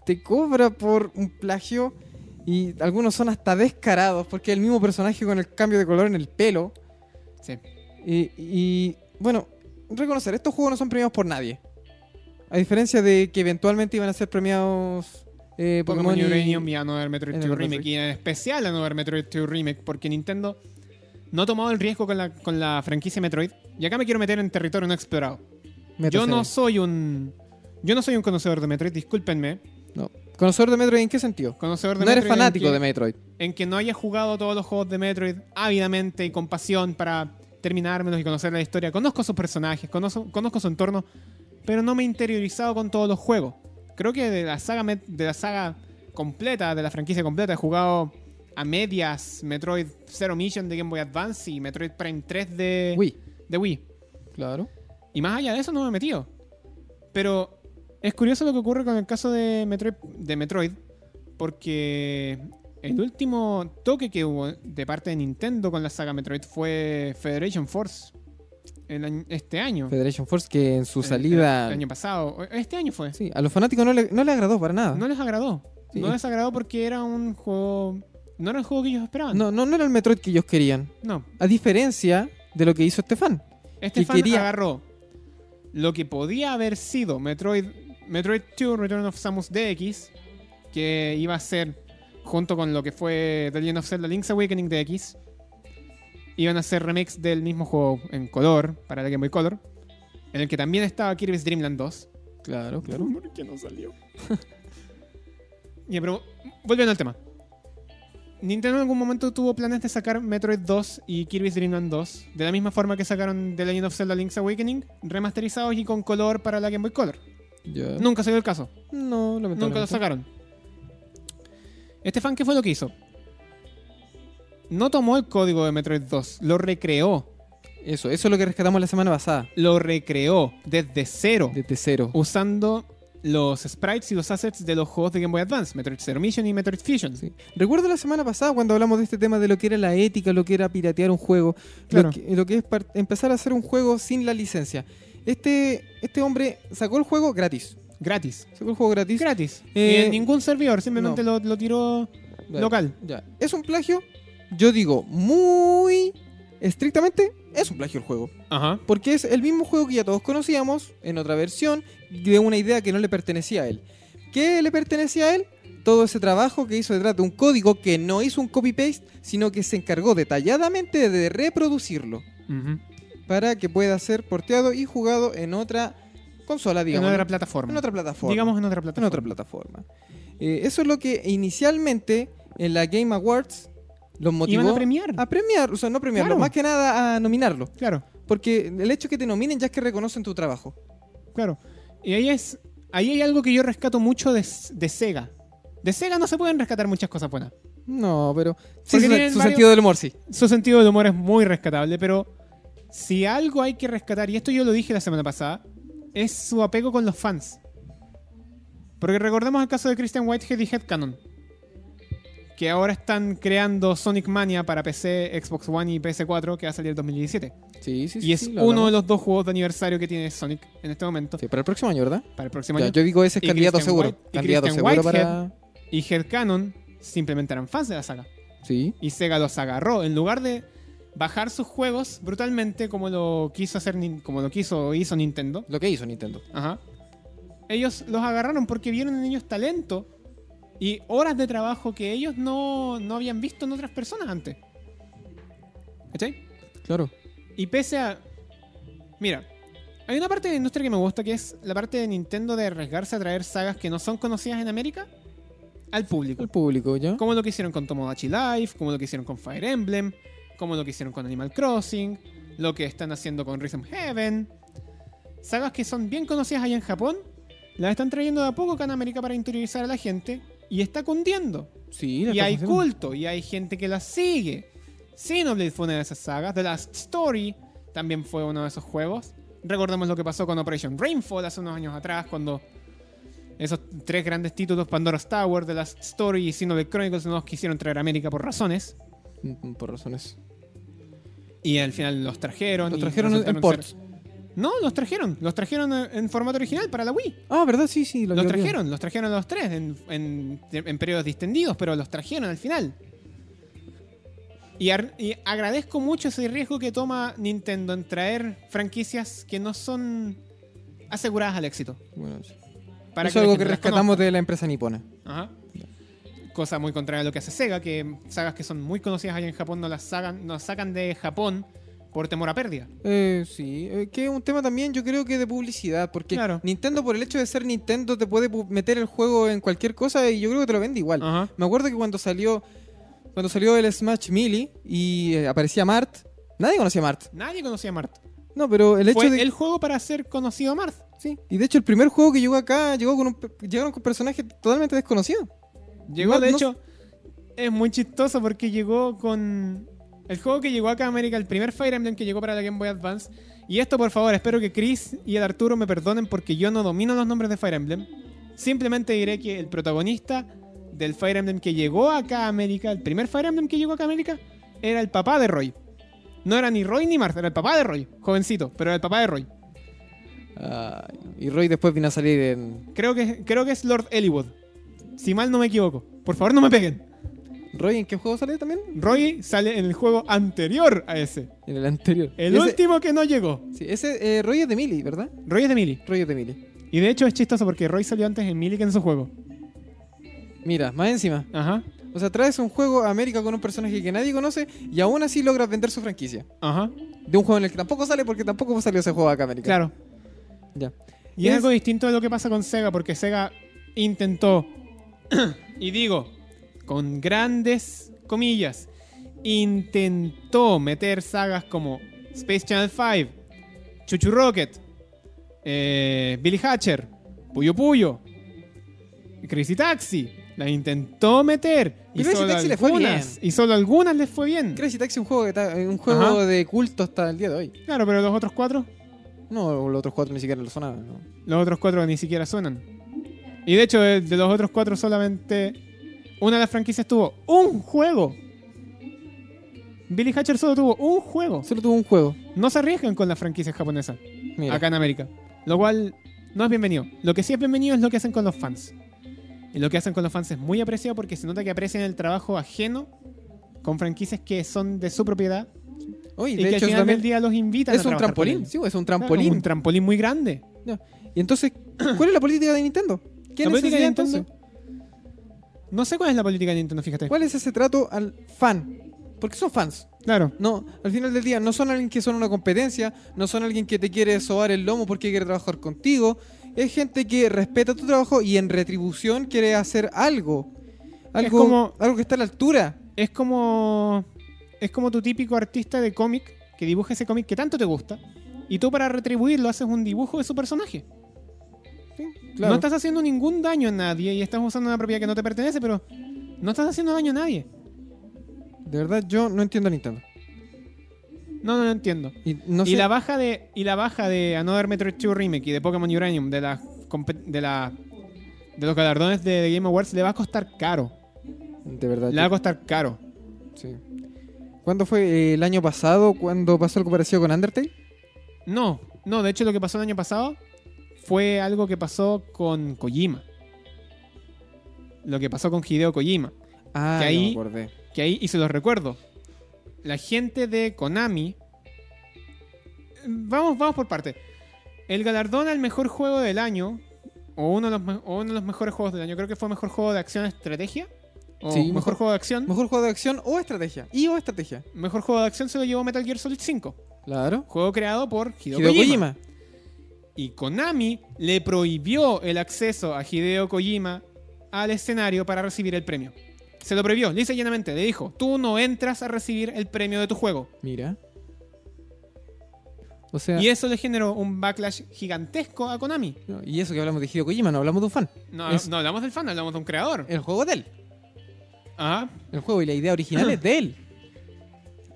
[SPEAKER 3] te cobra por un plagio y algunos son hasta descarados porque es el mismo personaje con el cambio de color en el pelo.
[SPEAKER 2] Sí.
[SPEAKER 3] Y, y, bueno, reconocer, estos juegos no son premiados por nadie. A diferencia de que eventualmente iban a ser premiados eh,
[SPEAKER 2] Pokémon,
[SPEAKER 3] Pokémon y-
[SPEAKER 2] Uranium y a Another Metroid
[SPEAKER 3] en el
[SPEAKER 2] 2
[SPEAKER 3] Metroid.
[SPEAKER 2] Remake. Y en especial a Another Metroid 2 Remake. Porque Nintendo no ha tomado el riesgo con la, con la franquicia Metroid. Y acá me quiero meter en territorio no explorado.
[SPEAKER 3] Metro
[SPEAKER 2] Yo no
[SPEAKER 3] Series.
[SPEAKER 2] soy un. Yo no soy un conocedor de Metroid, discúlpenme.
[SPEAKER 3] No. ¿Conocedor de Metroid en qué sentido?
[SPEAKER 2] Conocedor de
[SPEAKER 3] No eres
[SPEAKER 2] Metroid en
[SPEAKER 3] fanático
[SPEAKER 2] que-
[SPEAKER 3] de Metroid.
[SPEAKER 2] En que no haya jugado todos los juegos de Metroid ávidamente y con pasión para terminármelos y conocer la historia. Conozco sus personajes, conozco, conozco su entorno, pero no me he interiorizado con todos los juegos. Creo que de la saga Met- de la saga completa, de la franquicia completa, he jugado a medias Metroid Zero Mission de Game Boy Advance y Metroid Prime 3 de
[SPEAKER 3] Uy,
[SPEAKER 2] de Wii.
[SPEAKER 3] claro.
[SPEAKER 2] Y más allá de eso no me he metido. Pero es curioso lo que ocurre con el caso de Metroid, de Metroid porque el último toque que hubo de parte de Nintendo con la saga Metroid fue Federation Force el año- este año.
[SPEAKER 3] Federation Force que en su
[SPEAKER 2] El-
[SPEAKER 3] salida...
[SPEAKER 2] El, año pasado. Este año fue.
[SPEAKER 3] Sí, a los fanáticos no, le, no le agradó para nada.
[SPEAKER 2] No les agradó.
[SPEAKER 3] Sí.
[SPEAKER 2] No les agradó porque era un juego... No era el juego que ellos esperaban.
[SPEAKER 3] No, no, no era el Metroid que ellos querían.
[SPEAKER 2] No.
[SPEAKER 3] A diferencia de lo que hizo este fan.
[SPEAKER 2] Este
[SPEAKER 3] que
[SPEAKER 2] fan
[SPEAKER 3] quería-
[SPEAKER 2] agarró lo que podía haber sido Metroid, Metroid 2 Return of Samus DX, que iba a ser junto con lo que fue The Legend of Zelda Link's Awakening DX, iban a ser remakes del mismo juego en color, para la Game Boy Color, en el que también estaba Kirby's Dream Land 2.
[SPEAKER 3] Claro,
[SPEAKER 2] ¿Por qué no salió? Ya, pero volviendo al tema. Nintendo en algún momento tuvo planes de sacar Metroid 2 y Kirby's Dream Land 2, de la misma forma que sacaron The Legend of Zelda Link's Awakening, remasterizados y con color para la Game Boy Color.
[SPEAKER 3] Ya. No,
[SPEAKER 2] Ah. Nunca salió el caso,
[SPEAKER 3] lamentablemente.
[SPEAKER 2] nunca lo sacaron. Este fan, ¿qué fue lo que hizo? No tomó el código de Metroid 2, lo recreó,
[SPEAKER 3] Eso, eso es lo que rescatamos la semana pasada.
[SPEAKER 2] lo recreó desde cero.
[SPEAKER 3] Desde cero.
[SPEAKER 2] usando los sprites y los assets de los juegos de Game Boy Advance, Metroid Zero Mission y Metroid Fusion.
[SPEAKER 3] Sí. Recuerdo la semana pasada cuando hablamos de este tema de lo que era la ética, lo que era piratear un juego,
[SPEAKER 2] Claro.
[SPEAKER 3] lo, que, lo que es par- empezar a hacer un juego sin la licencia. Este, este hombre sacó el juego gratis.
[SPEAKER 2] Gratis.
[SPEAKER 3] Sacó el juego gratis.
[SPEAKER 2] Gratis.
[SPEAKER 3] Eh,
[SPEAKER 2] Eh, ningún servidor, simplemente lo, lo tiró
[SPEAKER 3] Ya,
[SPEAKER 2] local.
[SPEAKER 3] ya. Es un plagio, yo digo, muy estrictamente, es un plagio el juego.
[SPEAKER 2] Ajá.
[SPEAKER 3] Porque es el mismo juego que ya todos conocíamos, en otra versión, de una idea que no le pertenecía a él. ¿Qué le pertenecía a él? Todo ese trabajo que hizo detrás de un código que no hizo un copy-paste, sino que se encargó detalladamente de reproducirlo para que pueda ser porteado y jugado en otra consola, digamos.
[SPEAKER 2] en otra plataforma.
[SPEAKER 3] en otra plataforma.
[SPEAKER 2] Digamos en otra plataforma.
[SPEAKER 3] En otra plataforma. Eh, eso es lo que inicialmente en la Game Awards los motivó Ah.
[SPEAKER 2] Iban a premiar.
[SPEAKER 3] a premiar, o sea, no premiarlo,
[SPEAKER 2] Claro.
[SPEAKER 3] más que nada a nominarlo.
[SPEAKER 2] Claro,
[SPEAKER 3] Porque el hecho que te nominen ya es que reconocen tu trabajo.
[SPEAKER 2] claro. Y ahí es. Ahí hay algo que yo rescato mucho de, de Sega. De Sega no se pueden rescatar muchas cosas buenas.
[SPEAKER 3] No, pero. Sí,
[SPEAKER 2] Sí, su-
[SPEAKER 3] su,
[SPEAKER 2] tienen su varios- sentido
[SPEAKER 3] sentido del humor, sí.
[SPEAKER 2] Su sentido del humor es muy rescatable, pero si algo hay que rescatar, y esto yo lo dije la semana pasada, es su apego con los fans. Porque recordemos el caso de Christian Whitehead y Headcanon, que ahora están creando Sonic Mania para PC, Xbox One y PS4, que va a salir en 2017.
[SPEAKER 3] Sí, sí,
[SPEAKER 2] y es uno de los dos juegos de aniversario que tiene Sonic en este momento,
[SPEAKER 3] Sí, para el próximo año, ¿verdad?
[SPEAKER 2] para el próximo
[SPEAKER 3] Ya,
[SPEAKER 2] año.
[SPEAKER 3] yo digo ese es
[SPEAKER 2] Y
[SPEAKER 3] candidato
[SPEAKER 2] Christian
[SPEAKER 3] seguro.
[SPEAKER 2] White- y
[SPEAKER 3] candidato
[SPEAKER 2] Christian
[SPEAKER 3] seguro
[SPEAKER 2] Whitehead.
[SPEAKER 3] para.
[SPEAKER 2] Y Headcanon simplemente eran fans de la saga.
[SPEAKER 3] Sí.
[SPEAKER 2] Y Sega los agarró. En lugar de bajar sus juegos brutalmente como lo quiso hacer Nin- como lo quiso o hizo Nintendo.
[SPEAKER 3] Lo que hizo Nintendo.
[SPEAKER 2] Ajá. Ellos los agarraron porque vieron en ellos talento y horas de trabajo que ellos no, no habían visto en otras personas antes. ¿Cachai?
[SPEAKER 3] Claro.
[SPEAKER 2] Y pese a. Mira, hay una parte de la industria que me gusta que es la parte de Nintendo de arriesgarse a traer sagas que no son conocidas en América al público.
[SPEAKER 3] El público, ¿ya?
[SPEAKER 2] Como lo que hicieron con Tomodachi Life, como lo que hicieron con Fire Emblem, como lo que hicieron con Animal Crossing, lo que están haciendo con Rhythm Heaven. Sagas que son bien conocidas allá en Japón, las están trayendo de a poco acá en América para interiorizar a la gente y está cundiendo.
[SPEAKER 3] Sí, la
[SPEAKER 2] Y hay
[SPEAKER 3] estamos haciendo.
[SPEAKER 2] culto, y hay gente que las sigue. Xenoblade fue una de esas sagas. The Last Story también fue uno de esos juegos. Recordemos lo que pasó con Operation Rainfall hace unos años atrás, cuando esos tres grandes títulos, Pandora's Tower, The Last Story y Xenoblade Chronicles, no los quisieron traer a América por razones.
[SPEAKER 3] Mm, mm, Por razones.
[SPEAKER 2] Y al final los trajeron.
[SPEAKER 3] Lo
[SPEAKER 2] y
[SPEAKER 3] trajeron en, en
[SPEAKER 2] resultaron
[SPEAKER 3] ports.
[SPEAKER 2] ser- No, los trajeron. Los trajeron en formato original para la Wii.
[SPEAKER 3] Ah, ¿verdad? Sí, sí. lo
[SPEAKER 2] Los
[SPEAKER 3] vi, lo vi.
[SPEAKER 2] trajeron, los trajeron a los tres en, en- en periodos distendidos, pero los trajeron al final. Y, ar- y agradezco mucho ese riesgo que toma Nintendo en traer franquicias que no son aseguradas al éxito.
[SPEAKER 3] Bueno, sí.
[SPEAKER 2] Para
[SPEAKER 3] Eso
[SPEAKER 2] la
[SPEAKER 3] es algo que
[SPEAKER 2] gente las
[SPEAKER 3] rescatamos de la empresa nipona.
[SPEAKER 2] Ajá. Cosa muy contraria a lo que hace Sega, que sagas que son muy conocidas allá en Japón no las sacan, no las sacan de Japón por temor a pérdida.
[SPEAKER 3] Eh, sí, eh, que es un tema también yo creo que de publicidad, porque
[SPEAKER 2] Claro.
[SPEAKER 3] Nintendo por el hecho de ser Nintendo te puede pu- meter el juego en cualquier cosa y yo creo que te lo vende igual.
[SPEAKER 2] Ajá.
[SPEAKER 3] Me acuerdo que cuando salió cuando salió el Smash Melee y eh, aparecía Mart, nadie conocía a Mart.
[SPEAKER 2] Nadie conocía a Marth.
[SPEAKER 3] No, pero el hecho
[SPEAKER 2] Fue
[SPEAKER 3] de
[SPEAKER 2] el juego para ser conocido a Marth.
[SPEAKER 3] sí, y de hecho el primer juego que llegó acá llegó con un pe- llegaron con personajes totalmente desconocidos.
[SPEAKER 2] Llegó,
[SPEAKER 3] No-
[SPEAKER 2] de
[SPEAKER 3] no-
[SPEAKER 2] hecho, es muy chistoso porque llegó con. El juego que llegó acá a América, el primer Fire Emblem que llegó para la Game Boy Advance. Y esto, por favor, espero que Chris y el Arturo me perdonen porque yo no domino los nombres de Fire Emblem. Simplemente diré que el protagonista del Fire Emblem que llegó acá a América, el primer Fire Emblem que llegó acá a América, era el papá de Roy. No era ni Roy ni Martha, era el papá de Roy, jovencito, pero era el papá de Roy.
[SPEAKER 3] Ah, y Roy después vino a salir en
[SPEAKER 2] Creo que, creo que es Lord Eliwood. Si mal no me equivoco. Por favor, no me peguen.
[SPEAKER 3] Roy en qué juego sale también?
[SPEAKER 2] Roy sale en el juego anterior a ese.
[SPEAKER 3] En el anterior.
[SPEAKER 2] El
[SPEAKER 3] Ese-
[SPEAKER 2] último que no llegó.
[SPEAKER 3] Sí, ese eh, Roy es de Melee, ¿verdad?
[SPEAKER 2] Roy es de Mili.
[SPEAKER 3] Roy es de Melee.
[SPEAKER 2] Y de hecho es chistoso porque Roy salió antes en Mili que en su juego.
[SPEAKER 3] Mira, más encima.
[SPEAKER 2] Ajá,
[SPEAKER 3] O sea, traes un juego a América con un personaje que nadie conoce y aún así logras vender su franquicia.
[SPEAKER 2] ajá.
[SPEAKER 3] De un juego en el que tampoco sale porque tampoco salió ese juego acá a América.
[SPEAKER 2] Claro.
[SPEAKER 3] Ya.
[SPEAKER 2] Y es
[SPEAKER 3] Es-
[SPEAKER 2] algo distinto de lo que pasa con Sega porque Sega intentó, y digo, con grandes comillas, intentó meter sagas como Space Channel 5, Chuchu Rocket, eh, Billy Hatcher, Puyo Puyo, Crazy Taxi. La intentó meter. Y
[SPEAKER 3] Pero Crazy
[SPEAKER 2] solo,
[SPEAKER 3] Taxi le fue
[SPEAKER 2] algunas,
[SPEAKER 3] bien.
[SPEAKER 2] y solo algunas les fue bien.
[SPEAKER 3] Crazy Taxi es un juego, que ta- un juego
[SPEAKER 2] Ajá.
[SPEAKER 3] de culto hasta el día de hoy.
[SPEAKER 2] Claro, pero los otros cuatro,
[SPEAKER 3] No, los otros cuatro ni siquiera lo sonaban. ¿no?
[SPEAKER 2] los otros cuatro ni siquiera suenan. Y de hecho, de, de los otros cuatro solamente una de las franquicias tuvo un juego. Billy Hatcher solo tuvo un juego.
[SPEAKER 3] Solo tuvo un juego.
[SPEAKER 2] No se arriesgan con las franquicias japonesas
[SPEAKER 3] Mira.
[SPEAKER 2] acá en América. Lo cual no es bienvenido. Lo que sí es bienvenido es lo que hacen con los fans. Y lo que hacen con los fans es muy apreciado porque se nota que aprecian el trabajo ajeno con franquicias que son de su propiedad
[SPEAKER 3] Oye,
[SPEAKER 2] y
[SPEAKER 3] de
[SPEAKER 2] que
[SPEAKER 3] hecho,
[SPEAKER 2] al
[SPEAKER 3] eso
[SPEAKER 2] final del
[SPEAKER 3] también
[SPEAKER 2] día los invitan a
[SPEAKER 3] es un
[SPEAKER 2] trabajar por
[SPEAKER 3] trampolín.
[SPEAKER 2] ellos.
[SPEAKER 3] Sí, es un
[SPEAKER 2] Claro,
[SPEAKER 3] trampolín.
[SPEAKER 2] Un trampolín muy grande.
[SPEAKER 3] y entonces, ¿cuál es la política de Nintendo? ¿Qué
[SPEAKER 2] La política de
[SPEAKER 3] necesidad
[SPEAKER 2] Nintendo-
[SPEAKER 3] entonces?
[SPEAKER 2] No sé cuál es la política de Nintendo, fíjate.
[SPEAKER 3] ¿Cuál es ese trato al fan? Porque son fans.
[SPEAKER 2] Claro.
[SPEAKER 3] No, al final del día no son alguien que son una competencia, no son alguien que te quiere sobar el lomo porque quiere trabajar contigo. Es gente que respeta tu trabajo y en retribución quiere hacer algo. Algo,
[SPEAKER 2] como-
[SPEAKER 3] algo que está a la altura.
[SPEAKER 2] Es como. Es como tu típico artista de cómic que dibuja ese cómic que tanto te gusta. Y tú para retribuirlo haces un dibujo de su personaje. No estás haciendo ningún daño a nadie y estás usando una propiedad que no te pertenece, pero no estás haciendo daño a nadie.
[SPEAKER 3] De verdad, yo no entiendo a Nintendo.
[SPEAKER 2] No, no, no entiendo.
[SPEAKER 3] Y, no
[SPEAKER 2] y
[SPEAKER 3] sé-
[SPEAKER 2] la baja de. Y la baja de Another Metroid 2 Remake y de Pokémon Uranium de la. de la. de los galardones de Game Awards le va a costar caro.
[SPEAKER 3] De verdad.
[SPEAKER 2] Le va a
[SPEAKER 3] yo-
[SPEAKER 2] costar caro.
[SPEAKER 3] sí. ¿Cuándo fue eh, el año pasado cuando pasó algo parecido con Undertale?
[SPEAKER 2] No, no, de hecho lo que pasó el año pasado fue algo que pasó con Kojima. Lo que pasó con Hideo Kojima.
[SPEAKER 3] Ah,
[SPEAKER 2] Que ahí-
[SPEAKER 3] no me acordé.
[SPEAKER 2] Que ahí, y se los recuerdo, la gente de Konami. Vamos, vamos por parte. El galardón al mejor juego del año, o uno de los, me- o uno de los mejores juegos del año, creo que fue mejor juego de acción estrategia. O
[SPEAKER 3] Sí,
[SPEAKER 2] mejor,
[SPEAKER 3] mejor-
[SPEAKER 2] juego de acción.
[SPEAKER 3] Mejor juego de acción o estrategia. Y o estrategia.
[SPEAKER 2] Mejor juego de acción se lo llevó Metal Gear Solid 5.
[SPEAKER 3] Claro.
[SPEAKER 2] Juego creado por Hideo,
[SPEAKER 3] Hideo
[SPEAKER 2] Kojima.
[SPEAKER 3] Kojima.
[SPEAKER 2] Y Konami le prohibió el acceso a Hideo Kojima al escenario para recibir el premio. Se lo prohibió, lisa y llanamente. Le dijo, tú no entras a recibir el premio de tu juego.
[SPEAKER 3] Mira. O sea,
[SPEAKER 2] Y eso le generó un backlash gigantesco a Konami.
[SPEAKER 3] no, y eso que hablamos de Hideo Kojima, no hablamos de un fan.
[SPEAKER 2] No,
[SPEAKER 3] Es- Eh,
[SPEAKER 2] no hablamos del fan, hablamos de un creador. Ah.
[SPEAKER 3] El juego de él.
[SPEAKER 2] Ajá.
[SPEAKER 3] El juego y la idea original es de él.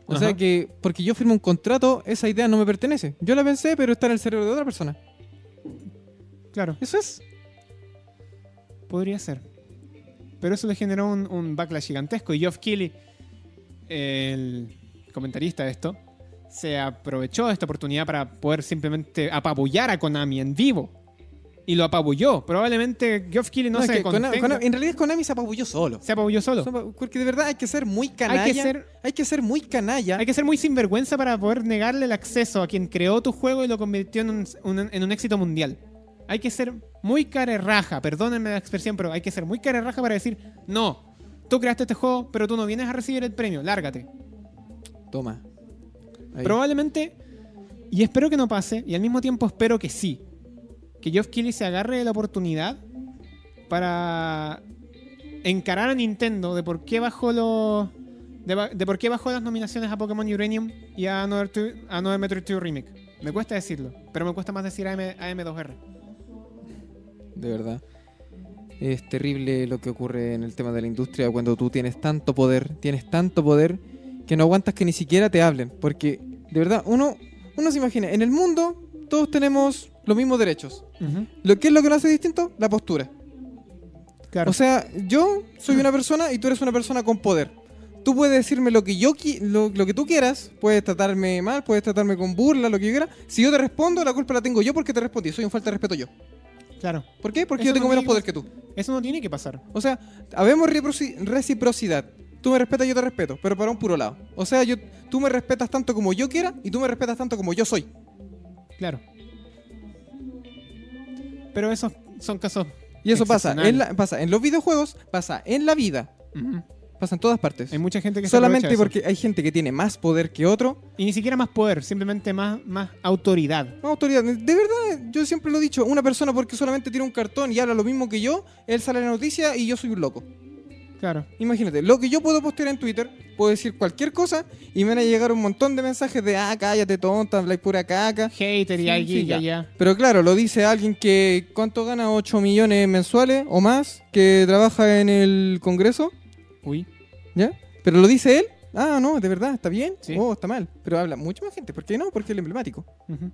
[SPEAKER 3] O
[SPEAKER 2] Ajá.
[SPEAKER 3] sea que, porque yo firmo un contrato, esa idea no me pertenece. Yo la pensé, pero está en el cerebro de otra persona.
[SPEAKER 2] Claro,
[SPEAKER 3] Eso es.
[SPEAKER 2] podría ser. Pero eso le generó un, un backlash gigantesco. Y Geoff Keighley, el comentarista de esto, se aprovechó de esta oportunidad para poder simplemente apabullar a Konami en vivo. Y lo apabulló. Probablemente Geoff Keighley no,
[SPEAKER 3] No, es
[SPEAKER 2] se
[SPEAKER 3] que Konami-
[SPEAKER 2] contenga.
[SPEAKER 3] Konami- en realidad Konami se apabulló solo.
[SPEAKER 2] Se apabulló solo.
[SPEAKER 3] Porque de verdad hay que ser muy canalla.
[SPEAKER 2] Hay que ser-
[SPEAKER 3] hay que ser muy canalla.
[SPEAKER 2] Hay que ser muy sinvergüenza para poder negarle el acceso a quien creó tu juego y lo convirtió en un, un- en un éxito mundial. Hay que ser muy carerraja, perdónenme la expresión, pero hay que ser muy carerraja para decir, no, tú creaste este juego, pero tú no vienes a recibir el premio, lárgate.
[SPEAKER 3] Toma. Ahí.
[SPEAKER 2] Probablemente, y espero que no pase, y al mismo tiempo espero que sí, que Geoff Keighley se agarre de la oportunidad para encarar a Nintendo de por qué bajó los de, ba- de por qué bajó las nominaciones a Pokémon Uranium y a Another, Two- a Another Metroid 2 Remake. Me cuesta decirlo, pero me cuesta más decir AM, AM2R.
[SPEAKER 3] De verdad. Es terrible lo que ocurre en el tema de la industria cuando tú tienes tanto poder, tienes tanto poder que no aguantas que ni siquiera te hablen. Porque, de verdad, uno, uno se imagina, en el mundo todos tenemos los mismos derechos. Lo que es lo que lo hace distinto, la postura.
[SPEAKER 2] Claro.
[SPEAKER 3] O sea, yo soy una persona y tú eres una persona con poder. Tú puedes decirme lo que yo qui- lo, lo que tú quieras, puedes tratarme mal, puedes tratarme con burla, lo que yo quiera. Si yo te respondo, la culpa la tengo yo porque te respondí. Soy un falta de respeto yo.
[SPEAKER 2] claro.
[SPEAKER 3] ¿Por qué? Porque
[SPEAKER 2] Eso
[SPEAKER 3] yo tengo
[SPEAKER 2] no
[SPEAKER 3] menos
[SPEAKER 2] digo-
[SPEAKER 3] poder que tú.
[SPEAKER 2] Eso no tiene que pasar.
[SPEAKER 3] O sea, habemos reproci- reciprocidad. Tú me respetas, yo te respeto, pero para un puro lado. O sea, yo, tú me respetas tanto como yo quiera y tú me respetas tanto como yo soy.
[SPEAKER 2] Claro. Pero esos son casos.
[SPEAKER 3] Y eso pasa
[SPEAKER 2] Excepcional.
[SPEAKER 3] en, la- pasa en los videojuegos, pasa en la vida,
[SPEAKER 2] Ujú.
[SPEAKER 3] pasa en todas partes.
[SPEAKER 2] Hay mucha gente que se aprovecha de
[SPEAKER 3] Solamente
[SPEAKER 2] eso.
[SPEAKER 3] porque hay gente que tiene más poder que otro.
[SPEAKER 2] Y ni siquiera más poder, simplemente más, más autoridad.
[SPEAKER 3] Más autoridad. De verdad, yo siempre lo he dicho, una persona porque solamente tiene un cartón y habla lo mismo que yo, él sale en la noticia y yo soy un loco.
[SPEAKER 2] Claro.
[SPEAKER 3] Imagínate, lo que yo puedo postear en Twitter, puedo decir cualquier cosa y me van a llegar un montón de mensajes de, ah, cállate tonta, habláis pura caca.
[SPEAKER 2] Hater y
[SPEAKER 3] Sí,
[SPEAKER 2] allí
[SPEAKER 3] sí,
[SPEAKER 2] y
[SPEAKER 3] ya.
[SPEAKER 2] allá.
[SPEAKER 3] Pero claro, lo dice alguien que cuánto gana 8 millones mensuales o más, que trabaja en el Congreso,
[SPEAKER 2] Uy.
[SPEAKER 3] ¿ya? Pero lo dice él, ah, no, de verdad, está bien,
[SPEAKER 2] Sí.
[SPEAKER 3] oh, está mal. Pero habla mucha más gente, ¿por qué no? Porque es el emblemático.
[SPEAKER 2] Ujú.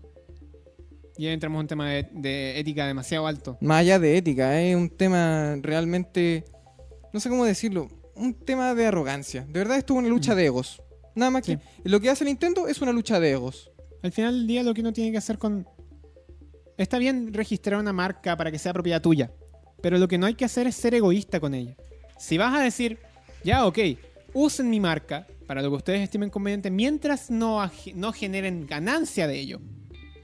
[SPEAKER 2] Y ahí entramos en un tema de, de ética demasiado alto.
[SPEAKER 3] Más allá de ética, es un tema realmente, no sé cómo decirlo, un tema de arrogancia. De verdad, esto es una lucha de egos. Nada más que
[SPEAKER 2] Mm. Sí.
[SPEAKER 3] lo que hace Nintendo es una lucha de egos.
[SPEAKER 2] Al final del día lo que uno tiene que hacer con... Está bien registrar una marca para que sea propiedad tuya, pero lo que no hay que hacer es ser egoísta con ella. Si vas a decir, ya, ok, usen mi marca para lo que ustedes estimen conveniente, mientras no, ag- no generen ganancia de ello.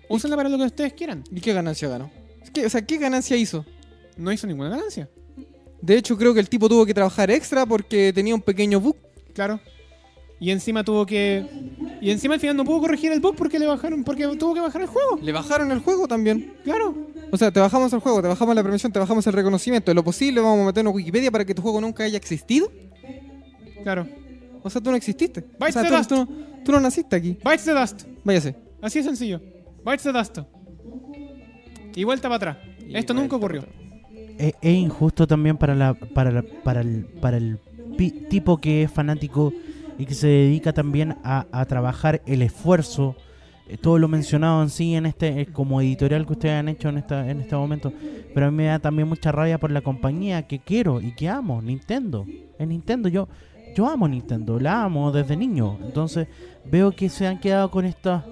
[SPEAKER 2] Úsenla para lo que ustedes quieran.
[SPEAKER 3] ¿Y qué ganancia ganó? Es que, o sea, ¿qué ganancia hizo?
[SPEAKER 2] No hizo ninguna ganancia.
[SPEAKER 3] De hecho, creo que el tipo tuvo que trabajar extra porque tenía un pequeño bug.
[SPEAKER 2] Claro. Y encima tuvo que. Y encima al final no pudo corregir el bug porque le bajaron. Porque tuvo que bajar el juego.
[SPEAKER 3] Le bajaron el juego también.
[SPEAKER 2] Claro.
[SPEAKER 3] O sea, te bajamos el juego, te bajamos la permisión, te bajamos el reconocimiento. De lo posible vamos a meternos en Wikipedia para que tu juego nunca haya existido.
[SPEAKER 2] Claro.
[SPEAKER 3] O sea, tú no exististe.
[SPEAKER 2] Bite
[SPEAKER 3] o sea,
[SPEAKER 2] the
[SPEAKER 3] tú,
[SPEAKER 2] dust.
[SPEAKER 3] tú no, tú no naciste aquí.
[SPEAKER 2] Bites the dust.
[SPEAKER 3] Váyase.
[SPEAKER 2] Así de sencillo. Bites the dust. Y vuelta para atrás. Esto nunca ocurrió.
[SPEAKER 5] Es, es injusto también para la para la- para el, para el pi- tipo que es fanático y que se dedica también a, a trabajar el esfuerzo, eh, todo lo mencionado en sí en este eh, como editorial que ustedes han hecho en esta en este momento, pero a mí me da también mucha rabia por la compañía que quiero y que amo, Nintendo. En Nintendo yo yo amo Nintendo, la amo desde niño. Entonces, veo que se han quedado con esta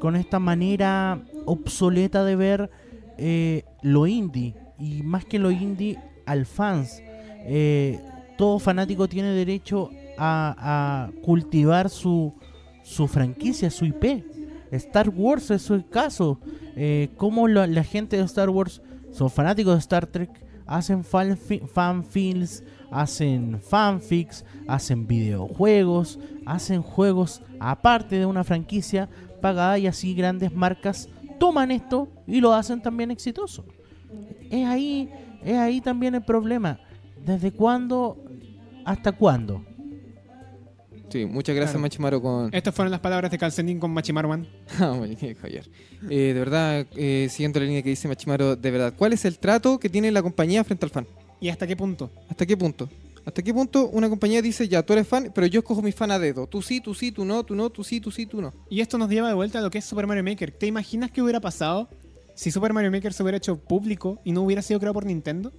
[SPEAKER 5] con esta manera obsoleta de ver eh, lo indie y más que lo indie al fans. Eh, todo fanático tiene derecho a, a cultivar su, su franquicia, su IP. Star Wars es su caso. Eh, ¿Cómo la, la gente de Star Wars son fanáticos de Star Trek? Hacen fan fanfilms, hacen fanfics, hacen videojuegos, hacen juegos aparte de una franquicia pagada y así grandes marcas toman esto y lo hacen también exitoso. Es ahí, es ahí también el problema. ¿Desde cuándo hasta cuándo?
[SPEAKER 3] Sí, muchas gracias,
[SPEAKER 2] Claro.
[SPEAKER 3] Machimaro, con.
[SPEAKER 2] Estas fueron las palabras de Calcetín con Machimaruan.
[SPEAKER 3] Ah, bueno, Javier. Eh, de verdad, eh, siguiendo la línea que dice Machimaro, de verdad, ¿cuál es el trato que tiene la compañía frente al fan?
[SPEAKER 2] ¿Y hasta qué punto?
[SPEAKER 3] ¿Hasta qué punto? ¿Hasta qué punto una compañía dice, ya, tú eres fan, pero yo escojo mi fan a dedo? Tú sí, tú sí, tú no, tú no, tú sí, tú sí, tú no.
[SPEAKER 2] Y esto nos lleva de vuelta a lo que es Super Mario Maker. ¿Te imaginas qué hubiera pasado si Super Mario Maker se hubiera hecho público y no hubiera sido creado por Nintendo?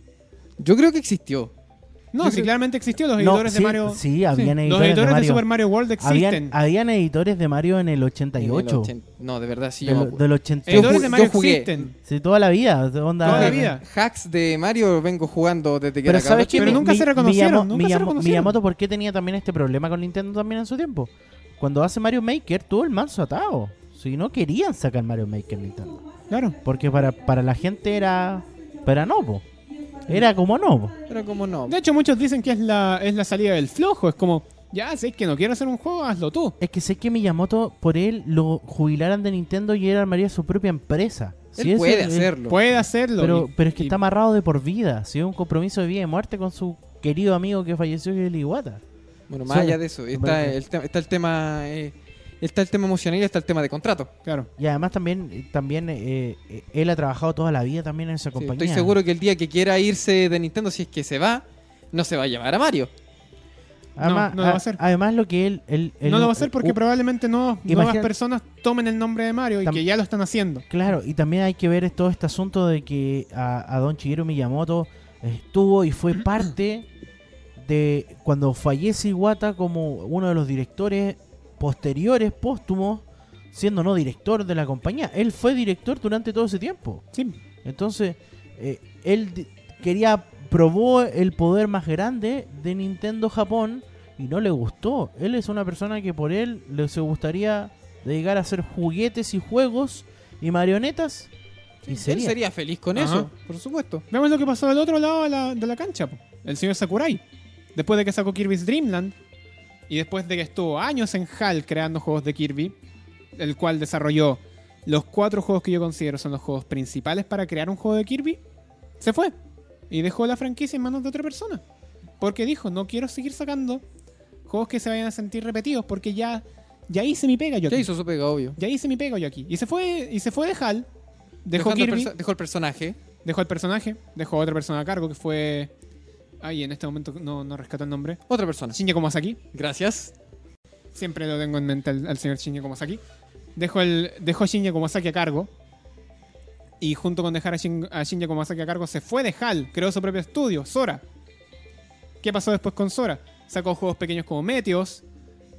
[SPEAKER 3] Yo creo que existió.
[SPEAKER 2] No,
[SPEAKER 3] Yo
[SPEAKER 2] si
[SPEAKER 3] creo-
[SPEAKER 2] claramente existió. Los
[SPEAKER 5] No,
[SPEAKER 2] editores
[SPEAKER 5] sí,
[SPEAKER 2] de Mario.
[SPEAKER 5] sí, habían editores
[SPEAKER 2] Los
[SPEAKER 5] de
[SPEAKER 2] editores de,
[SPEAKER 5] Mario.
[SPEAKER 2] Super Mario World existen.
[SPEAKER 5] Habían, ah, habían editores de Mario en el
[SPEAKER 3] En el
[SPEAKER 5] 88.
[SPEAKER 3] 80. No, de verdad, sí, yo
[SPEAKER 5] del,
[SPEAKER 3] me
[SPEAKER 5] del
[SPEAKER 3] acuerdo.
[SPEAKER 5] 80.
[SPEAKER 3] Yo
[SPEAKER 2] editores
[SPEAKER 3] ju-
[SPEAKER 2] de Mario
[SPEAKER 3] yo jugué.
[SPEAKER 2] existen.
[SPEAKER 5] Sí, toda la vida. de Onda,
[SPEAKER 2] Toda la vida.
[SPEAKER 3] Hacks de Mario vengo jugando desde que
[SPEAKER 5] Ah. Pero
[SPEAKER 3] era
[SPEAKER 5] ¿sabes
[SPEAKER 3] cabro
[SPEAKER 5] qué?
[SPEAKER 2] Pero
[SPEAKER 3] chico.
[SPEAKER 5] Mi-
[SPEAKER 2] nunca
[SPEAKER 5] mi-
[SPEAKER 2] se reconocieron,
[SPEAKER 5] Miyamo-
[SPEAKER 2] nunca se
[SPEAKER 5] Miyamo-
[SPEAKER 2] reconocieron.
[SPEAKER 5] Miyamoto, ¿por qué tenía también este problema con Nintendo también en su tiempo? Cuando hace Mario Maker, tuvo el manso atado. Si no querían sacar Mario Maker Nintendo.
[SPEAKER 2] Claro.
[SPEAKER 5] Porque para, para la gente era. Para no, po. Era como no. po.
[SPEAKER 3] Pero como no.
[SPEAKER 2] De hecho, muchos dicen que es la, es la salida del flojo. Es como, ya, si es que no quiero hacer un juego, hazlo tú.
[SPEAKER 5] Es que sé que Miyamoto, por él, lo jubilaran de Nintendo y él armaría su propia empresa. Si
[SPEAKER 3] Él
[SPEAKER 5] eso-
[SPEAKER 3] puede
[SPEAKER 5] eh,
[SPEAKER 3] hacerlo.
[SPEAKER 2] Puede hacerlo.
[SPEAKER 5] Pero,
[SPEAKER 2] Y-
[SPEAKER 5] pero es que
[SPEAKER 2] y-
[SPEAKER 5] está amarrado de por vida. Si es un compromiso de vida y muerte con su querido amigo que falleció, que es el Iwata.
[SPEAKER 3] Bueno, más
[SPEAKER 5] Sí.
[SPEAKER 3] allá de eso, está
[SPEAKER 5] Vale.
[SPEAKER 3] el, te- está el tema eh, está el tema emocional y está el tema de contrato.
[SPEAKER 2] Claro.
[SPEAKER 5] Y además también, también eh, eh, él ha trabajado toda la vida también en esa
[SPEAKER 3] Sí,
[SPEAKER 5] compañía.
[SPEAKER 3] estoy seguro que el día que quiera irse de Nintendo, si es que se va, no se va a llevar a Mario.
[SPEAKER 5] Además,
[SPEAKER 2] No, no lo va a
[SPEAKER 5] a-
[SPEAKER 2] hacer.
[SPEAKER 5] además lo que él... él- él- eh,
[SPEAKER 2] no lo va a hacer porque
[SPEAKER 5] u-
[SPEAKER 2] probablemente no, nuevas
[SPEAKER 5] Imagina-
[SPEAKER 2] personas tomen el nombre de Mario y
[SPEAKER 5] Tam-
[SPEAKER 2] que ya lo están haciendo.
[SPEAKER 5] Claro, y también hay que ver todo este asunto de que a, a Don Shigeru Miyamoto estuvo y fue parte de cuando fallece Iwata como uno de los directores posteriores, póstumos, siendo no director de la compañía. Él fue director durante todo ese tiempo.
[SPEAKER 2] Sí.
[SPEAKER 5] Entonces, eh, él di- quería, probó el poder más grande de Nintendo Japón y no le gustó. Él es una persona que por él le se gustaría dedicar a hacer juguetes y juegos y marionetas. Y
[SPEAKER 3] Él
[SPEAKER 5] sería.
[SPEAKER 3] sería feliz con
[SPEAKER 2] Ajá.
[SPEAKER 3] eso, por supuesto.
[SPEAKER 2] Vemos lo que pasó del otro lado de la, de la cancha, po. el señor Sakurai. Después de que sacó Kirby's Dreamland y después de que estuvo años en HAL creando juegos de Kirby, el cual desarrolló los cuatro juegos que yo considero son los juegos principales para crear un juego de Kirby, se fue y dejó la franquicia en manos de otra persona. Porque dijo, no quiero seguir sacando juegos que se vayan a sentir repetidos porque ya, ya hice mi pega yo
[SPEAKER 3] Ya
[SPEAKER 2] aquí.
[SPEAKER 3] hizo su pega, obvio.
[SPEAKER 2] Ya hice mi pega yo aquí. Y se fue, y se fue de HAL, dejó
[SPEAKER 3] Dejando el
[SPEAKER 2] Kirby.
[SPEAKER 3] perso- dejó el personaje.
[SPEAKER 2] Dejó al personaje, dejó a otra persona a cargo que fue. Ay, en este momento no, no rescato el nombre.
[SPEAKER 3] Otra persona.
[SPEAKER 2] Shinji Komasaki.
[SPEAKER 3] Gracias.
[SPEAKER 2] Siempre lo tengo en mente al, al señor Shinji Komasaki. Dejó, el, dejó a Shinji Komasaki a cargo. Y junto con dejar a, Shin- a Shinji Komasaki a cargo, se fue de HAL. Creó su propio estudio, Sora. ¿Qué pasó después con Sora? Sacó juegos pequeños como Meteos.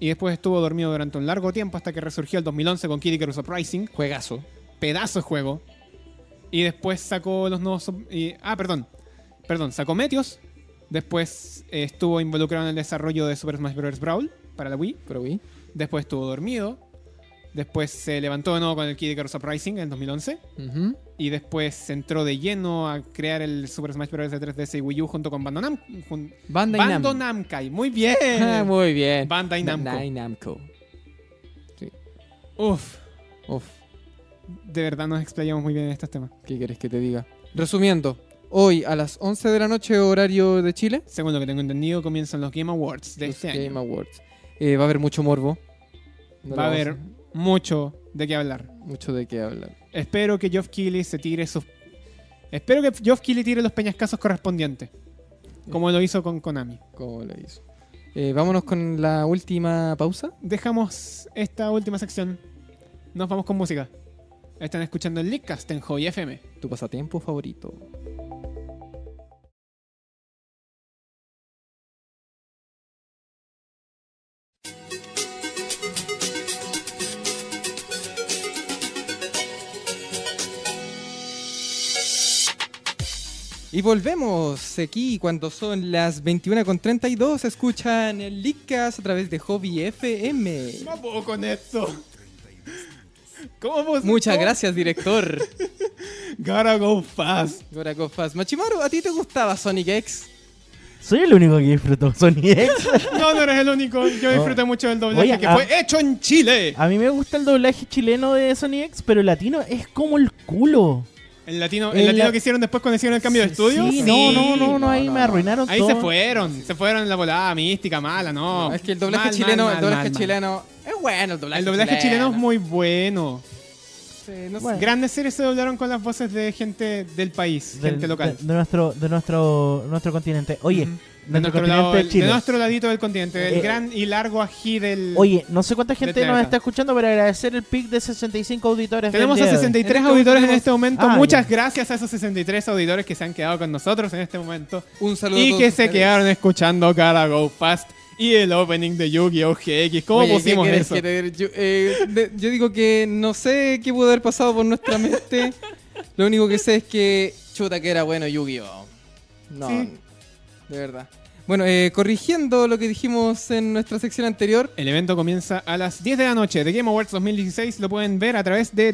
[SPEAKER 2] Y después estuvo dormido durante un largo tiempo hasta que resurgió el 2011 con Kid Icarus Uprising
[SPEAKER 3] Juegazo.
[SPEAKER 2] pedazo de juego. Y después sacó los nuevos. sub- y- ah, perdón. Perdón, sacó Meteos. Después eh, estuvo involucrado en el desarrollo de Super Smash Bros. Brawl para la Wii.
[SPEAKER 3] Pero vi.
[SPEAKER 2] Después estuvo dormido. Después se levantó de nuevo con el Kid Icarus Uprising en 2011.
[SPEAKER 3] Ujú.
[SPEAKER 2] Y después se entró de lleno a crear el Super Smash Bros. de 3DS y Wii U junto con Bandai Namco. jun-
[SPEAKER 3] Bandai Namco.
[SPEAKER 2] Bando Namkai. Muy bien.
[SPEAKER 3] Ah, muy bien.
[SPEAKER 2] Bandai Namco.
[SPEAKER 3] Bandai Namco.
[SPEAKER 2] Uf.
[SPEAKER 3] Uf,
[SPEAKER 2] De verdad nos explayamos muy bien en estos temas.
[SPEAKER 3] ¿qué quieres que te diga? Resumiendo, hoy a las 11 de la noche, horario de Chile,
[SPEAKER 2] Según lo que tengo entendido, comienzan los Game Awards de
[SPEAKER 3] los
[SPEAKER 2] este año.
[SPEAKER 3] Game Awards. Eh, va a haber mucho morbo. No
[SPEAKER 2] Va a
[SPEAKER 3] le
[SPEAKER 2] haber
[SPEAKER 3] vamos
[SPEAKER 2] mucho de qué hablar.
[SPEAKER 3] a- mucho de qué hablar.
[SPEAKER 2] Espero que Geoff Keighley se tire sus. Espero que Geoff Keighley tire los peñascazos correspondientes. Como lo hizo con Konami.
[SPEAKER 3] ¿Cómo lo hizo? Eh, vámonos con la última pausa.
[SPEAKER 2] Dejamos esta última sección. Nos vamos con música. Están escuchando el Leadcast en Joy FM.
[SPEAKER 3] Tu pasatiempo favorito. Y volvemos aquí cuando son las 21.32. Escuchan el Leakcast a través de Hobby FM.
[SPEAKER 2] No puedo con esto. ¿Cómo pos-
[SPEAKER 3] Muchas
[SPEAKER 2] cómo-
[SPEAKER 3] gracias, director.
[SPEAKER 2] Gotta go fast.
[SPEAKER 3] Ahora con Faz. Machimaru, ¿a ti te gustaba Sonic X?
[SPEAKER 5] Soy el único que disfrutó Sony X.
[SPEAKER 2] No, no eres el único. Yo disfruté mucho del doblaje
[SPEAKER 5] Oye,
[SPEAKER 2] que
[SPEAKER 5] ah.
[SPEAKER 2] fue hecho en Chile.
[SPEAKER 5] A mí me gusta el doblaje chileno de Sony X, pero el latino es como el culo.
[SPEAKER 2] El latino, el
[SPEAKER 5] El
[SPEAKER 2] latino
[SPEAKER 5] la-
[SPEAKER 2] que hicieron después cuando hicieron el cambio de estudio.
[SPEAKER 5] Sí, no, no, no, no, ahí
[SPEAKER 3] no,
[SPEAKER 5] me
[SPEAKER 3] no.
[SPEAKER 5] arruinaron
[SPEAKER 2] Ahí
[SPEAKER 5] todo.
[SPEAKER 2] se fueron, se fueron en la volada mística mala, no.
[SPEAKER 3] es que el doblaje
[SPEAKER 2] Mal, mal,
[SPEAKER 3] chileno,
[SPEAKER 2] mal,
[SPEAKER 3] el doblaje
[SPEAKER 2] mal, mal.
[SPEAKER 3] chileno. Es bueno el doblaje.
[SPEAKER 2] El doblaje chileno es muy bueno.
[SPEAKER 3] Sí, no sé.
[SPEAKER 5] Bueno.
[SPEAKER 2] Grandes series se doblaron con las voces de gente del país,
[SPEAKER 5] Del-
[SPEAKER 2] gente local.
[SPEAKER 5] De, de nuestro, de nuestro, nuestro continente. Oye,
[SPEAKER 2] Ujú.
[SPEAKER 5] nuestro,
[SPEAKER 2] nuestro,
[SPEAKER 5] continente
[SPEAKER 2] lado,
[SPEAKER 5] de
[SPEAKER 2] el-
[SPEAKER 5] Chile.
[SPEAKER 2] de nuestro ladito del continente, del
[SPEAKER 5] Eh,
[SPEAKER 2] gran y largo ají del...
[SPEAKER 5] Oye, no sé cuánta
[SPEAKER 2] Del
[SPEAKER 5] gente nos
[SPEAKER 2] planeta.
[SPEAKER 5] está escuchando, pero agradecer el pic de 65 auditores. del
[SPEAKER 2] Tenemos a
[SPEAKER 5] día de hoy.
[SPEAKER 2] 63
[SPEAKER 3] En este
[SPEAKER 2] auditores en
[SPEAKER 3] momento-
[SPEAKER 2] este momento.
[SPEAKER 5] Ah,
[SPEAKER 2] Muchas
[SPEAKER 5] ya.
[SPEAKER 2] gracias a esos 63 auditores que se han quedado con nosotros en este momento.
[SPEAKER 3] Un saludo. a
[SPEAKER 2] Y
[SPEAKER 3] todos
[SPEAKER 2] que se
[SPEAKER 3] ustedes.
[SPEAKER 2] quedaron escuchando Gotta Go Fast y el opening de Yu-Gi-Oh! GX. ¿Cómo
[SPEAKER 3] Oye, ¿qué
[SPEAKER 2] pusimos
[SPEAKER 3] querés
[SPEAKER 2] eso?
[SPEAKER 3] que te- yo, eh, de- yo digo que no sé qué pudo haber pasado por nuestra mente. Lo único que sé es que chuta que era bueno Yu-Gi-Oh. No,
[SPEAKER 2] Sí.
[SPEAKER 3] de verdad. Bueno, eh, corrigiendo lo que dijimos en nuestra sección anterior,
[SPEAKER 2] El evento comienza a las 10 de la noche. The Game Awards 2016 lo pueden ver a través de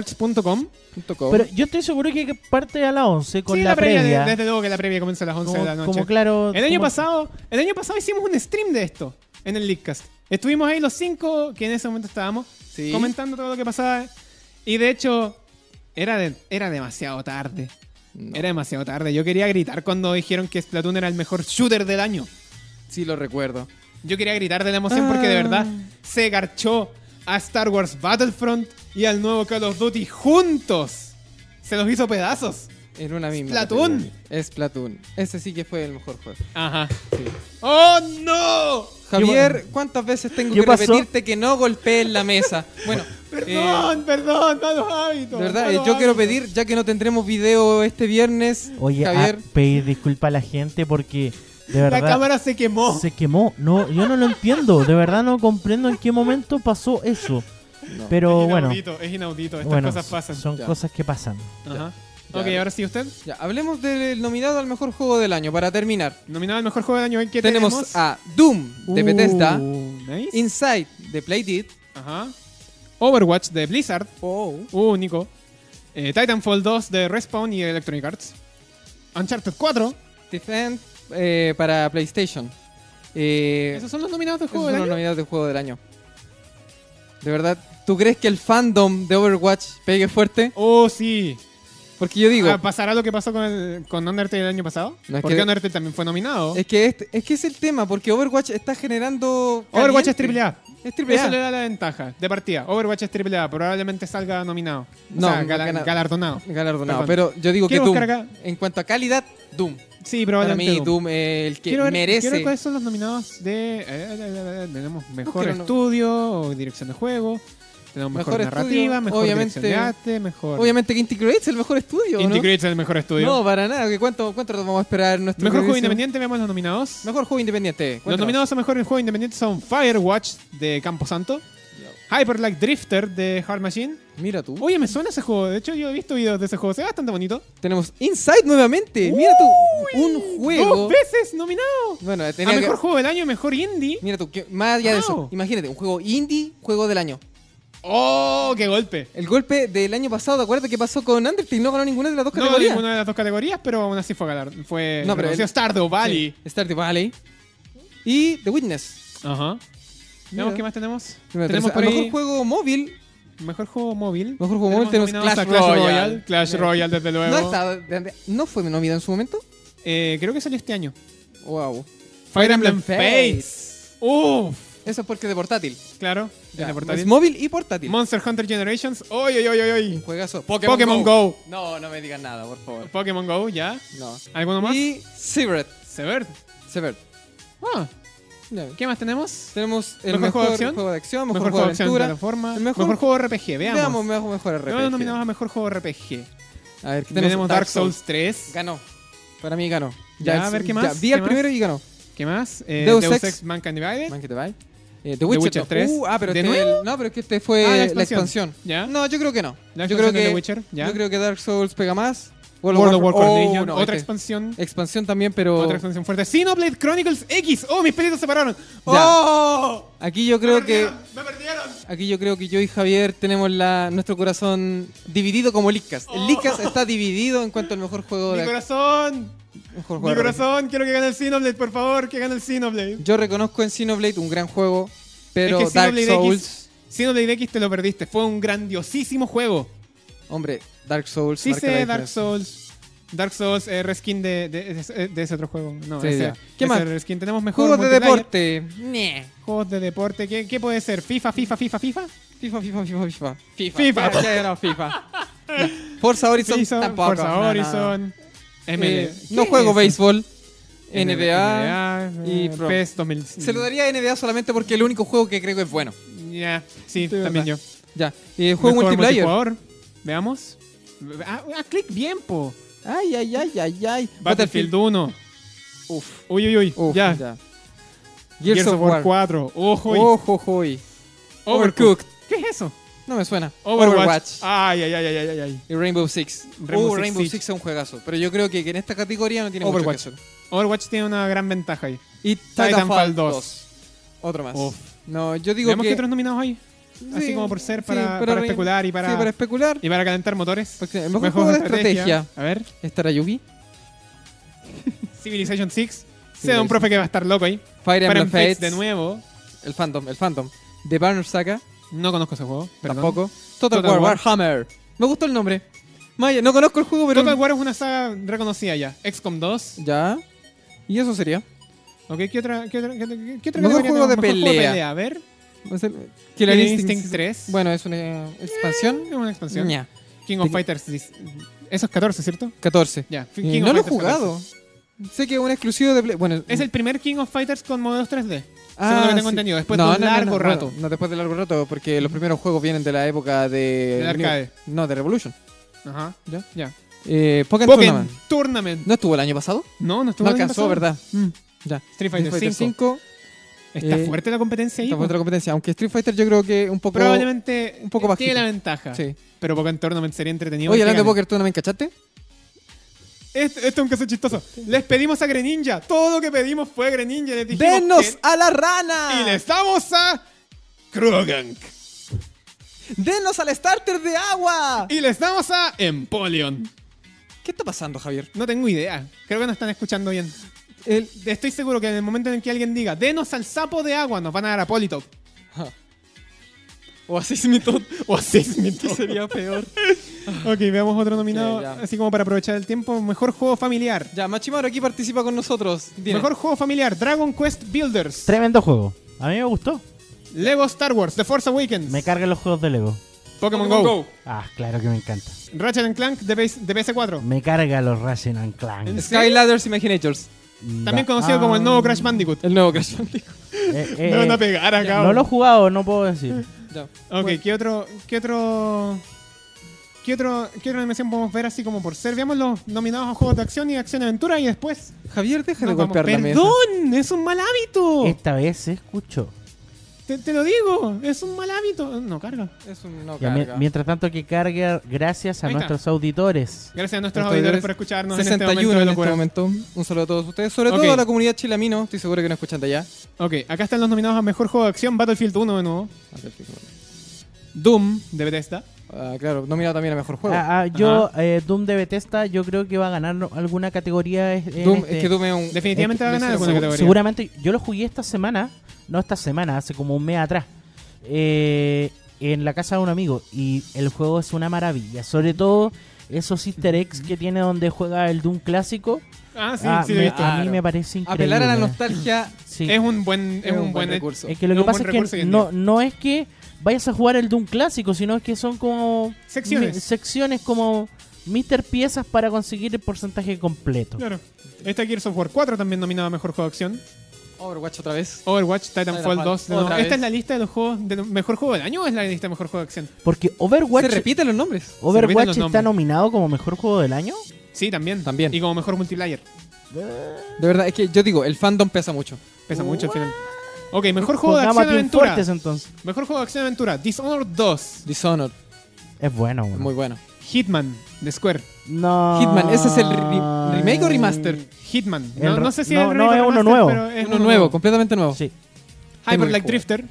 [SPEAKER 2] thegameawards.com.
[SPEAKER 3] punto com,
[SPEAKER 5] Pero yo estoy seguro que parte a las 11 con
[SPEAKER 2] Sí,
[SPEAKER 5] la,
[SPEAKER 2] previa, de-
[SPEAKER 5] previa.
[SPEAKER 2] desde luego que la previa comienza a las 11
[SPEAKER 5] como,
[SPEAKER 2] de la noche.
[SPEAKER 5] como claro.
[SPEAKER 2] El año
[SPEAKER 5] como-
[SPEAKER 2] pasado, el año pasado hicimos un stream de esto en el Leadcast. Estuvimos ahí los cinco que en ese momento estábamos
[SPEAKER 3] Sí.
[SPEAKER 2] comentando todo lo que pasaba. Y de hecho, era, de- era demasiado tarde.
[SPEAKER 3] no,
[SPEAKER 2] Era demasiado tarde. Yo quería gritar cuando dijeron que Splatoon era el mejor shooter del año.
[SPEAKER 3] sí lo recuerdo.
[SPEAKER 2] Yo quería gritar de la emoción porque
[SPEAKER 3] Ah.
[SPEAKER 2] de verdad se garchó a Star Wars Battlefront y al nuevo Call of Duty juntos. Se los hizo pedazos.
[SPEAKER 3] En una misma.
[SPEAKER 2] Splatoon.
[SPEAKER 3] Es Platoon. Ese sí que fue el mejor juego.
[SPEAKER 2] Ajá.
[SPEAKER 3] Sí.
[SPEAKER 2] ¡Oh, no!
[SPEAKER 3] Javier, ¿cuántas veces tengo
[SPEAKER 5] ¿Qué
[SPEAKER 3] que
[SPEAKER 5] pasó?
[SPEAKER 3] repetirte que no golpees la mesa? Bueno,
[SPEAKER 2] Perdón, perdón, malos hábitos.
[SPEAKER 3] De Eh, verdad,
[SPEAKER 2] malos
[SPEAKER 3] eh, yo quiero
[SPEAKER 2] hábitos.
[SPEAKER 3] pedir, ya que no tendremos video este viernes,
[SPEAKER 5] Oye, ah,
[SPEAKER 3] Javier,
[SPEAKER 5] a pedir disculpas a la gente porque de
[SPEAKER 2] La
[SPEAKER 5] verdad.
[SPEAKER 2] cámara se quemó.
[SPEAKER 5] Se quemó. No, yo no lo entiendo. De verdad no comprendo en qué momento pasó eso.
[SPEAKER 3] No.
[SPEAKER 5] Pero
[SPEAKER 2] es
[SPEAKER 5] bueno,
[SPEAKER 2] inaudito, es inaudito. Estas
[SPEAKER 5] bueno,
[SPEAKER 2] cosas pasan.
[SPEAKER 5] son
[SPEAKER 3] Ya.
[SPEAKER 5] cosas que pasan.
[SPEAKER 2] Ajá.
[SPEAKER 3] Ya.
[SPEAKER 2] ok, ahora sí, usted.
[SPEAKER 3] ya, hablemos del nominado al mejor juego del año para terminar.
[SPEAKER 2] Nominado al mejor juego del año. ¿Qué
[SPEAKER 3] Tenemos,
[SPEAKER 2] tenemos?
[SPEAKER 3] a Doom de
[SPEAKER 5] Uh.
[SPEAKER 3] Bethesda,
[SPEAKER 2] Nice.
[SPEAKER 3] Inside de Playdit,
[SPEAKER 2] Ajá. Overwatch de Blizzard. Uh, Nico. Eh, Titanfall 2 de Respawn y Electronic Arts. Uncharted 4.
[SPEAKER 3] Defend eh, para PlayStation. Eh,
[SPEAKER 2] Esos son los nominados del
[SPEAKER 3] esos
[SPEAKER 2] juego
[SPEAKER 3] son
[SPEAKER 2] del
[SPEAKER 3] los
[SPEAKER 2] año.
[SPEAKER 3] nominados del juego del año. De verdad, ¿tú crees que el fandom de Overwatch pegue fuerte?
[SPEAKER 2] Oh, sí.
[SPEAKER 3] Porque yo digo,
[SPEAKER 2] Ah, ¿Pasará lo que pasó con, el- con Undertale el año pasado?
[SPEAKER 3] No, es
[SPEAKER 2] Porque
[SPEAKER 3] que-
[SPEAKER 2] Undertale también fue nominado.
[SPEAKER 3] es que, este- es que es el tema, porque Overwatch está generando.
[SPEAKER 2] Overwatch es
[SPEAKER 3] caliente.
[SPEAKER 2] AAA.
[SPEAKER 3] Es triple
[SPEAKER 2] Eso
[SPEAKER 3] A.
[SPEAKER 2] le da la ventaja de partida. Overwatch es AAA, probablemente salga nominado.
[SPEAKER 3] No,
[SPEAKER 2] o sea,
[SPEAKER 3] no,
[SPEAKER 2] gala-
[SPEAKER 3] gana-
[SPEAKER 2] galardonado.
[SPEAKER 3] galardonado.
[SPEAKER 2] Perdón.
[SPEAKER 3] Pero yo digo
[SPEAKER 2] ¿Qué
[SPEAKER 3] que Doom,
[SPEAKER 2] buscar acá?
[SPEAKER 3] en cuanto a calidad, Doom.
[SPEAKER 2] Sí,
[SPEAKER 3] Para
[SPEAKER 2] probablemente.
[SPEAKER 3] mí,
[SPEAKER 2] Doom.
[SPEAKER 3] Doom eh, el que
[SPEAKER 2] quiero ver,
[SPEAKER 3] merece.
[SPEAKER 2] quiero ver cuáles son los nominados de. eh, eh, eh, eh, tenemos mejor
[SPEAKER 3] quiero no-
[SPEAKER 2] estudio o dirección de juego. Tenemos mejor,
[SPEAKER 3] Mejor
[SPEAKER 2] narrativa,
[SPEAKER 3] estudio,
[SPEAKER 2] mejor
[SPEAKER 3] obviamente-
[SPEAKER 2] dirección de arte, mejor.
[SPEAKER 3] Obviamente que Inti Creates es el mejor estudio,
[SPEAKER 2] Indie
[SPEAKER 3] ¿no?
[SPEAKER 2] Creates es el mejor estudio.
[SPEAKER 3] No, para nada. ¿qué- ¿Cuánto, ¿Cuánto vamos a esperar nuestro
[SPEAKER 2] mejor juego
[SPEAKER 3] queridísimo-
[SPEAKER 2] independiente, veamos los nominados.
[SPEAKER 3] Mejor juego independiente.
[SPEAKER 2] los
[SPEAKER 3] cuéntanos.
[SPEAKER 2] nominados a mejor juego independiente son Firewatch de Camposanto, Hyperlight Drifter de Hard Machine.
[SPEAKER 3] Mira tú.
[SPEAKER 2] Oye, me suena ese juego. De hecho, yo he visto videos de ese juego. Se ve bastante bonito.
[SPEAKER 3] Tenemos Inside nuevamente. Eh, Mira tú. Un
[SPEAKER 2] Dos
[SPEAKER 3] juego.
[SPEAKER 2] veces nominado.
[SPEAKER 3] Bueno,
[SPEAKER 2] a
[SPEAKER 3] tenía que...
[SPEAKER 2] mejor juego del año, mejor indie.
[SPEAKER 3] Mira tú, que- más allá de
[SPEAKER 2] Wow.
[SPEAKER 3] eso, imagínate, un juego indie, juego del año.
[SPEAKER 2] ¡Oh, qué golpe!
[SPEAKER 3] El golpe del año pasado, ¿te acuerdas qué pasó con Undertale? No ganó ninguna de las dos
[SPEAKER 2] No
[SPEAKER 3] categorías.
[SPEAKER 2] ninguna de las dos categorías, pero aún así fue galar. Fue
[SPEAKER 3] No, pero
[SPEAKER 2] reconocido
[SPEAKER 3] el-
[SPEAKER 2] Stardew Valley.
[SPEAKER 3] Sí, Stardew Valley. Y The Witness.
[SPEAKER 2] Ajá. Veamos
[SPEAKER 3] Mira.
[SPEAKER 2] qué más tenemos.
[SPEAKER 3] Mira,
[SPEAKER 2] tenemos
[SPEAKER 3] tercera-
[SPEAKER 2] por
[SPEAKER 3] mejor
[SPEAKER 2] ahí-
[SPEAKER 3] juego móvil.
[SPEAKER 2] mejor juego móvil.
[SPEAKER 3] Mejor juego móvil tenemos
[SPEAKER 2] nominados
[SPEAKER 3] Clash
[SPEAKER 2] a
[SPEAKER 3] Royale.
[SPEAKER 2] Clash
[SPEAKER 3] Mira.
[SPEAKER 2] Royale, desde luego.
[SPEAKER 3] No, estaba- de- de- no fue nominado en su momento.
[SPEAKER 2] Eh, creo que salió este año.
[SPEAKER 3] Wow.
[SPEAKER 2] Fire Emblem Fates. Uf,
[SPEAKER 3] Eso es porque es de portátil.
[SPEAKER 2] claro.
[SPEAKER 3] Ya,
[SPEAKER 2] Tiene portátil.
[SPEAKER 3] Es móvil y portátil.
[SPEAKER 2] Monster Hunter Generations. ¡Oy, oy, oy, oy, oy!
[SPEAKER 3] Juegazo.
[SPEAKER 2] Pokémon Go.
[SPEAKER 3] No, no me digas nada, por favor.
[SPEAKER 2] Pokémon Go, ya.
[SPEAKER 3] No.
[SPEAKER 2] ¿Alguno más?
[SPEAKER 3] Y Severed.
[SPEAKER 2] Severed.
[SPEAKER 3] Severed.
[SPEAKER 2] Ah,
[SPEAKER 3] Ya.
[SPEAKER 2] ¿Qué más tenemos?
[SPEAKER 3] Tenemos el
[SPEAKER 2] Mejor
[SPEAKER 3] mejor,
[SPEAKER 2] juego de acción.
[SPEAKER 3] juego de acción, mejor, juego de
[SPEAKER 2] acción
[SPEAKER 3] aventura.
[SPEAKER 2] plataforma.
[SPEAKER 3] El
[SPEAKER 2] Mejor,
[SPEAKER 3] mejor-
[SPEAKER 2] juego RPG, veamos.
[SPEAKER 3] Veamos, veamos mejor RPG.
[SPEAKER 2] Veamos nominados a mejor juego RPG.
[SPEAKER 3] A ver, ¿qué tenemos?
[SPEAKER 2] Tenemos Dark Souls 3.
[SPEAKER 3] Ganó. Para mí ganó.
[SPEAKER 2] Ya, a ver, ¿qué más?
[SPEAKER 3] vi al
[SPEAKER 2] ¿Qué más?
[SPEAKER 3] primero y ganó.
[SPEAKER 2] ¿Qué más? Eh, Deus,
[SPEAKER 3] Deus
[SPEAKER 2] Ex,
[SPEAKER 3] Ex.
[SPEAKER 2] Mankind Divided.
[SPEAKER 3] Man, que te va. Eh, The Witcher,
[SPEAKER 2] Witcher
[SPEAKER 3] no.
[SPEAKER 2] 3.
[SPEAKER 3] Uh, ah, pero
[SPEAKER 2] ¿De
[SPEAKER 3] este-
[SPEAKER 2] nuevo?
[SPEAKER 3] no, pero es que este fue
[SPEAKER 2] Ah, la
[SPEAKER 3] la
[SPEAKER 2] expansión.
[SPEAKER 3] expansión.
[SPEAKER 2] Ya.
[SPEAKER 3] No, yo creo que no.
[SPEAKER 2] La
[SPEAKER 3] yo
[SPEAKER 2] expansión
[SPEAKER 3] creo
[SPEAKER 2] de
[SPEAKER 3] que
[SPEAKER 2] The Witcher, ya.
[SPEAKER 3] Yo creo que Dark Souls pega más. World
[SPEAKER 2] World of Warcraft
[SPEAKER 3] oh,
[SPEAKER 2] Legion,
[SPEAKER 3] no,
[SPEAKER 2] otra
[SPEAKER 3] este-
[SPEAKER 2] expansión.
[SPEAKER 3] Expansión también, pero.
[SPEAKER 2] Otra expansión fuerte. Xenoblade Chronicles X. ¡Oh, mis pelitos se pararon!
[SPEAKER 3] ¡Oh! Aquí yo creo que.
[SPEAKER 2] ¡Me perdieron!
[SPEAKER 3] Aquí yo creo que yo y Javier tenemos la, nuestro corazón dividido como Lickas. El Lickas está dividido en cuanto al mejor juego
[SPEAKER 2] Oh. ¡Mi
[SPEAKER 3] de
[SPEAKER 2] corazón!
[SPEAKER 3] mejor
[SPEAKER 2] ¡Mi
[SPEAKER 3] juego de-
[SPEAKER 2] corazón! Quiero que gane el Xenoblade, por favor, que gane el Xenoblade.
[SPEAKER 3] Yo reconozco en Xenoblade un gran juego, pero
[SPEAKER 2] Es que
[SPEAKER 3] Dark
[SPEAKER 2] Xenoblade
[SPEAKER 3] Souls.
[SPEAKER 2] X- Xenoblade X te lo perdiste. Fue un grandiosísimo juego.
[SPEAKER 3] Hombre, Dark Souls.
[SPEAKER 2] Sí
[SPEAKER 3] marca la
[SPEAKER 2] sé,
[SPEAKER 3] diferencia.
[SPEAKER 2] Dark Souls. Dark Souls, eh, reskin de, de- de- de ese otro juego. No,
[SPEAKER 3] Sí,
[SPEAKER 2] ese-
[SPEAKER 3] ya. ¿Qué
[SPEAKER 2] ese
[SPEAKER 3] más?
[SPEAKER 2] Reskin. Tenemos mejor
[SPEAKER 3] Juegos de
[SPEAKER 2] multiplayer.
[SPEAKER 3] deporte.
[SPEAKER 2] Juegos de deporte. ¿Qué, qué puede ser? ¿FIFA, FIFA, FIFA, FIFA?
[SPEAKER 3] FIFA, FIFA, FIFA, FIFA. FIFA.
[SPEAKER 2] FIFA.
[SPEAKER 3] Ya, ya, no, FIFA. Ya. Forza Horizon
[SPEAKER 2] FIFA,
[SPEAKER 3] tampoco.
[SPEAKER 2] Forza
[SPEAKER 3] no, no, no.
[SPEAKER 2] Horizon. ML.
[SPEAKER 3] Eh,
[SPEAKER 2] ¿Qué
[SPEAKER 3] no
[SPEAKER 2] es
[SPEAKER 3] juego
[SPEAKER 2] eso?
[SPEAKER 3] béisbol. NBA. y
[SPEAKER 2] y
[SPEAKER 3] Pro.
[SPEAKER 2] eh, PES 2000.
[SPEAKER 3] Se lo daría a NBA solamente porque es el único juego que creo que es bueno.
[SPEAKER 2] Ya, sí,
[SPEAKER 3] De
[SPEAKER 2] también yo.
[SPEAKER 3] verdad. Ya. Eh, juego
[SPEAKER 2] Mejor
[SPEAKER 3] multiplayer.
[SPEAKER 2] multijugador. Veamos. Ah, ah, clic bien, po.
[SPEAKER 3] Ay, ay, ay, ay, ay.
[SPEAKER 2] Battlefield 1.
[SPEAKER 3] Uf.
[SPEAKER 2] Uy, uy, uy.
[SPEAKER 3] Uf,
[SPEAKER 2] ya.
[SPEAKER 3] ya. Gears, of War.
[SPEAKER 2] 4. Ojo. y-
[SPEAKER 3] Ojo, joy. Overcooked.
[SPEAKER 2] ¿Qué es eso?
[SPEAKER 3] No me suena.
[SPEAKER 2] Overwatch. Ay, ay, ay, ay, ay, ay.
[SPEAKER 3] Y Rainbow Six.
[SPEAKER 2] Rainbow
[SPEAKER 3] oh,
[SPEAKER 2] Six
[SPEAKER 3] Rainbow
[SPEAKER 2] Siege.
[SPEAKER 3] Six es un juegazo. Pero yo creo que en esta categoría no tiene mucho
[SPEAKER 2] Overwatch.
[SPEAKER 3] que hacer.
[SPEAKER 2] Overwatch tiene una gran ventaja ahí.
[SPEAKER 3] Y
[SPEAKER 2] Titanfall
[SPEAKER 3] Titanfall 2.
[SPEAKER 2] 2.
[SPEAKER 3] Otro más.
[SPEAKER 2] Uf.
[SPEAKER 3] No, yo digo
[SPEAKER 2] Digamos
[SPEAKER 3] que...
[SPEAKER 2] que otros nominados hay.
[SPEAKER 3] sí,
[SPEAKER 2] Así como por ser,
[SPEAKER 3] sí,
[SPEAKER 2] para,
[SPEAKER 3] pero
[SPEAKER 2] para
[SPEAKER 3] re-
[SPEAKER 2] especular y para,
[SPEAKER 3] Sí, para especular.
[SPEAKER 2] y para calentar motores.
[SPEAKER 3] Porque el mejor juego de estrategia.
[SPEAKER 2] A ver,
[SPEAKER 3] Estará Yugi.
[SPEAKER 2] Civilization 6. Se da un profe que va a estar loco ahí.
[SPEAKER 3] Fire
[SPEAKER 2] Para
[SPEAKER 3] Emblem Fates.
[SPEAKER 2] de nuevo.
[SPEAKER 3] El Phantom, el Phantom. The Banner Saga.
[SPEAKER 2] No conozco ese juego. perdón.
[SPEAKER 3] Tampoco. Total,
[SPEAKER 2] Total
[SPEAKER 3] War,
[SPEAKER 2] War.
[SPEAKER 3] Warhammer. Me gustó el nombre. Maya, no conozco el juego, pero...
[SPEAKER 2] Total War es una saga reconocida ya. XCOM 2.
[SPEAKER 3] Ya. Y eso sería.
[SPEAKER 2] Ok, ¿qué otra, qué otra, qué otra, qué otra
[SPEAKER 3] Mejor
[SPEAKER 2] categoría
[SPEAKER 3] juego de
[SPEAKER 2] tenemos? Mejor
[SPEAKER 3] pelea.
[SPEAKER 2] A ver.
[SPEAKER 3] Va a ser-
[SPEAKER 2] Killer Instinct 3.
[SPEAKER 3] Bueno, es una expansión.
[SPEAKER 2] Es una expansión.
[SPEAKER 3] Ña.
[SPEAKER 2] King of
[SPEAKER 3] Tenía-
[SPEAKER 2] Fighters. dis- Eso es 14, ¿cierto?
[SPEAKER 3] 14.
[SPEAKER 2] Ya.
[SPEAKER 3] Eh,
[SPEAKER 2] King of
[SPEAKER 3] no lo he
[SPEAKER 2] Fighters 14.
[SPEAKER 3] jugado. Sé que es un exclusivo de Play. Bueno,
[SPEAKER 2] Es el primer King of Fighters con modelos 3D.
[SPEAKER 3] Ah,
[SPEAKER 2] según lo que tengo
[SPEAKER 3] sí.
[SPEAKER 2] entendido. Después de un largo
[SPEAKER 3] bueno,
[SPEAKER 2] rato.
[SPEAKER 3] no, después de largo rato, porque los primeros juegos vienen de la época de.
[SPEAKER 2] Del arcade.
[SPEAKER 3] No, de Revolution.
[SPEAKER 2] Ajá.
[SPEAKER 3] Eh, Ya.
[SPEAKER 2] Ya.
[SPEAKER 3] Eh, Pokémon
[SPEAKER 2] Pokémon
[SPEAKER 3] Tournament.
[SPEAKER 2] Tournament.
[SPEAKER 3] ¿No estuvo el año pasado?
[SPEAKER 2] No, no estuvo
[SPEAKER 3] No
[SPEAKER 2] el año
[SPEAKER 3] alcanzó,
[SPEAKER 2] pasado. Mm.
[SPEAKER 3] ¿verdad? Ya.
[SPEAKER 2] Street Fighter 5.
[SPEAKER 3] 5.
[SPEAKER 2] Está
[SPEAKER 3] Eh,
[SPEAKER 2] fuerte la competencia ahí.
[SPEAKER 3] Esta
[SPEAKER 2] po.
[SPEAKER 3] fue otra competencia. Aunque Street Fighter yo creo que un poco.
[SPEAKER 2] Probablemente
[SPEAKER 3] un poco
[SPEAKER 2] tiene
[SPEAKER 3] bajito.
[SPEAKER 2] la ventaja.
[SPEAKER 3] Sí.
[SPEAKER 2] Pero Pokémon Tournament sería entretenido.
[SPEAKER 3] Oye,
[SPEAKER 2] que
[SPEAKER 3] hablando de
[SPEAKER 2] gane.
[SPEAKER 3] Poker Tournament, ¿cachaste?
[SPEAKER 2] Esto, esto Este, es un caso chistoso. Les pedimos a Greninja. Todo lo que pedimos fue Greninja. Les dijimos
[SPEAKER 3] ¡Denos
[SPEAKER 2] que-
[SPEAKER 3] a la
[SPEAKER 2] Y
[SPEAKER 3] rana!
[SPEAKER 2] les damos a Krogank.
[SPEAKER 3] ¡Denos al starter de agua!
[SPEAKER 2] Y les damos a Empoleon.
[SPEAKER 3] ¿Qué está pasando, Javier?
[SPEAKER 2] No tengo idea. Creo que no están escuchando bien.
[SPEAKER 3] El-
[SPEAKER 2] Estoy seguro que en el momento en el que alguien diga, denos al sapo de agua, nos van a dar a Politop.
[SPEAKER 3] O a Seismiton.
[SPEAKER 2] O a Seismito.
[SPEAKER 3] Sería peor.
[SPEAKER 2] ok, veamos otro nominado.
[SPEAKER 3] Ya, ya.
[SPEAKER 2] Así como para aprovechar el tiempo. Mejor juego familiar.
[SPEAKER 3] Ya, Machimaru aquí participa con nosotros. Dile.
[SPEAKER 2] Mejor juego familiar. Dragon Quest Builders.
[SPEAKER 5] Tremendo juego. A mí me gustó.
[SPEAKER 2] Lego Star Wars. The Force Awakens.
[SPEAKER 5] Me cargan los juegos de Lego.
[SPEAKER 2] Pokémon, Go.
[SPEAKER 5] Ah, claro que me encanta.
[SPEAKER 2] Ratchet and Clank de, PS- de PS4.
[SPEAKER 5] Me carga los Racing and Clank.
[SPEAKER 3] Skyladders Imaginators.
[SPEAKER 2] También conocido como el nuevo Crash Bandicoot.
[SPEAKER 3] El nuevo Crash Bandicoot.
[SPEAKER 5] Eh, eh,
[SPEAKER 2] Me van a pegar acá.
[SPEAKER 5] no lo he jugado, no puedo decir.
[SPEAKER 3] Ya.
[SPEAKER 2] Ok, ¿qué otro. ¿Qué otro.? ¿Qué, otro, ¿Qué otra animación podemos ver así como por ser? Veamos los nominados a juegos de acción y acción-aventura y después
[SPEAKER 3] Javier, deja de
[SPEAKER 2] Nos vamos.
[SPEAKER 3] golpear la mesa.
[SPEAKER 2] Perdón, es un mal hábito.
[SPEAKER 5] Esta vez se escuchó.
[SPEAKER 2] Te, te lo digo, es un mal hábito. No, carga.
[SPEAKER 3] Es un no
[SPEAKER 5] Ya, mi-
[SPEAKER 3] carga.
[SPEAKER 5] mientras tanto que carga gracias a
[SPEAKER 2] Ahí está.
[SPEAKER 5] nuestros auditores.
[SPEAKER 2] Gracias a nuestros
[SPEAKER 3] Entonces,
[SPEAKER 2] auditores por escucharnos
[SPEAKER 3] 61
[SPEAKER 2] en este momento de locura.
[SPEAKER 3] Un saludo a todos ustedes, sobre
[SPEAKER 2] Ok.
[SPEAKER 3] todo a la comunidad chilamino. Estoy seguro que no escuchan de allá.
[SPEAKER 2] Ok, acá están los nominados a Mejor Juego de Acción, Battlefield 1 de nuevo.
[SPEAKER 3] Doom.
[SPEAKER 2] De Bethesda.
[SPEAKER 3] Ah, claro, nominado también a mejor juego.
[SPEAKER 5] Ah, ah, yo, eh, Doom de Bethesda, yo creo que va a ganar no- alguna categoría. es- en
[SPEAKER 3] Doom,
[SPEAKER 5] este-
[SPEAKER 3] es que Doom es un.
[SPEAKER 2] Definitivamente va a
[SPEAKER 3] es-
[SPEAKER 2] ganar
[SPEAKER 3] es-
[SPEAKER 2] alguna categoría.
[SPEAKER 5] Seguramente, yo lo jugué esta semana, no esta semana, hace como un mes atrás, eh, en la casa de un amigo. Y el juego es una maravilla, sobre todo esos easter eggs que tiene donde juega el Doom clásico.
[SPEAKER 2] Ah, sí,
[SPEAKER 5] Ah,
[SPEAKER 2] sí, lo he
[SPEAKER 5] me-
[SPEAKER 2] visto.
[SPEAKER 5] a mí me parece increíble.
[SPEAKER 3] Apelar a la nostalgia
[SPEAKER 5] Sí.
[SPEAKER 2] Es un buen, es un buen,
[SPEAKER 3] recurso.
[SPEAKER 5] Es que lo
[SPEAKER 2] Es
[SPEAKER 5] que
[SPEAKER 2] un
[SPEAKER 5] pasa
[SPEAKER 2] buen
[SPEAKER 5] es
[SPEAKER 2] recurso hoy
[SPEAKER 5] que
[SPEAKER 2] en
[SPEAKER 5] no, no es que vayas a jugar el Doom clásico, sino que son como
[SPEAKER 2] Secciones.
[SPEAKER 5] mi- secciones como Mister Piezas para conseguir el porcentaje completo.
[SPEAKER 2] Claro. Está Gears of War 4 también nominado a Mejor Juego de Acción.
[SPEAKER 3] Overwatch otra vez.
[SPEAKER 2] Overwatch, Titanfall
[SPEAKER 3] Titanfall.
[SPEAKER 2] 2 de nuevo.
[SPEAKER 3] Otra
[SPEAKER 2] ¿Esta
[SPEAKER 3] vez.
[SPEAKER 2] es la lista de los juegos de Mejor Juego del Año o es la lista de Mejor Juego de Acción?
[SPEAKER 5] Porque
[SPEAKER 3] Se
[SPEAKER 5] Overwatch,
[SPEAKER 3] repiten los nombres.
[SPEAKER 2] repiten
[SPEAKER 5] Overwatch
[SPEAKER 2] los
[SPEAKER 5] está
[SPEAKER 2] nombres.
[SPEAKER 5] nominado como mejor juego del año.
[SPEAKER 2] Sí, también.
[SPEAKER 3] También.
[SPEAKER 2] Y como Mejor Multiplayer.
[SPEAKER 3] De verdad, es que yo digo, el fandom pesa mucho.
[SPEAKER 2] Pesa mucho al final. Ok, Mejor Juego de
[SPEAKER 5] Pongamos a Team
[SPEAKER 2] Acción-Aventura.
[SPEAKER 5] Fortress, entonces.
[SPEAKER 2] Mejor Juego de Acción-Aventura. Dishonored 2.
[SPEAKER 3] Dishonored,
[SPEAKER 5] Es bueno, bueno.
[SPEAKER 3] muy bueno.
[SPEAKER 2] Hitman, de Square.
[SPEAKER 5] No.
[SPEAKER 3] Hitman, ¿ese es el re- remake o remaster?
[SPEAKER 2] Hitman.
[SPEAKER 5] El
[SPEAKER 2] No,
[SPEAKER 5] re-
[SPEAKER 2] no sé si
[SPEAKER 5] no,
[SPEAKER 2] es
[SPEAKER 5] no,
[SPEAKER 2] remake
[SPEAKER 5] es
[SPEAKER 2] o
[SPEAKER 5] uno
[SPEAKER 2] remaster,
[SPEAKER 5] nuevo.
[SPEAKER 2] pero
[SPEAKER 3] Mm. Uno nuevo, completamente nuevo.
[SPEAKER 5] Sí.
[SPEAKER 2] Hyper
[SPEAKER 3] Tengo Mm. el
[SPEAKER 2] Light
[SPEAKER 3] juego.
[SPEAKER 2] Drifter.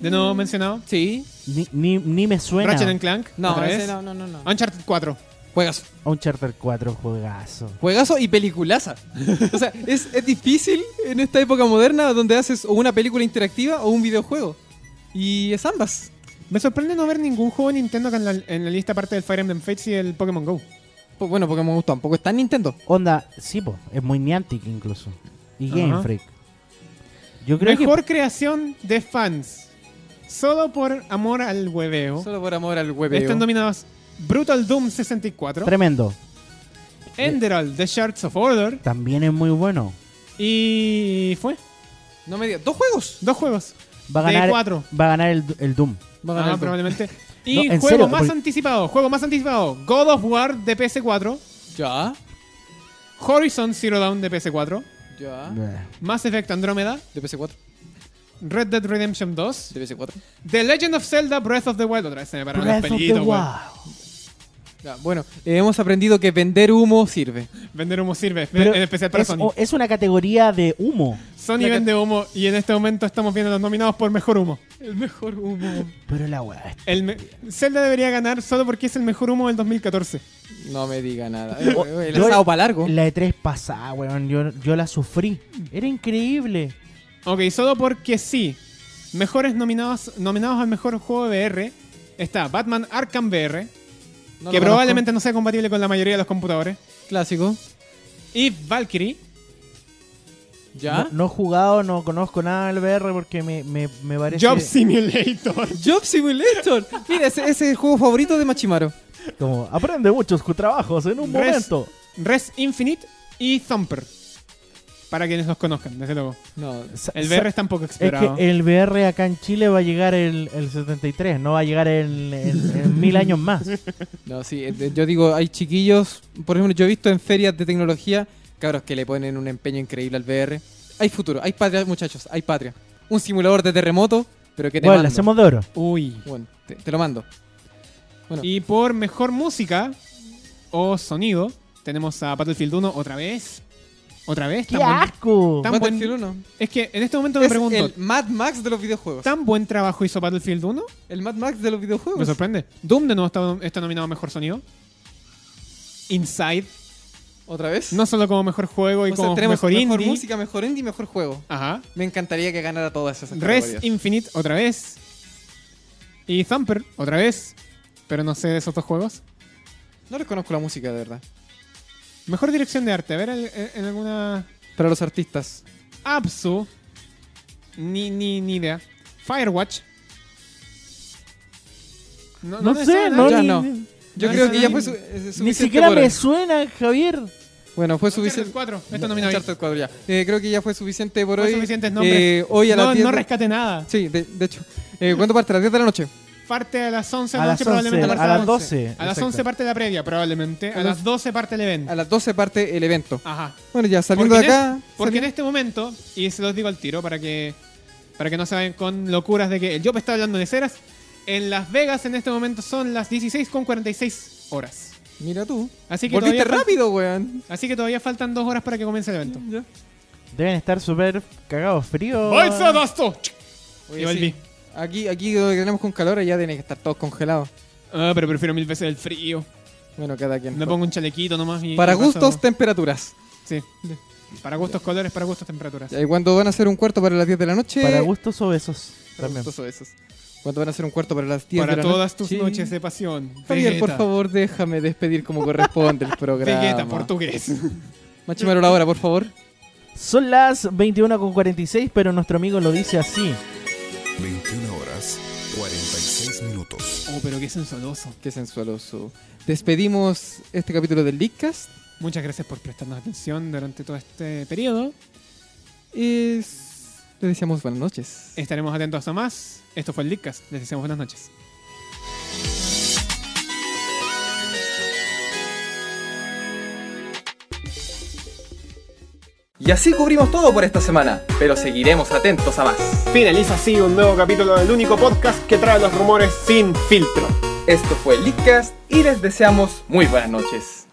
[SPEAKER 2] De nuevo mencionado.
[SPEAKER 3] Sí.
[SPEAKER 5] Ni, ni, ni me suena
[SPEAKER 2] Ratchet and Clank.
[SPEAKER 3] No,
[SPEAKER 2] otra
[SPEAKER 3] ese
[SPEAKER 2] vez.
[SPEAKER 3] no, no, no, no.
[SPEAKER 2] Uncharted 4.
[SPEAKER 3] Juegazo.
[SPEAKER 5] Uncharted 4, juegazo.
[SPEAKER 3] Juegazo y peliculaza. o sea, es, es difícil en esta época moderna donde haces o una película interactiva o un videojuego. Y es ambas.
[SPEAKER 2] Me sorprende no ver ningún juego de Nintendo acá en la, en la lista aparte del Fire Emblem Fates y el Pokémon Go.
[SPEAKER 3] Pues bueno, Pokémon Go tampoco está en Nintendo.
[SPEAKER 5] Onda, sí, po, es muy Niantic incluso. Y Game
[SPEAKER 2] Ajá.
[SPEAKER 5] Freak. Yo creo
[SPEAKER 2] Mejor
[SPEAKER 5] que
[SPEAKER 2] creación de fans. Solo por amor al hueveo.
[SPEAKER 3] Solo por amor al web.
[SPEAKER 2] Están nominados Brutal Doom 64,
[SPEAKER 5] tremendo.
[SPEAKER 2] Enderal The Shards of Order
[SPEAKER 5] También es muy bueno.
[SPEAKER 2] y fue
[SPEAKER 3] No me digas. Dos juegos.
[SPEAKER 2] dos juegos.
[SPEAKER 5] Va a
[SPEAKER 2] De
[SPEAKER 5] ganar,
[SPEAKER 2] cuatro.
[SPEAKER 5] Va a ganar el, el Doom.
[SPEAKER 3] Va a
[SPEAKER 2] Ah,
[SPEAKER 3] ganar el Doom.
[SPEAKER 2] probablemente. Y
[SPEAKER 5] en
[SPEAKER 2] juego
[SPEAKER 5] serio,
[SPEAKER 2] más
[SPEAKER 5] porque-
[SPEAKER 2] anticipado, juego más anticipado, God of War de PS4,
[SPEAKER 3] Ya.
[SPEAKER 2] Horizon Zero Dawn de PS4, Ah.
[SPEAKER 3] Ya.
[SPEAKER 5] Bleh.
[SPEAKER 2] Mass Effect Andromeda,
[SPEAKER 3] De PC4.
[SPEAKER 2] Red Dead Redemption 2,
[SPEAKER 3] De PC4.
[SPEAKER 2] The Legend of Zelda Breath of the Wild, otra vez se me pararon los
[SPEAKER 5] Breath of the
[SPEAKER 2] pelillitos, weón.
[SPEAKER 5] Wild.
[SPEAKER 3] Ya, bueno, eh, hemos aprendido que vender humo sirve.
[SPEAKER 2] Vender humo sirve,
[SPEAKER 5] Pero
[SPEAKER 2] en especial para
[SPEAKER 5] es,
[SPEAKER 2] Sony.
[SPEAKER 5] o- es una categoría de humo.
[SPEAKER 2] Sony
[SPEAKER 3] la-
[SPEAKER 2] vende humo y en este momento estamos viendo los nominados por mejor humo.
[SPEAKER 3] El mejor humo.
[SPEAKER 5] Pero la weá.
[SPEAKER 2] El me- Zelda debería ganar solo porque es el mejor humo del 2014.
[SPEAKER 3] No me diga nada.
[SPEAKER 5] O-
[SPEAKER 3] El
[SPEAKER 5] yo-
[SPEAKER 3] asado para largo.
[SPEAKER 5] La de 3 pasada, weón. Yo, yo la sufrí. Era increíble.
[SPEAKER 2] Ok, solo porque sí. Mejores nominados, nominados al mejor juego de VR está Batman Arkham
[SPEAKER 3] No
[SPEAKER 2] VR,
[SPEAKER 3] lo
[SPEAKER 2] que
[SPEAKER 3] conozco.
[SPEAKER 2] probablemente no sea compatible con la mayoría de los computadores.
[SPEAKER 3] Clásico.
[SPEAKER 2] Y Valkyrie,
[SPEAKER 3] Ya.
[SPEAKER 5] No, no he jugado, no conozco nada del VR porque me, me, me parece.
[SPEAKER 2] Job Simulator.
[SPEAKER 3] Job Simulator. Mira, ese, ese es el juego favorito de Machimaro.
[SPEAKER 5] Como, aprende muchos cu- trabajos en un
[SPEAKER 2] Res-
[SPEAKER 5] momento.
[SPEAKER 2] Res Infinite y Thumper. Para quienes los conozcan, desde luego.
[SPEAKER 3] No.
[SPEAKER 5] Sa-
[SPEAKER 2] El
[SPEAKER 5] sa-
[SPEAKER 2] VR está un poco
[SPEAKER 5] Es
[SPEAKER 2] explorado.
[SPEAKER 5] que el VR acá en Chile va a llegar el, el 73, no va a llegar en, en- en mil años más.
[SPEAKER 3] No, sí, eh, de- yo digo, hay chiquillos, por ejemplo, yo he visto en ferias de tecnología, cabros que le ponen un empeño increíble al VR. Hay futuro, hay patria, muchachos, hay patria. Un simulador de terremoto, pero que te
[SPEAKER 5] Bueno,
[SPEAKER 3] mando.
[SPEAKER 5] la hacemos de oro.
[SPEAKER 2] Uy.
[SPEAKER 3] Bueno, te, te lo mando. Bueno,
[SPEAKER 2] Y por mejor música o sonido, tenemos a Battlefield 1 otra vez. Otra vez.
[SPEAKER 5] ¡Qué
[SPEAKER 2] tan buen-
[SPEAKER 5] asco!
[SPEAKER 2] tan buen-
[SPEAKER 3] Battlefield 1
[SPEAKER 2] Es que en este momento me
[SPEAKER 3] es
[SPEAKER 2] pregunto,
[SPEAKER 3] el Mad Max de los videojuegos.
[SPEAKER 2] ¿tan buen trabajo hizo Battlefield 1?
[SPEAKER 3] El Mad Max de los
[SPEAKER 2] Me
[SPEAKER 3] videojuegos.
[SPEAKER 2] sorprende. Doom de nuevo está, está nominado a Mejor Sonido. Inside,
[SPEAKER 3] ¿Otra vez?
[SPEAKER 2] no solo como Mejor Juego y
[SPEAKER 3] O sea,
[SPEAKER 2] como
[SPEAKER 3] tenemos
[SPEAKER 2] Mejor,
[SPEAKER 3] mejor,
[SPEAKER 2] Indie.
[SPEAKER 3] música, mejor indie, mejor juego.
[SPEAKER 2] Ajá.
[SPEAKER 3] Me encantaría que ganara todas esas
[SPEAKER 2] Res
[SPEAKER 3] categorías.
[SPEAKER 2] Infinite otra vez. Y Thumper otra vez. Pero no sé de esos dos juegos.
[SPEAKER 3] No les conozco la música, de verdad.
[SPEAKER 2] Mejor Dirección de Arte. A ver el- en, en alguna...
[SPEAKER 3] Para los artistas.
[SPEAKER 2] Apsu. Ni, ni, ni idea. Firewatch.
[SPEAKER 5] No
[SPEAKER 2] me
[SPEAKER 5] sé,
[SPEAKER 2] suena.
[SPEAKER 5] no,
[SPEAKER 3] Ya
[SPEAKER 5] ni,
[SPEAKER 3] no.
[SPEAKER 5] ni-
[SPEAKER 3] Yo
[SPEAKER 2] No,
[SPEAKER 3] creo
[SPEAKER 2] no,
[SPEAKER 3] que ya fue
[SPEAKER 2] no, ni-
[SPEAKER 3] su- eh, suficiente
[SPEAKER 5] ni siquiera
[SPEAKER 3] por hoy.
[SPEAKER 5] me suena, Javier.
[SPEAKER 3] Bueno, fue
[SPEAKER 2] Uncharted
[SPEAKER 3] suficiente.
[SPEAKER 2] 4. Está
[SPEAKER 3] No,
[SPEAKER 2] nominado ahí.
[SPEAKER 3] Uncharted 4, ya. Eh, creo que ya fue suficiente por
[SPEAKER 2] Fue
[SPEAKER 3] hoy.
[SPEAKER 2] suficientes nombres.
[SPEAKER 3] Eh, hoy a
[SPEAKER 2] no,
[SPEAKER 3] las 10
[SPEAKER 2] no
[SPEAKER 3] de-
[SPEAKER 2] rescate nada.
[SPEAKER 3] Sí, de, de hecho. Eh, ¿Cuándo parte? A las 10 de la noche.
[SPEAKER 2] Parte a las 11 de
[SPEAKER 5] A
[SPEAKER 2] la
[SPEAKER 5] las
[SPEAKER 2] noche, probablemente
[SPEAKER 5] 11,
[SPEAKER 2] parte
[SPEAKER 5] a las
[SPEAKER 2] 11.
[SPEAKER 5] 12.
[SPEAKER 2] A las
[SPEAKER 5] exacto.
[SPEAKER 2] 11 parte la previa, probablemente. A,
[SPEAKER 3] A
[SPEAKER 2] las
[SPEAKER 3] las-
[SPEAKER 2] 12 parte el evento.
[SPEAKER 3] A las 12 parte el evento.
[SPEAKER 2] Ajá.
[SPEAKER 3] Bueno, ya saliendo
[SPEAKER 2] Porque
[SPEAKER 3] de
[SPEAKER 2] en
[SPEAKER 3] acá.
[SPEAKER 2] es- porque en
[SPEAKER 3] sali-
[SPEAKER 2] este momento, y se los digo al tiro para que para que no se vayan con locuras de que el Job está hablando de ceras, en Las Vegas en este momento son las 16 con 46 horas.
[SPEAKER 3] Mira tú.
[SPEAKER 2] Así que,
[SPEAKER 3] Volviste
[SPEAKER 2] todavía fal-
[SPEAKER 3] rápido, weón.
[SPEAKER 2] así que todavía faltan dos horas para que comience el evento.
[SPEAKER 3] Ya.
[SPEAKER 5] Deben estar súper cagados frío.
[SPEAKER 2] ¡Bolsa de asto!
[SPEAKER 3] Oye,
[SPEAKER 2] Y volví.
[SPEAKER 3] sí. Aquí, aquí donde tenemos con calor ya tienen que estar todos congelados.
[SPEAKER 2] Ah, pero prefiero mil veces el frío.
[SPEAKER 3] Bueno, cada quien.
[SPEAKER 2] Me pongo un chalequito nomás y...
[SPEAKER 3] Para
[SPEAKER 2] y paso-
[SPEAKER 3] gustos, temperaturas.
[SPEAKER 2] Sí. Para gustos colores, para gustos temperaturas.
[SPEAKER 3] Ya, Y cuando van a hacer un cuarto para las 10 de la noche.
[SPEAKER 5] Para gustos obesos.
[SPEAKER 3] Para
[SPEAKER 5] También.
[SPEAKER 3] gustos esos. Cuando van a hacer un cuarto para las 10 de
[SPEAKER 2] Para
[SPEAKER 3] la
[SPEAKER 2] todas tus
[SPEAKER 3] noche.
[SPEAKER 2] noches de pasión.
[SPEAKER 3] Javier, por
[SPEAKER 2] Vegeta.
[SPEAKER 3] favor, déjame despedir como corresponde el programa.
[SPEAKER 2] Vegeta, portugués.
[SPEAKER 3] Machimaro la hora, por favor.
[SPEAKER 5] Son las 21.46, pero nuestro amigo lo dice así.
[SPEAKER 6] 21 horas 46 minutos.
[SPEAKER 2] Oh, pero qué sensualoso.
[SPEAKER 3] Qué sensualoso. Despedimos este capítulo del Leadcast.
[SPEAKER 2] Muchas gracias por prestarnos atención durante todo este periodo.
[SPEAKER 3] Es... Les deseamos buenas noches.
[SPEAKER 2] Estaremos atentos a más. Esto fue el Leadcast. Les deseamos buenas noches.
[SPEAKER 7] Y así cubrimos todo por esta semana, pero seguiremos atentos a más.
[SPEAKER 8] Finaliza así un nuevo capítulo del único podcast que trae los rumores sin filtro.
[SPEAKER 7] Esto fue Leakcast y les deseamos muy buenas noches.